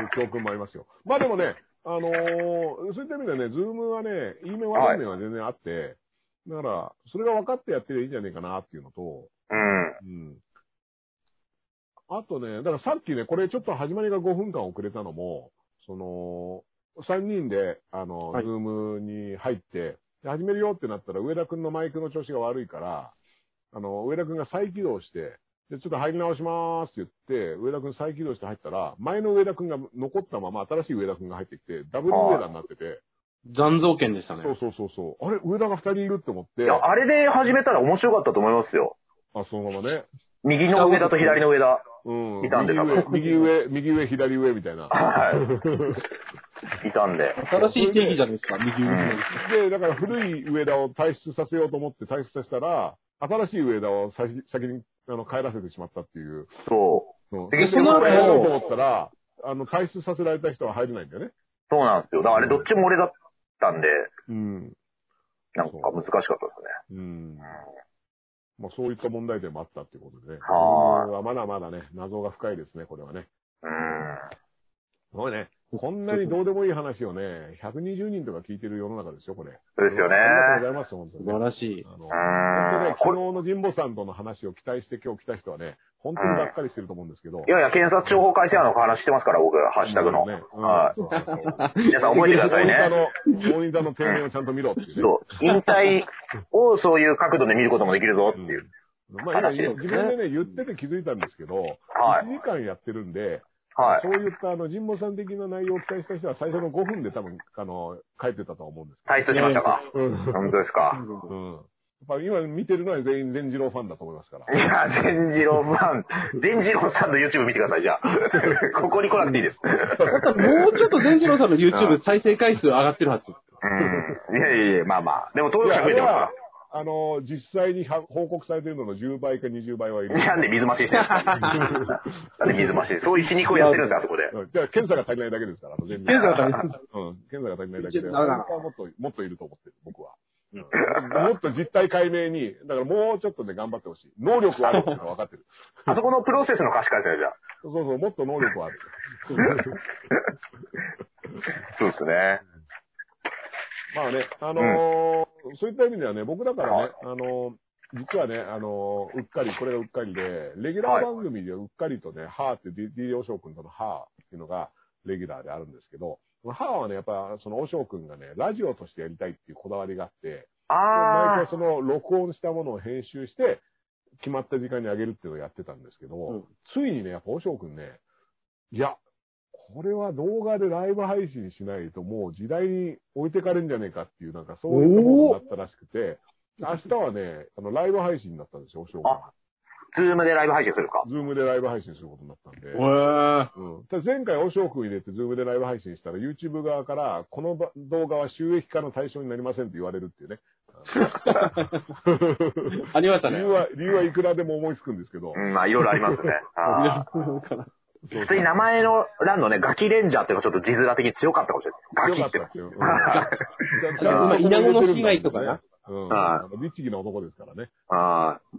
S4: ん。
S3: そういう教訓もありますよ。まあでもね、あのーそういった意味ではね、ズームはね、いい面悪い面は全然あって、だから、それが分かってやってりゃいいんじゃねえかなっていうのと、
S4: うん。
S3: うん。あとね、だからさっきね、これちょっと始まりが5分間遅れたのも、その、3人で、あの、
S5: はい
S3: ズームに入って、で始めるよってなったら、上田くんのマイクの調子が悪いから、あの、上田くんが再起動して、で、ちょっと入り直しまーすって言って、上田くん再起動して入ったら、前の上田くんが残ったまま新しい上田くんが入ってきて、ダブル上田になってて、
S5: 残像権でしたね。
S3: そうそうそうそう、あれ、上田が2人いるって思って
S4: い、や、あれで始めたら面白かったと思いますよ。
S3: あ、そのままね、
S4: 右の上田と左の上田。
S3: うん、
S4: いたんで
S3: 右上、右上、右上、左上みたいな。 [LAUGHS]
S4: はい。いたんで。
S5: 正しい定義じゃないですか、右上の。
S3: で、だから古い上田を退出させようと思って退出させたら、新しい上田を先先にあの帰らせてしまったっていう。
S4: そう。
S3: うん、
S4: で
S3: で、その
S4: その後
S3: 後やろうと思ったら、あの、退出させられた人は入れないんだよね。
S4: そうなんですよ。だからあれどっちも俺だったんで、
S3: うん。
S4: なんか難しかったですね。
S3: うん。まあ、そういった問題点もあったっていうことでね。
S4: はーい
S3: い。まだまだね、謎が深いですね、これはね。
S4: うん。
S3: すごいね。こんなにどうでもいい話をね、120人とか聞いてる世の中ですよ、これ。
S4: そうですよね。
S3: ありがとうございます、本当に
S5: 素。晴らしい。
S3: あの、本
S4: う
S3: 当ね
S4: ん、。これ、
S3: 昨日の神保さんとの話を期待して今日来た人はね、本当にがっかりしてると思うんですけど。
S4: いやいや、検察庁法改正案の話してますから、僕、ハッシュタグの。
S3: ねうん
S4: はい。
S3: そうそうそう
S4: 皆さん覚えてくださいね。
S3: [LAUGHS] モニターの、モニターの提言をちゃんと見ろっていうね。
S4: そう。引退をそういう角度で見ることもできるぞっていう。
S3: うんまあ、今、
S4: 話ですね
S3: 自分でね、言ってて気づいたんですけど、
S4: はい
S3: 1時間やってるんで、
S4: はい
S3: そ。ういった、あの、神保さん的な内容を期待した人は最初の5分で多分、あの、帰ってたとは思うんです
S4: 退出しましたか
S3: けど。うん。
S4: 本当ですか
S3: うん。やっぱ今見てるのは全員全次郎ファンだと思いますから。
S4: いや、善次郎ファン、善次郎さんの YouTube 見てください、じゃあ。
S3: [LAUGHS]
S4: ここに来なくていいです。
S5: だからもうちょっと善次郎さんの YouTube 再生回数上がってるはず。
S4: うん。いやいやいや、まあまあ。でも登
S3: い
S4: 録者増え
S3: や、あ
S4: て
S3: れ
S4: ます
S3: は、あの、実際には報告されてるのの10倍か20倍はいる。
S4: から。なんで水増ししてるんですかなんで水増しそういう皮肉をやってるんですか、あそこで。
S3: うんじゃあ、検査が足りないだけですから、全部
S5: 健さんからです
S3: うん、検査が足りないだけ
S5: ちょ
S3: で。
S5: っとダメだな
S3: 本当はもっと、もっといると思ってる、僕は。
S4: [LAUGHS]
S3: うんもっと実態解明に、だからもうちょっとね、頑張ってほしい。能力はあるっていうのは分かってる。
S4: あそこのプロセスの可視化ですよ、じゃあ。
S3: そうそう、もっと能力はある。
S4: [LAUGHS] そうですね。
S3: まあね、あのーそういった意味ではね、僕だから
S4: は
S3: ね、あのー実はね、あのーうっかり、これがうっかりで、レギュラー番組でうっかりとね、はーって、D- D オショウ君とのはーっていうのが、レギュラーであるんですけど、はーはね、やっぱ、そのオショウ君がね、ラジオとしてやりたいっていうこだわりがあって、毎
S4: あ
S3: 回その録音したものを編集して、決まった時間に上げるっていうのをやってたんですけど、
S5: うん
S3: ついにね、やっぱ、おしょうくんね、いや、これは動画でライブ配信しないともう時代に置いてかれんじゃねえかっていう、なんかそういうことになったらしくて、明日はね、あの、ライブ配信だったんですよ、おしょうくん
S4: あ。ー、ズームでライブ配信するか。
S3: ズームでライブ配信することになったんで。
S5: へ
S3: うん、ただ前回、おしょうくん入れて、ズームでライブ配信したら、YouTube 側から、このば動画は収益化の対象になりませんって言われるっていうね。
S5: え。ありました
S3: 理
S5: ね
S3: 由。は、理由はいくらでも思いつくんですけど
S4: う。ん、まあいろいろあります
S3: [LAUGHS]
S4: ね。あー
S3: そう
S4: 普通に名前の欄のね、ガキレンジャーっていうのがちょっと字面的に強かったかもしれない。
S3: よ
S4: ガ
S3: かっ
S4: キっ
S3: た
S4: て。
S3: っていう。
S5: 今稲子の被害とかな。
S3: うん。
S4: は
S3: 律儀な男ですからね。
S4: あー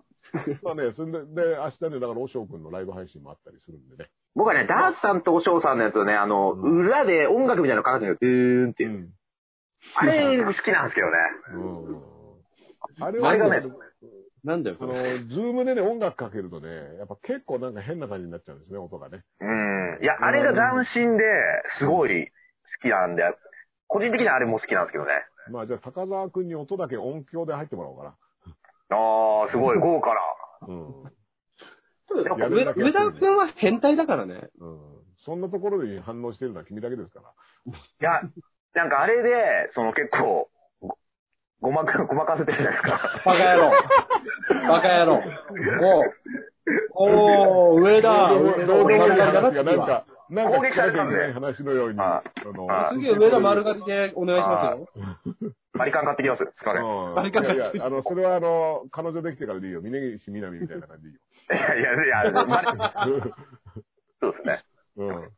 S3: まあね、それで、で、明日ね、だから、おしょうくんのライブ配信もあったりするんでね。
S4: 僕はね、ダースさんとおしょうさんのやつをね、あの、
S3: うん
S4: 裏で音楽みたいなのかかってるの、うーんって
S3: う
S4: いう。
S3: ん。
S4: あれ好きなんですけどね。
S3: うん。あれ
S4: あ
S3: は
S4: れがね、
S3: ね
S5: なんだよ、
S3: あ
S5: こ
S3: の
S5: れ。、
S3: ズームでね、音楽かけるとね、やっぱ結構なんか変な感じになっちゃうんですね、音がね。
S4: うん。いや、あれが斬新で、すごい好きなんで、個人的にはあれも好きなんですけどね。
S3: まあじゃあ、高沢くんに音だけ音響で入ってもらおうか
S4: ああ、す
S3: [LAUGHS]
S4: ごい、豪華な。
S3: な。うん。
S5: 上上田くんは変態だからね。
S3: うん。そんなところで反応してるのは君だけですから。
S4: いや、なんかあれで、その結構、ごごまか、ごまかせてるじゃないですか。
S5: バカ野郎。バカ野郎。 [LAUGHS] おうおー、上田。
S3: どうでもいい話がなん
S5: は
S3: か、なんか聞かなきゃいけない話のように、あの、
S4: はい
S5: 次は上田丸刈りでお願いしますよ。
S4: バリカン買ってきます。すいません。
S3: うんいやいや、あの、それはあの、彼女できてからでいいよ。峯岸みなみみたいな感じでいいよ。
S4: いやいや、いや、バリ
S3: [LAUGHS]
S4: そうですね。
S3: うん。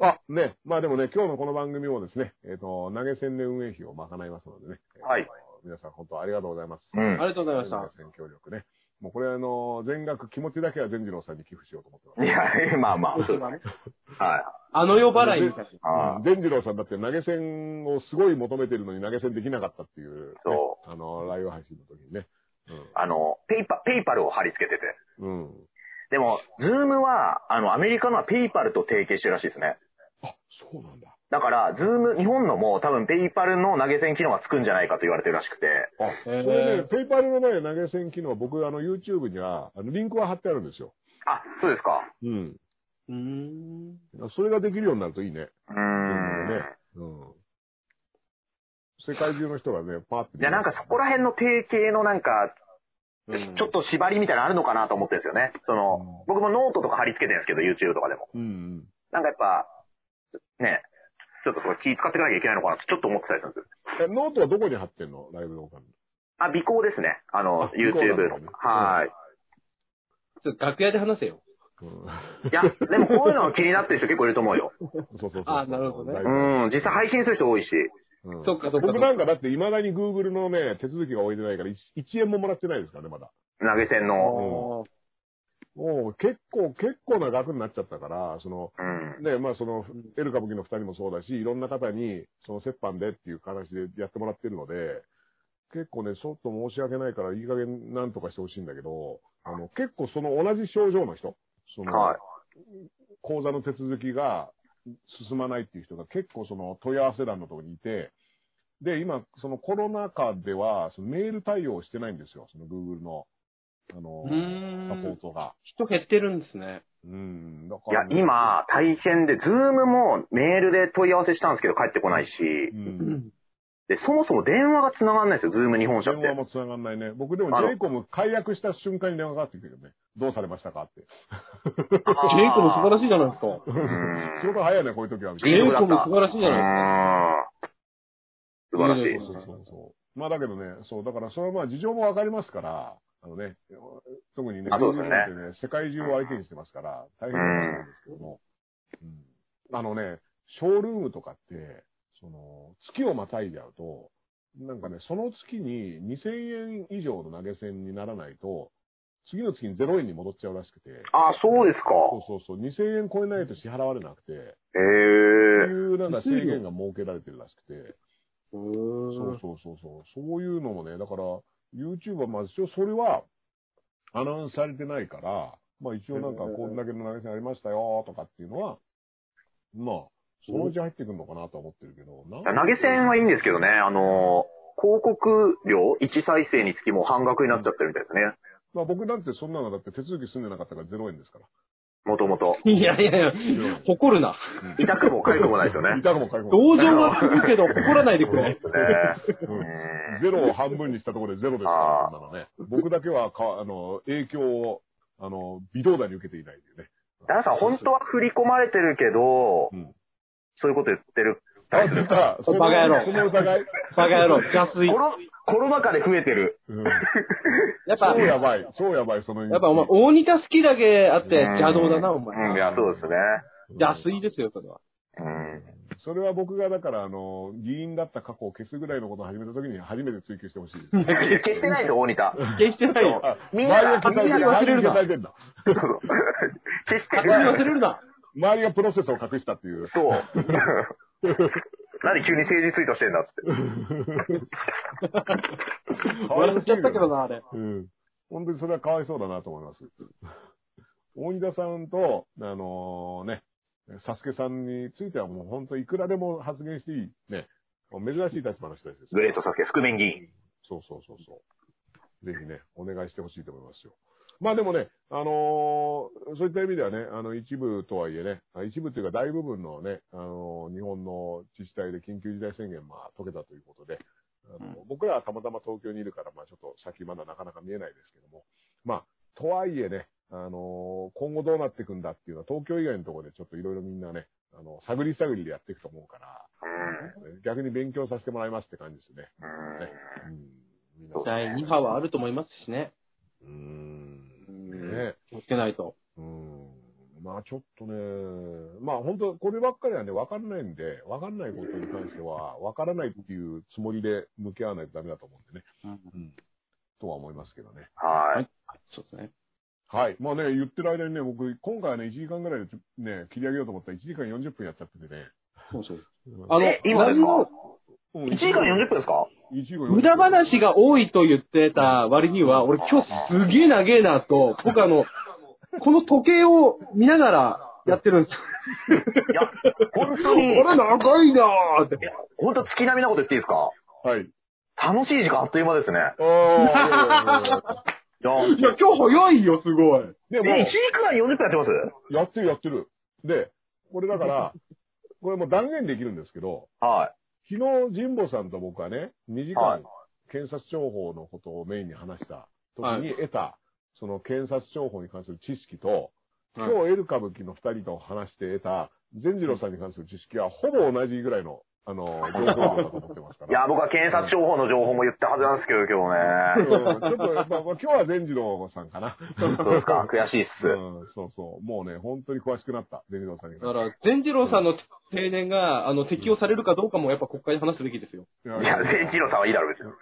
S3: あ、ね、まあでもね、今日のこの番組もですね、えっ、と、投げ銭で運営費を賄いますのでね。
S4: はい。
S3: 皆さん本当ありがとうございます。
S4: うん。
S5: ありがとうございました。
S3: 投げ銭協力ね。もうこれあの、全額気持ちだけは善次郎さんに寄付しようと思ってます。
S4: いや、まあまあ、そうですね。はい。
S5: あの世払いみたいな。
S4: あー
S3: 善次郎さんだって投げ銭をすごい求めてるのに投げ銭できなかったっていう、ね、
S4: そ
S3: あの、ライブ配信の時にね。
S4: あの、ペイパ、ペイパルを貼り付けてて、
S3: うん。うん。
S4: でも、ズームは、あの、アメリカのはペイパルと提携してるらしいですね。
S3: あ、そうなんだ。
S4: だから、ズーム、日本のも多分ペイパルの投げ銭機能がつくんじゃないかと言われてるらしくて。
S3: あ、こ
S5: へー
S3: れね、ペイパルのね、投げ銭機能、僕、あの、YouTube には、あの、リンクは貼ってあるんですよ。
S4: あ、そうですか。
S3: うん。
S5: うーん。
S3: それができるようになるといいね。
S4: うー。
S3: うんね。うん。世界中の人がね、パーって。
S4: いや、なんかそこら辺の提携のなんか、
S3: うん
S4: ちょっと縛りみたいなのあるのかなと思ってるんですよね。その
S3: うん、
S4: 僕もノートとか貼り付けてるんですけど、YouTube とかでも。
S3: うん
S4: なんかやっぱ、ね、ちょっとそこ気使っていかなきゃいけないのかなってちょっと思ってたりするんですよ。
S3: うん。え、ノートはどこに貼ってんのライブのお金。
S4: あ、尾行ですね。あの
S3: あ、尾行
S4: YouTube の
S3: なんだね。
S4: はい。
S5: ちょっと楽屋で話せよ。
S3: うん。
S4: いや、でもこういうの気になってる人結構いると思うよ。
S3: そうそう [LAUGHS] そう。
S5: あなるほどね
S3: ラ
S4: う
S3: イブ
S4: ん、実際配信する人多いし。
S3: うん
S5: そっかそっか
S3: 僕なんかだって未だに Google のね、手続きが終えてないから、1円ももらってないですからね、まだ。
S4: 投げ銭の。
S3: もう結構、結構な額になっちゃったから、その、
S4: うん。
S3: ね、まあその
S5: ん、
S3: エル歌舞伎の二人もそうだし、いろんな方に、その折半でっていう形でやってもらってるので、結構ね、ちょっと申し訳ないから、いい加減なんとかしてほしいんだけど、あの、結構その同じ症状の人、その、
S4: はい。
S3: 口座の手続きが進まないっていう人が結構その問い合わせ欄のところにいて、で、今、そのコロナ禍では、そのメール対応してないんですよ、その Google の、あの
S5: う、ーん
S3: サポートが。
S5: 人減ってるんですね。
S3: うん、だか
S4: いや
S3: ら、ね、
S4: 今、大変で、ズームもメールで問い合わせしたんですけど帰ってこないし、
S3: うん、
S4: で、そもそも電話が繋がんないんですよ、ズーム日本社っ
S3: 電
S4: て
S3: 話。も繋がんないね。僕でも
S4: あの
S3: j イコム解約した瞬間に電話がかかってきてるよね。どうされましたかって。
S4: ジ
S5: ジ
S4: ェ
S5: ェイコム素晴らしいじゃないですか。
S3: 仕事早いね、こういう時は。み
S5: ジ
S3: た
S5: ェ
S3: いな
S4: え
S5: イコム素晴らしいじゃない
S4: 素晴らしい。
S5: うん
S3: そうそうそう。まあだけどね、そう、だからそれはまあ事情もわかりますから、あのね、特にね、
S4: あそうですね
S3: 芸人なんてね、世界中を相手にしてますから、大変なんですけども、うんあのね、ショールームとかって、その、月をまたいじゃうと、なんかね、その月に2000円以上の投げ銭にならないと、次の月に0円に戻っちゃうらしくて、
S4: あ、そうですか。
S3: そうそうそう、2000円超えないと支払われなくて、
S4: へ
S3: って
S4: え
S3: いうなんか制限が設けられてるらしくて、そ
S5: で
S3: うそうそうそう。そういうのもね、だから、YouTube はまあ一応それは、アナウンスされてないから、まあ一応なんか、こんだけの投げ銭ありましたよとかっていうのは、まあ、そのうち入ってくるのかなとは思ってるけど、なん
S4: 投げ銭はいいんですけどね、あの広告料1再生につきもう半額になっちゃってるみたいですね。
S3: まあ僕なんてそんなのだって手続き済んでなかったから0円ですから。
S4: もともと。
S5: すか。いやいやいや、誇るな。
S3: [LAUGHS]
S4: 痛くも痒くもないですよね。
S3: 痛くもかゆくも
S5: 同情はするけど、怒らないでくれ。
S4: ね
S3: う
S4: うんん
S3: ゼロを半分にしたところでゼロですから
S4: あ、ー
S3: そんなのね。僕だけはか、あの、影響を、あの、微動だに受けていないというね。
S4: ダンさん、本当は振り込まれてるけど、
S3: うん
S4: そういうこと言ってる。
S3: あ、出た
S5: バカ野郎
S3: [LAUGHS] その疑い。
S5: バカ野郎、邪
S4: コ
S5: 水。
S4: ロ、コロナ禍で増えてる。
S3: うん
S5: やっぱ、
S3: そうや
S5: や
S3: ばい、そうやばい、その。
S5: っぱお前、大仁田好きだけあって
S4: うん
S5: 邪道だな、お前。
S4: うん、いや、そうですね。
S3: うん
S5: 邪水ですよ、それは。
S4: うん。
S3: それは僕がだから、あの、議員だった過去を消すぐらいのことを始めた時に初めて追求してほし
S5: [LAUGHS]
S3: いです。
S4: 消してないですよ、大仁
S3: [LAUGHS]
S4: 田。
S5: 決してないよ。
S3: あ
S4: みんな
S3: 周りが消されて
S5: みんな忘れるな
S3: 周りが消されてんだ。
S4: そうそう消して
S5: 勝手に忘れ
S4: る。
S5: るな。
S3: 周りがプロセスを隠したっていう。
S4: そう。 [LAUGHS] 何急に政治ツイートしてんだっつって。
S5: [LAUGHS] 笑っちゃったけどな、あれ。
S3: うん。本当にそれはかわいそうだなと思います。大仁田さんと、あのね、サスケさんについてはもう本当いくらでも発言していい、ね、珍しい立場の人たちです。
S4: グレートサスケ、覆面議員。
S3: そうそうそうそう。ぜひね、お願いしてほしいと思いますよ。まあでもね、あのーそういった意味ではね、あの、一部とはいえね、あ一部というか大部分のね、あのー日本の自治体で緊急事態宣言、まあ、解けたということで、あの僕らはたまたま東京にいるから、まあ、ちょっと先まだなかなか見えないですけども、まあ、とはいえね、あのー今後どうなっていくんだっていうのは、東京以外のところでちょっといろいろみんなね、あの、探り探りでやっていくと思うから、逆に勉強させてもらいますって感じですね。
S4: うん。うん
S3: ねうん。みんな
S5: 第2波はあると思いますしね。
S3: うーん。
S5: ね
S3: ね。
S5: 気をつけないと。
S3: うん。まあちょっとね、まあ本当こればっかりはね、わかんないんで、わかんないことに関しては、わからないっていうつもりで向き合わないとダメだと思うんでね。うん。とは思いますけどね。
S4: は。
S5: はいいそうですね。
S3: はい。まあね、言ってる間にね、僕、今回はね、1時間ぐらいでね、切り上げようと思ったら1時間40分やっちゃっててね。
S5: そうそう。
S3: うん
S5: あの
S4: え、今で
S5: 何
S4: す
S5: も
S4: か
S3: うん
S4: ?1 時間40分ですか
S3: 1時間40分
S5: 無駄話が多いと言ってた割には、俺今日すげえ長えなと、僕あの、この時計を見ながらやってるんです
S4: いや、 [LAUGHS] 本当
S5: よ。
S4: に、
S5: 俺長いなーって。
S4: 本当月並みなこと言っていいですか
S3: はい。
S4: 楽しい時間あっという間ですね。
S3: あ
S5: いや、今日
S4: いや、
S3: あ。
S5: 早いよ、すごい。
S4: え、
S3: でも、
S4: 1時間40分やってます
S3: やってるやってる。で、これだから、これもう断言できるんですけど、
S4: はい。
S3: 昨日、神保さんと僕はね、2時
S4: はい
S3: 間、検察庁法のことをメインに話した時に得た、その検察庁法に関する知識と、今日、エル歌舞伎の2人と話して得た、善次郎さんに関する知識は、ほぼ同じぐらいの、あの、情報量だと思ってますか
S4: い
S3: ら。
S4: や、僕は検察庁法の情報も言ったはずなんですけど、今
S3: うん
S4: 日 [LAUGHS]
S3: ち
S4: ね。
S3: ょっとやっぱ、まあ今日は善次郎さんかな。
S4: そうですか、悔しいっ
S3: う
S4: す。
S3: ん、そうそう。もうね、本当に詳しくなった、善次郎さんに関して
S5: だから、善次郎さんの定年が、あの、適用されるかどうかもやっぱ国会で話すべきですよ。
S4: いや、善一郎さんはいいだろ、別に。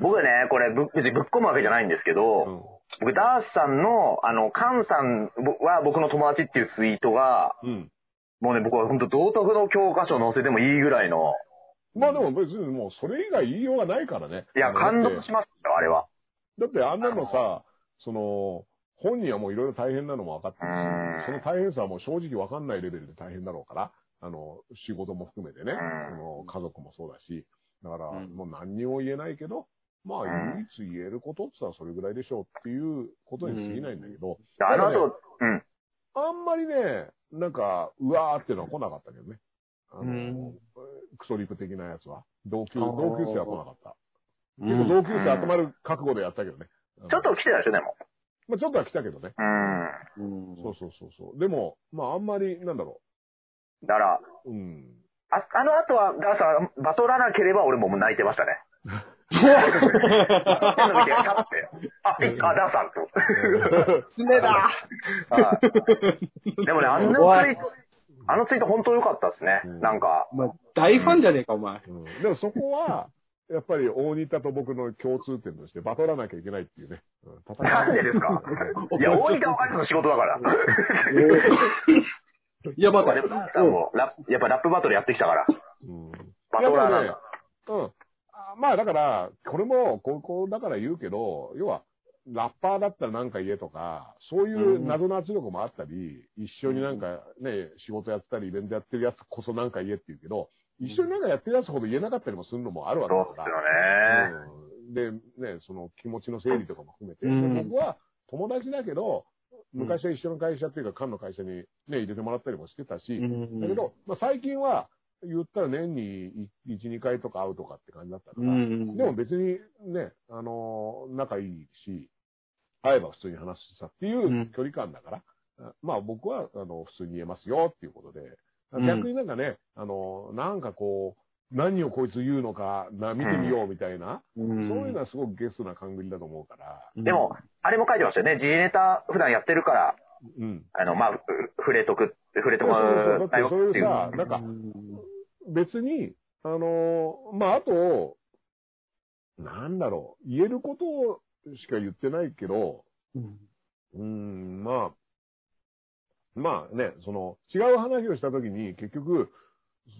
S4: 僕ね、これぶ、別にぶっ込むわけじゃないんですけど、
S3: うん
S4: 僕、ダースさんの、あの、カンさんは僕の友達っていうツイートが、
S3: うん。
S4: もうね、僕は本当道徳の教科書載せてもいいぐらいの、
S3: まあでも別にもうそれ以外言いようがないからね。
S4: いや、感動しましたよ、あれは。
S3: だってあんなのさ、その、本人はもういろいろ大変なのも分かってる
S4: うん
S3: し、その大変さはもう正直分かんないレベルで大変だろうから、あの、仕事も含めてね、
S4: うん
S3: その家族もそうだし、だから
S5: うん
S3: もう何にも言えないけど、まあ
S4: うん
S3: 唯一言えることって言ったらそれぐらいでしょうっていうことに過ぎないんだけど、
S4: あの後、うん。
S3: あんまりね、なんか、うわーってのは来なかったけどね。あ
S5: うん
S3: の、クソリプ的なやつは。同級、
S5: あー
S3: 同級生は来なかった。
S5: う
S3: 結構同級生集まる覚悟でやったけどね。
S4: ちょっと来てたでしょ、でも。
S3: まあ、ちょっとは来たけどね。
S4: うん。
S5: うん
S3: そうそうそうそう。でも、まああんまり、なんだろ
S4: だから、[LAUGHS]
S3: う。うん。
S4: ああの後は、ダースさん、バトらなければ俺ももう泣いてましたね。手の上で立って。あ、えあ、ダースさんと。
S5: 爪だ
S4: はいでもね、あの
S5: お
S4: ツ
S5: い
S4: イート、あのツイート本当良かったですね
S3: う。ん
S4: なんか、
S5: お前、大ファンじゃねえか、お前。
S3: うん、でもそこは、やっぱり大仁田と僕の共通点として、バトらなきゃいけないっていうね。うん、戦い
S4: なんでですかいや、大分おかしの仕事だから。
S5: いや、また
S4: で、もダースさんもラップやっぱラップバトルやってきたから。
S3: うん。
S4: バトラーなん
S3: やっ
S4: だ。
S3: ぱりねうん。あまあだから、これも高校だから言うけど、要は、ラッパーだったらなんか言えとか、そういう謎の圧力もあったり、一緒になんかね、仕事やってたり、イベントやってるやつこそなんか言えって言うけど、一緒になんかやってるやつほど言えなかったりもするのもあるわけ
S4: そうっ
S3: だ
S4: す
S3: か
S4: よ
S3: ら。
S4: ね。
S3: うんで、ね、その気持ちの整理とかも含めて、
S5: うん
S3: で僕は友達だけど、昔は一緒の会社っていうか、官の会社にね、入れてもらったりもしてたし、だけど、まあ、最近は、言ったら年に1、2回とか会うとかって感じだったか
S5: う
S3: ら、
S5: ん、
S3: でも別にね、あのー仲いいし、会えば普通に話したっていううん距離感だから、あまあ僕は、あの、普通に言えますよっていうことで、
S5: うん
S3: 逆になんかね、あのーなんかこう、何をこいつ言うのかな、見てみようみたいな、
S5: うん、
S3: そういうのはすごくゲスな勘繰りだと思うから、
S4: でも、あれも書いてましたよね。時事ネタ普段やってるから、
S3: うん。
S4: あの、まあ、ふ触れとく、触れと
S3: そう
S4: く
S3: そうそう
S4: な
S3: だっ
S4: よ
S3: て
S4: っ
S3: そ
S4: て
S3: うい
S4: いうう。
S3: さ、なんか、別に、あのーまあ、あと、なんだろう、言えることをしか言ってないけど、
S5: うん、
S3: うーん、まあ、まあね、その、違う話をしたときに、結局、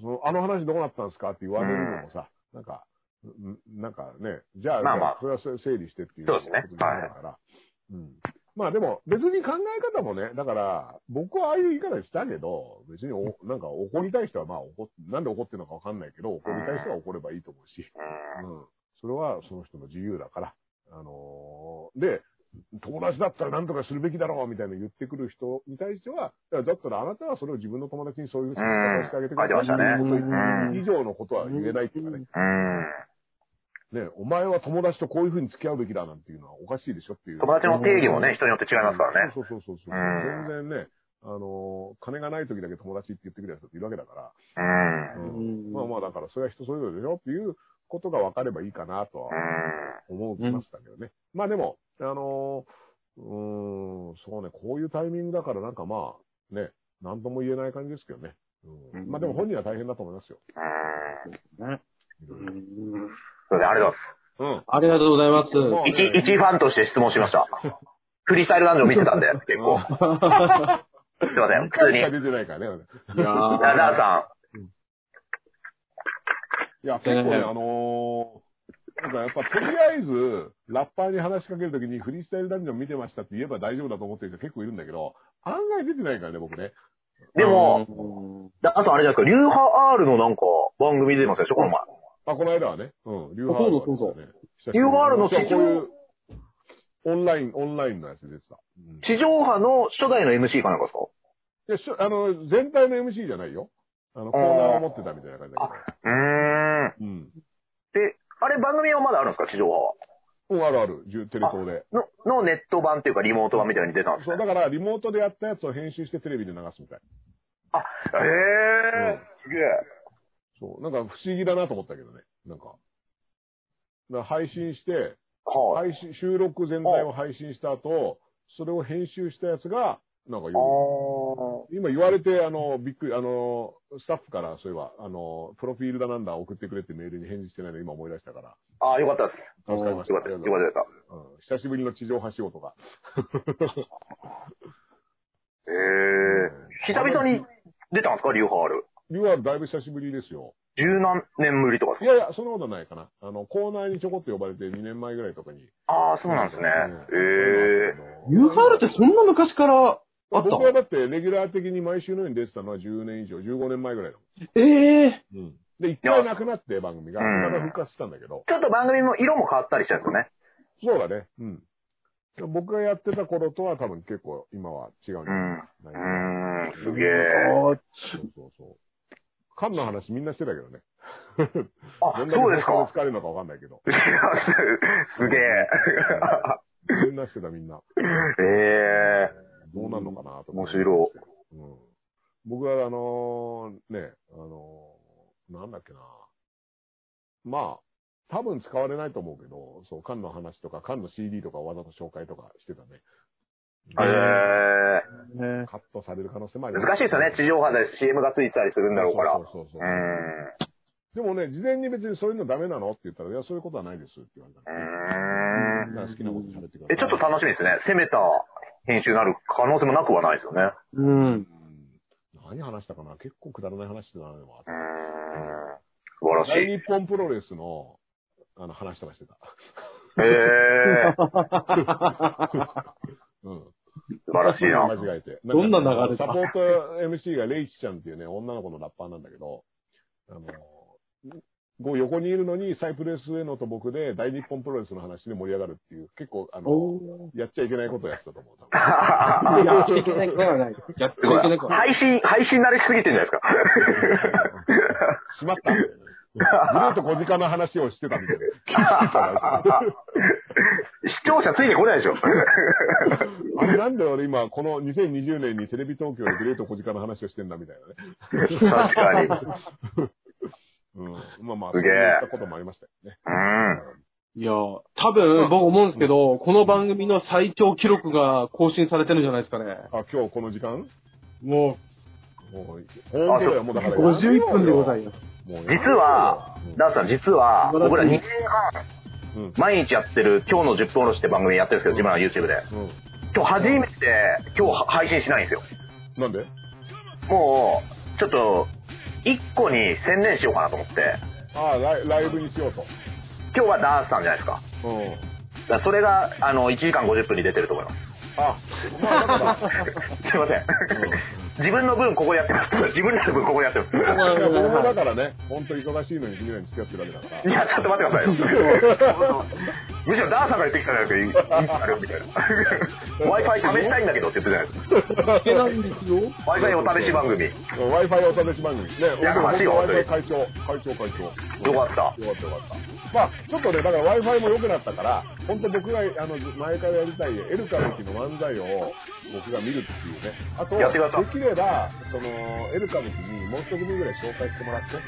S3: その、あの話どうなったんですかって言われるのもさ、なんか、うんなんかね、じゃあ、
S4: まあまあ
S3: それは整理してっていう
S4: そうですね
S3: ことになるから。うん。まあでも、別に考え方もね、だから、僕はああいう言い方したけど、別にお、なんか怒りたい人は、まあ怒っ、なんで怒ってるのかわかんないけど、怒りたい人は怒ればいいと思うし、うん。それはその人の自由だから。あのーで、友達だったら何とかするべきだろうみたいな言ってくる人に対しては、いやだったらあなたはそれを自分の友達にそういうふうに言い方をしてあげてくださ
S4: う
S3: い
S4: ん書いてましたね
S3: っていう
S4: うん
S3: こと以上のことは言えないっていうかね。
S4: うん。うん
S3: ね、お前は友達とこういうふうに付き合うべきだなんていうのはおかしいでしょっていう。
S4: 友達の定義もね、人によって違いますからね。
S3: そうそうそうそう。
S4: うん
S3: 全然ね、あのー金がない時だけ友達って言ってくるやつだっているわけだから。
S4: うん。う
S5: う
S4: ん。
S5: ん
S3: まあまあだから、それは人それぞれでしょっていうことが分かればいいかなとは思いましたけどね。まあでも、あのーうーん、そうね、こういうタイミングだからなんかまあ、ね、なんとも言えない感じですけどね。う、
S5: うんん
S3: まあでも本人は大変だと思いますよ。
S4: うん。
S3: い
S5: ん
S4: そ
S3: うろいろ
S4: れでありがとう
S3: うん。
S5: ありがとうございます。
S3: もう
S4: ございます。一、一ファンとして質問しま
S3: [LAUGHS]
S4: した。フリースタイル男女見てたんで、結構。すいません、普通に。
S3: しか出てないからね。
S5: いやー
S4: ララーさ
S3: いや、結構ね、
S5: うん
S3: あのーなんかやっぱとりあえず、ラッパーに話しかけるときにフリースタイルダンジョン見てましたって言えば大丈夫だと思ってる人結構いるんだけど、案外出てないからね、僕ね。
S4: でも、だあとあれじゃないですか、流派 R のなんか番組出てましたでしょ、この前。
S3: あ、この間はね。うん、リュウ
S5: あそうそう
S3: ね。
S4: リュウハールの
S3: 実はこういう、オンライン、オンラインのやつ出てた。うん
S4: 地上波の初代の MC かなんかですか
S3: いやしょあの、全体の MC じゃないよ。あの、コーナーを持ってたみたいな感じだ
S4: うーん。
S3: けど。うん。
S4: で、あれ番組はまだあるんですか、地上波は。
S3: うん、あるある。じゅテレ東で。
S4: の、のネット版っていうかリモート版みたいに出たんです
S3: そう、
S4: ね。
S3: だから、リモートでやったやつを編集してテレビで流すみたい。
S4: へえー、すげえ。
S3: そう、なんか不思議だなと思ったけどね。なんか。だから配信して、
S4: はい。
S3: 配信、収録全体を配信した後、それを編集したやつが、なんか
S4: あ
S3: よ
S4: ー。
S3: 今言われて、あの、びっくり、あの、スタッフから、そういえば、あの、プロフィールだなんだ送ってくれってメールに返事してないの今思い出したから、
S4: あー、よかったです。
S3: 助かりました。
S4: よかったです。よかったです。
S3: うん久しぶりの地上波仕事が。
S4: へえー。久々に出たんですか、リューハール。
S3: リュウアルだいぶ久しぶりですよ。
S4: 十何年ぶりとかです
S3: いやいや、そんなことないかな。あの、コーナーにちょこっと呼ばれて2年前ぐらいとかに。
S4: ああ、そうなんですね。へえー。
S3: え
S5: ユーハールってそんな昔からあった
S3: 僕はだって、レギュラー的に毎週のように出てたのは10年以上、15年前ぐらいだ
S5: ええ
S3: もん。で、一回なくなって、番組が。
S4: うん
S3: また復活したんだけど。
S4: ちょっと番組も色も変わったりしてるんですね。
S3: そうだね。うん。僕がやってた頃とは多分結構今は違うんじ
S4: う
S3: ゃ
S4: ん。う
S3: ないかな。
S4: ーん、すげえ。
S5: ー。
S3: そうそうそう。カンの話みんなしてたけどね。
S4: あ、
S3: どんだけ
S4: そう [LAUGHS] ですか。
S3: 疲れるのかわかんないけど。
S4: いや、すすげ
S3: みんなしてたみんな。
S4: え。 [LAUGHS] ええ
S3: どうなんのかなと思って
S4: 面白
S3: うん。僕はあのーね、あのーなんだっけな。まあ、多分使われないと思うけど、そう、缶の話とか、缶の CD とかをわざと紹介とかしてたね。
S4: ええ
S5: ね
S3: カットされる可能性もある。
S4: 難しいですよね。地上波で CM がついてたりするんだろうから。
S3: そう
S4: う
S3: そうそうそう
S4: ーん。う
S3: でもね、事前に別にそういうのダメなのって言ったら、いや、そういうことはないですって言われたから。
S4: ーん。
S3: だから好きなこと喋ってくださ
S4: え、
S3: い。
S4: ちょっと楽しみですね。攻めた編集になる可能性もなくはないですよね。う
S5: うん。
S3: うん何話したかな結構くだらない話してたな、でも。
S4: ーん。素晴らし
S3: 大
S4: い。
S3: 日本プロレスの、あの、話とかしてた。
S4: ええ
S3: うん。
S4: 素晴らしいな。
S5: [LAUGHS]
S3: 間違えて。
S5: どんな流れだ
S3: サポート MC がレイチちゃんっていうね、女の子のラッパーなんだけど、あの、こう横にいるのに、サイプレス上野と僕で大日本プロレスの話で盛り上がるっていう、結構、あの、やっちゃいけないことをやってたと思う。多分
S5: いや、いけないことはない。やっちゃいけないことはない。
S4: 配信、配信慣れしすぎてんじゃないですか。
S3: しまったみたい
S4: [LAUGHS]
S3: な。ずっと小鹿の話をしてたみたいな。
S4: 視聴者ついてこないでしょ。
S3: あれなんで俺今、この2020年にテレビ東京でグレート小鹿の話をしてんだみたいなね。
S4: 確かに。
S3: うん。まあまあ、
S4: すげえ
S3: そういったこともありましたよね。
S4: うん。
S5: いや、多分僕思うんですけど、この番組の最長記録が更新されてるんじゃないですかね。
S3: あ、今日この時間
S5: も
S3: もう、本当だよ、もうだか
S5: う、
S3: ら。
S5: 51分でござい
S3: す。
S5: ます。
S3: もう
S4: 実は、ダンスさん、実は、
S5: 素晴らしい
S4: 僕ら2年
S3: う
S4: 半
S3: ん、
S4: 毎日やってる、今日の10分おろしって番組やってるんですけど、自分らの YouTube で。
S3: うん。
S4: 今日初めて、今日は配信しないんですよ。
S3: なんで
S4: もう、ちょっと、1個に専念しようかなと思って、
S3: ああ、ライライブにしようと。
S4: 今日はダンスさんじゃないですか。
S3: うん。
S4: だからそれが、あの、1時間50分に出てると思います。
S3: あ、まあだから、
S4: すいません。自分の分ここやってます。自分らの分ここやってます。
S5: こ
S3: いや僕もだからね、本当忙しいのに君らに付き合ってるわけだから。
S4: いや、ちょっと待ってくださいよ。むしろダーさんが言ってきたじゃないですか、いいあるみたいな。Wi-Fi 試したいんだけどって言ってたじゃないで
S5: いけないんで
S4: す
S5: すよ。
S4: か。Wi-Fi お試し番組。よ
S3: Wi-Fi お試し番組。ね、
S4: や
S3: 僕
S4: ましいわ
S3: Wi-Fi 会長、会長、会長。
S4: かった。
S3: よかったよかった。まあ、ちょっとね、だから Wi-Fi も良くなったから、本当僕が、あの、前からやりたい、エルカの木の漫才を僕が見るっていうね。あと、
S4: やってください
S3: できれば、その、エルカの木にもう一組ぐらい紹介してもらってっ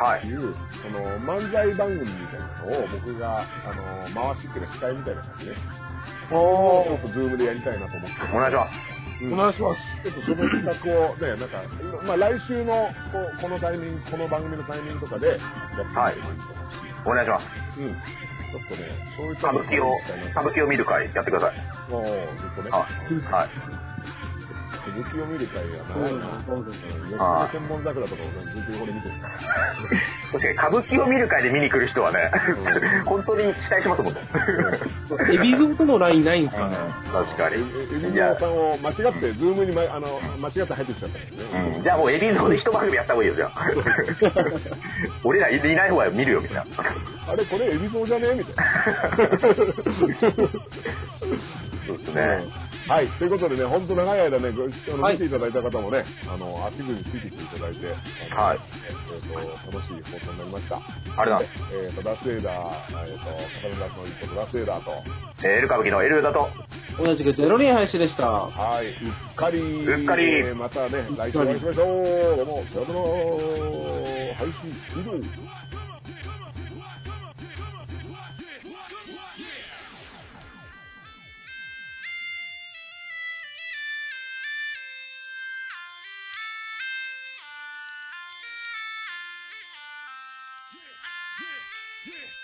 S4: は
S3: て
S4: い。
S3: いう、その、漫才番組みたいなのを僕が、あの、回しっていうか司会みたいな感じで、
S5: お
S3: ちょっとズームでやりたいなと思って。
S4: お願いしま
S5: お願いし
S4: す。
S5: ます。
S3: ちょっとその企画をね、なんか、まあ来週のこうこのタイミング、この番組のタイミングとかでやってみてもいいと思い
S4: お願い
S3: ます。
S4: します。
S3: うん。ちょっとね、そういった
S4: 歌舞伎を、歌舞伎を見る会やってください。
S3: 伎を。もう、ずっとね。
S4: あはい。
S3: うって雪を見る会が
S5: そう
S3: 長い
S5: だ
S3: な。
S5: そうだね。
S3: 吉
S4: は
S3: 田
S4: い
S3: 天文桜とかもね、ずっとこれ見てるから。
S4: 確かに歌舞伎を見る会で見に来る人はね、本当に期待しますもんね。
S5: エビゾーとのラインないんすかね。
S4: 確かに。
S3: エビゾさんを間違って、ズームに、ま、あの、間違って入ってきちゃったんだよね。
S4: うんじゃあもうエビゾーで一番組やった方がいいよ、じゃ [LAUGHS] あ。俺らいない方が見るよ、みたいな。
S3: あれ、これエビゾじゃねみたい
S4: [LAUGHS]
S3: な。
S4: そうですね。
S3: はい、ということでね、本当長い間ね、ごあの
S5: はい
S3: 見ていただいた方もね、あの、足についてきていただいて、あの
S4: はい。
S3: えっ、と、楽しい放送になりました。
S4: あれなんで
S3: えっ、と、ラスエーダー、えっ、と、カメラの一個ラスエーダーと、
S4: す。えーエル歌舞伎のエルだと。
S5: 同じくゼロ人配信でした。
S3: はい、うっかり、
S4: うっかり
S3: えーまたね、来週お会いしましょう。どうも、さよなら、配信終了。
S1: Yeah.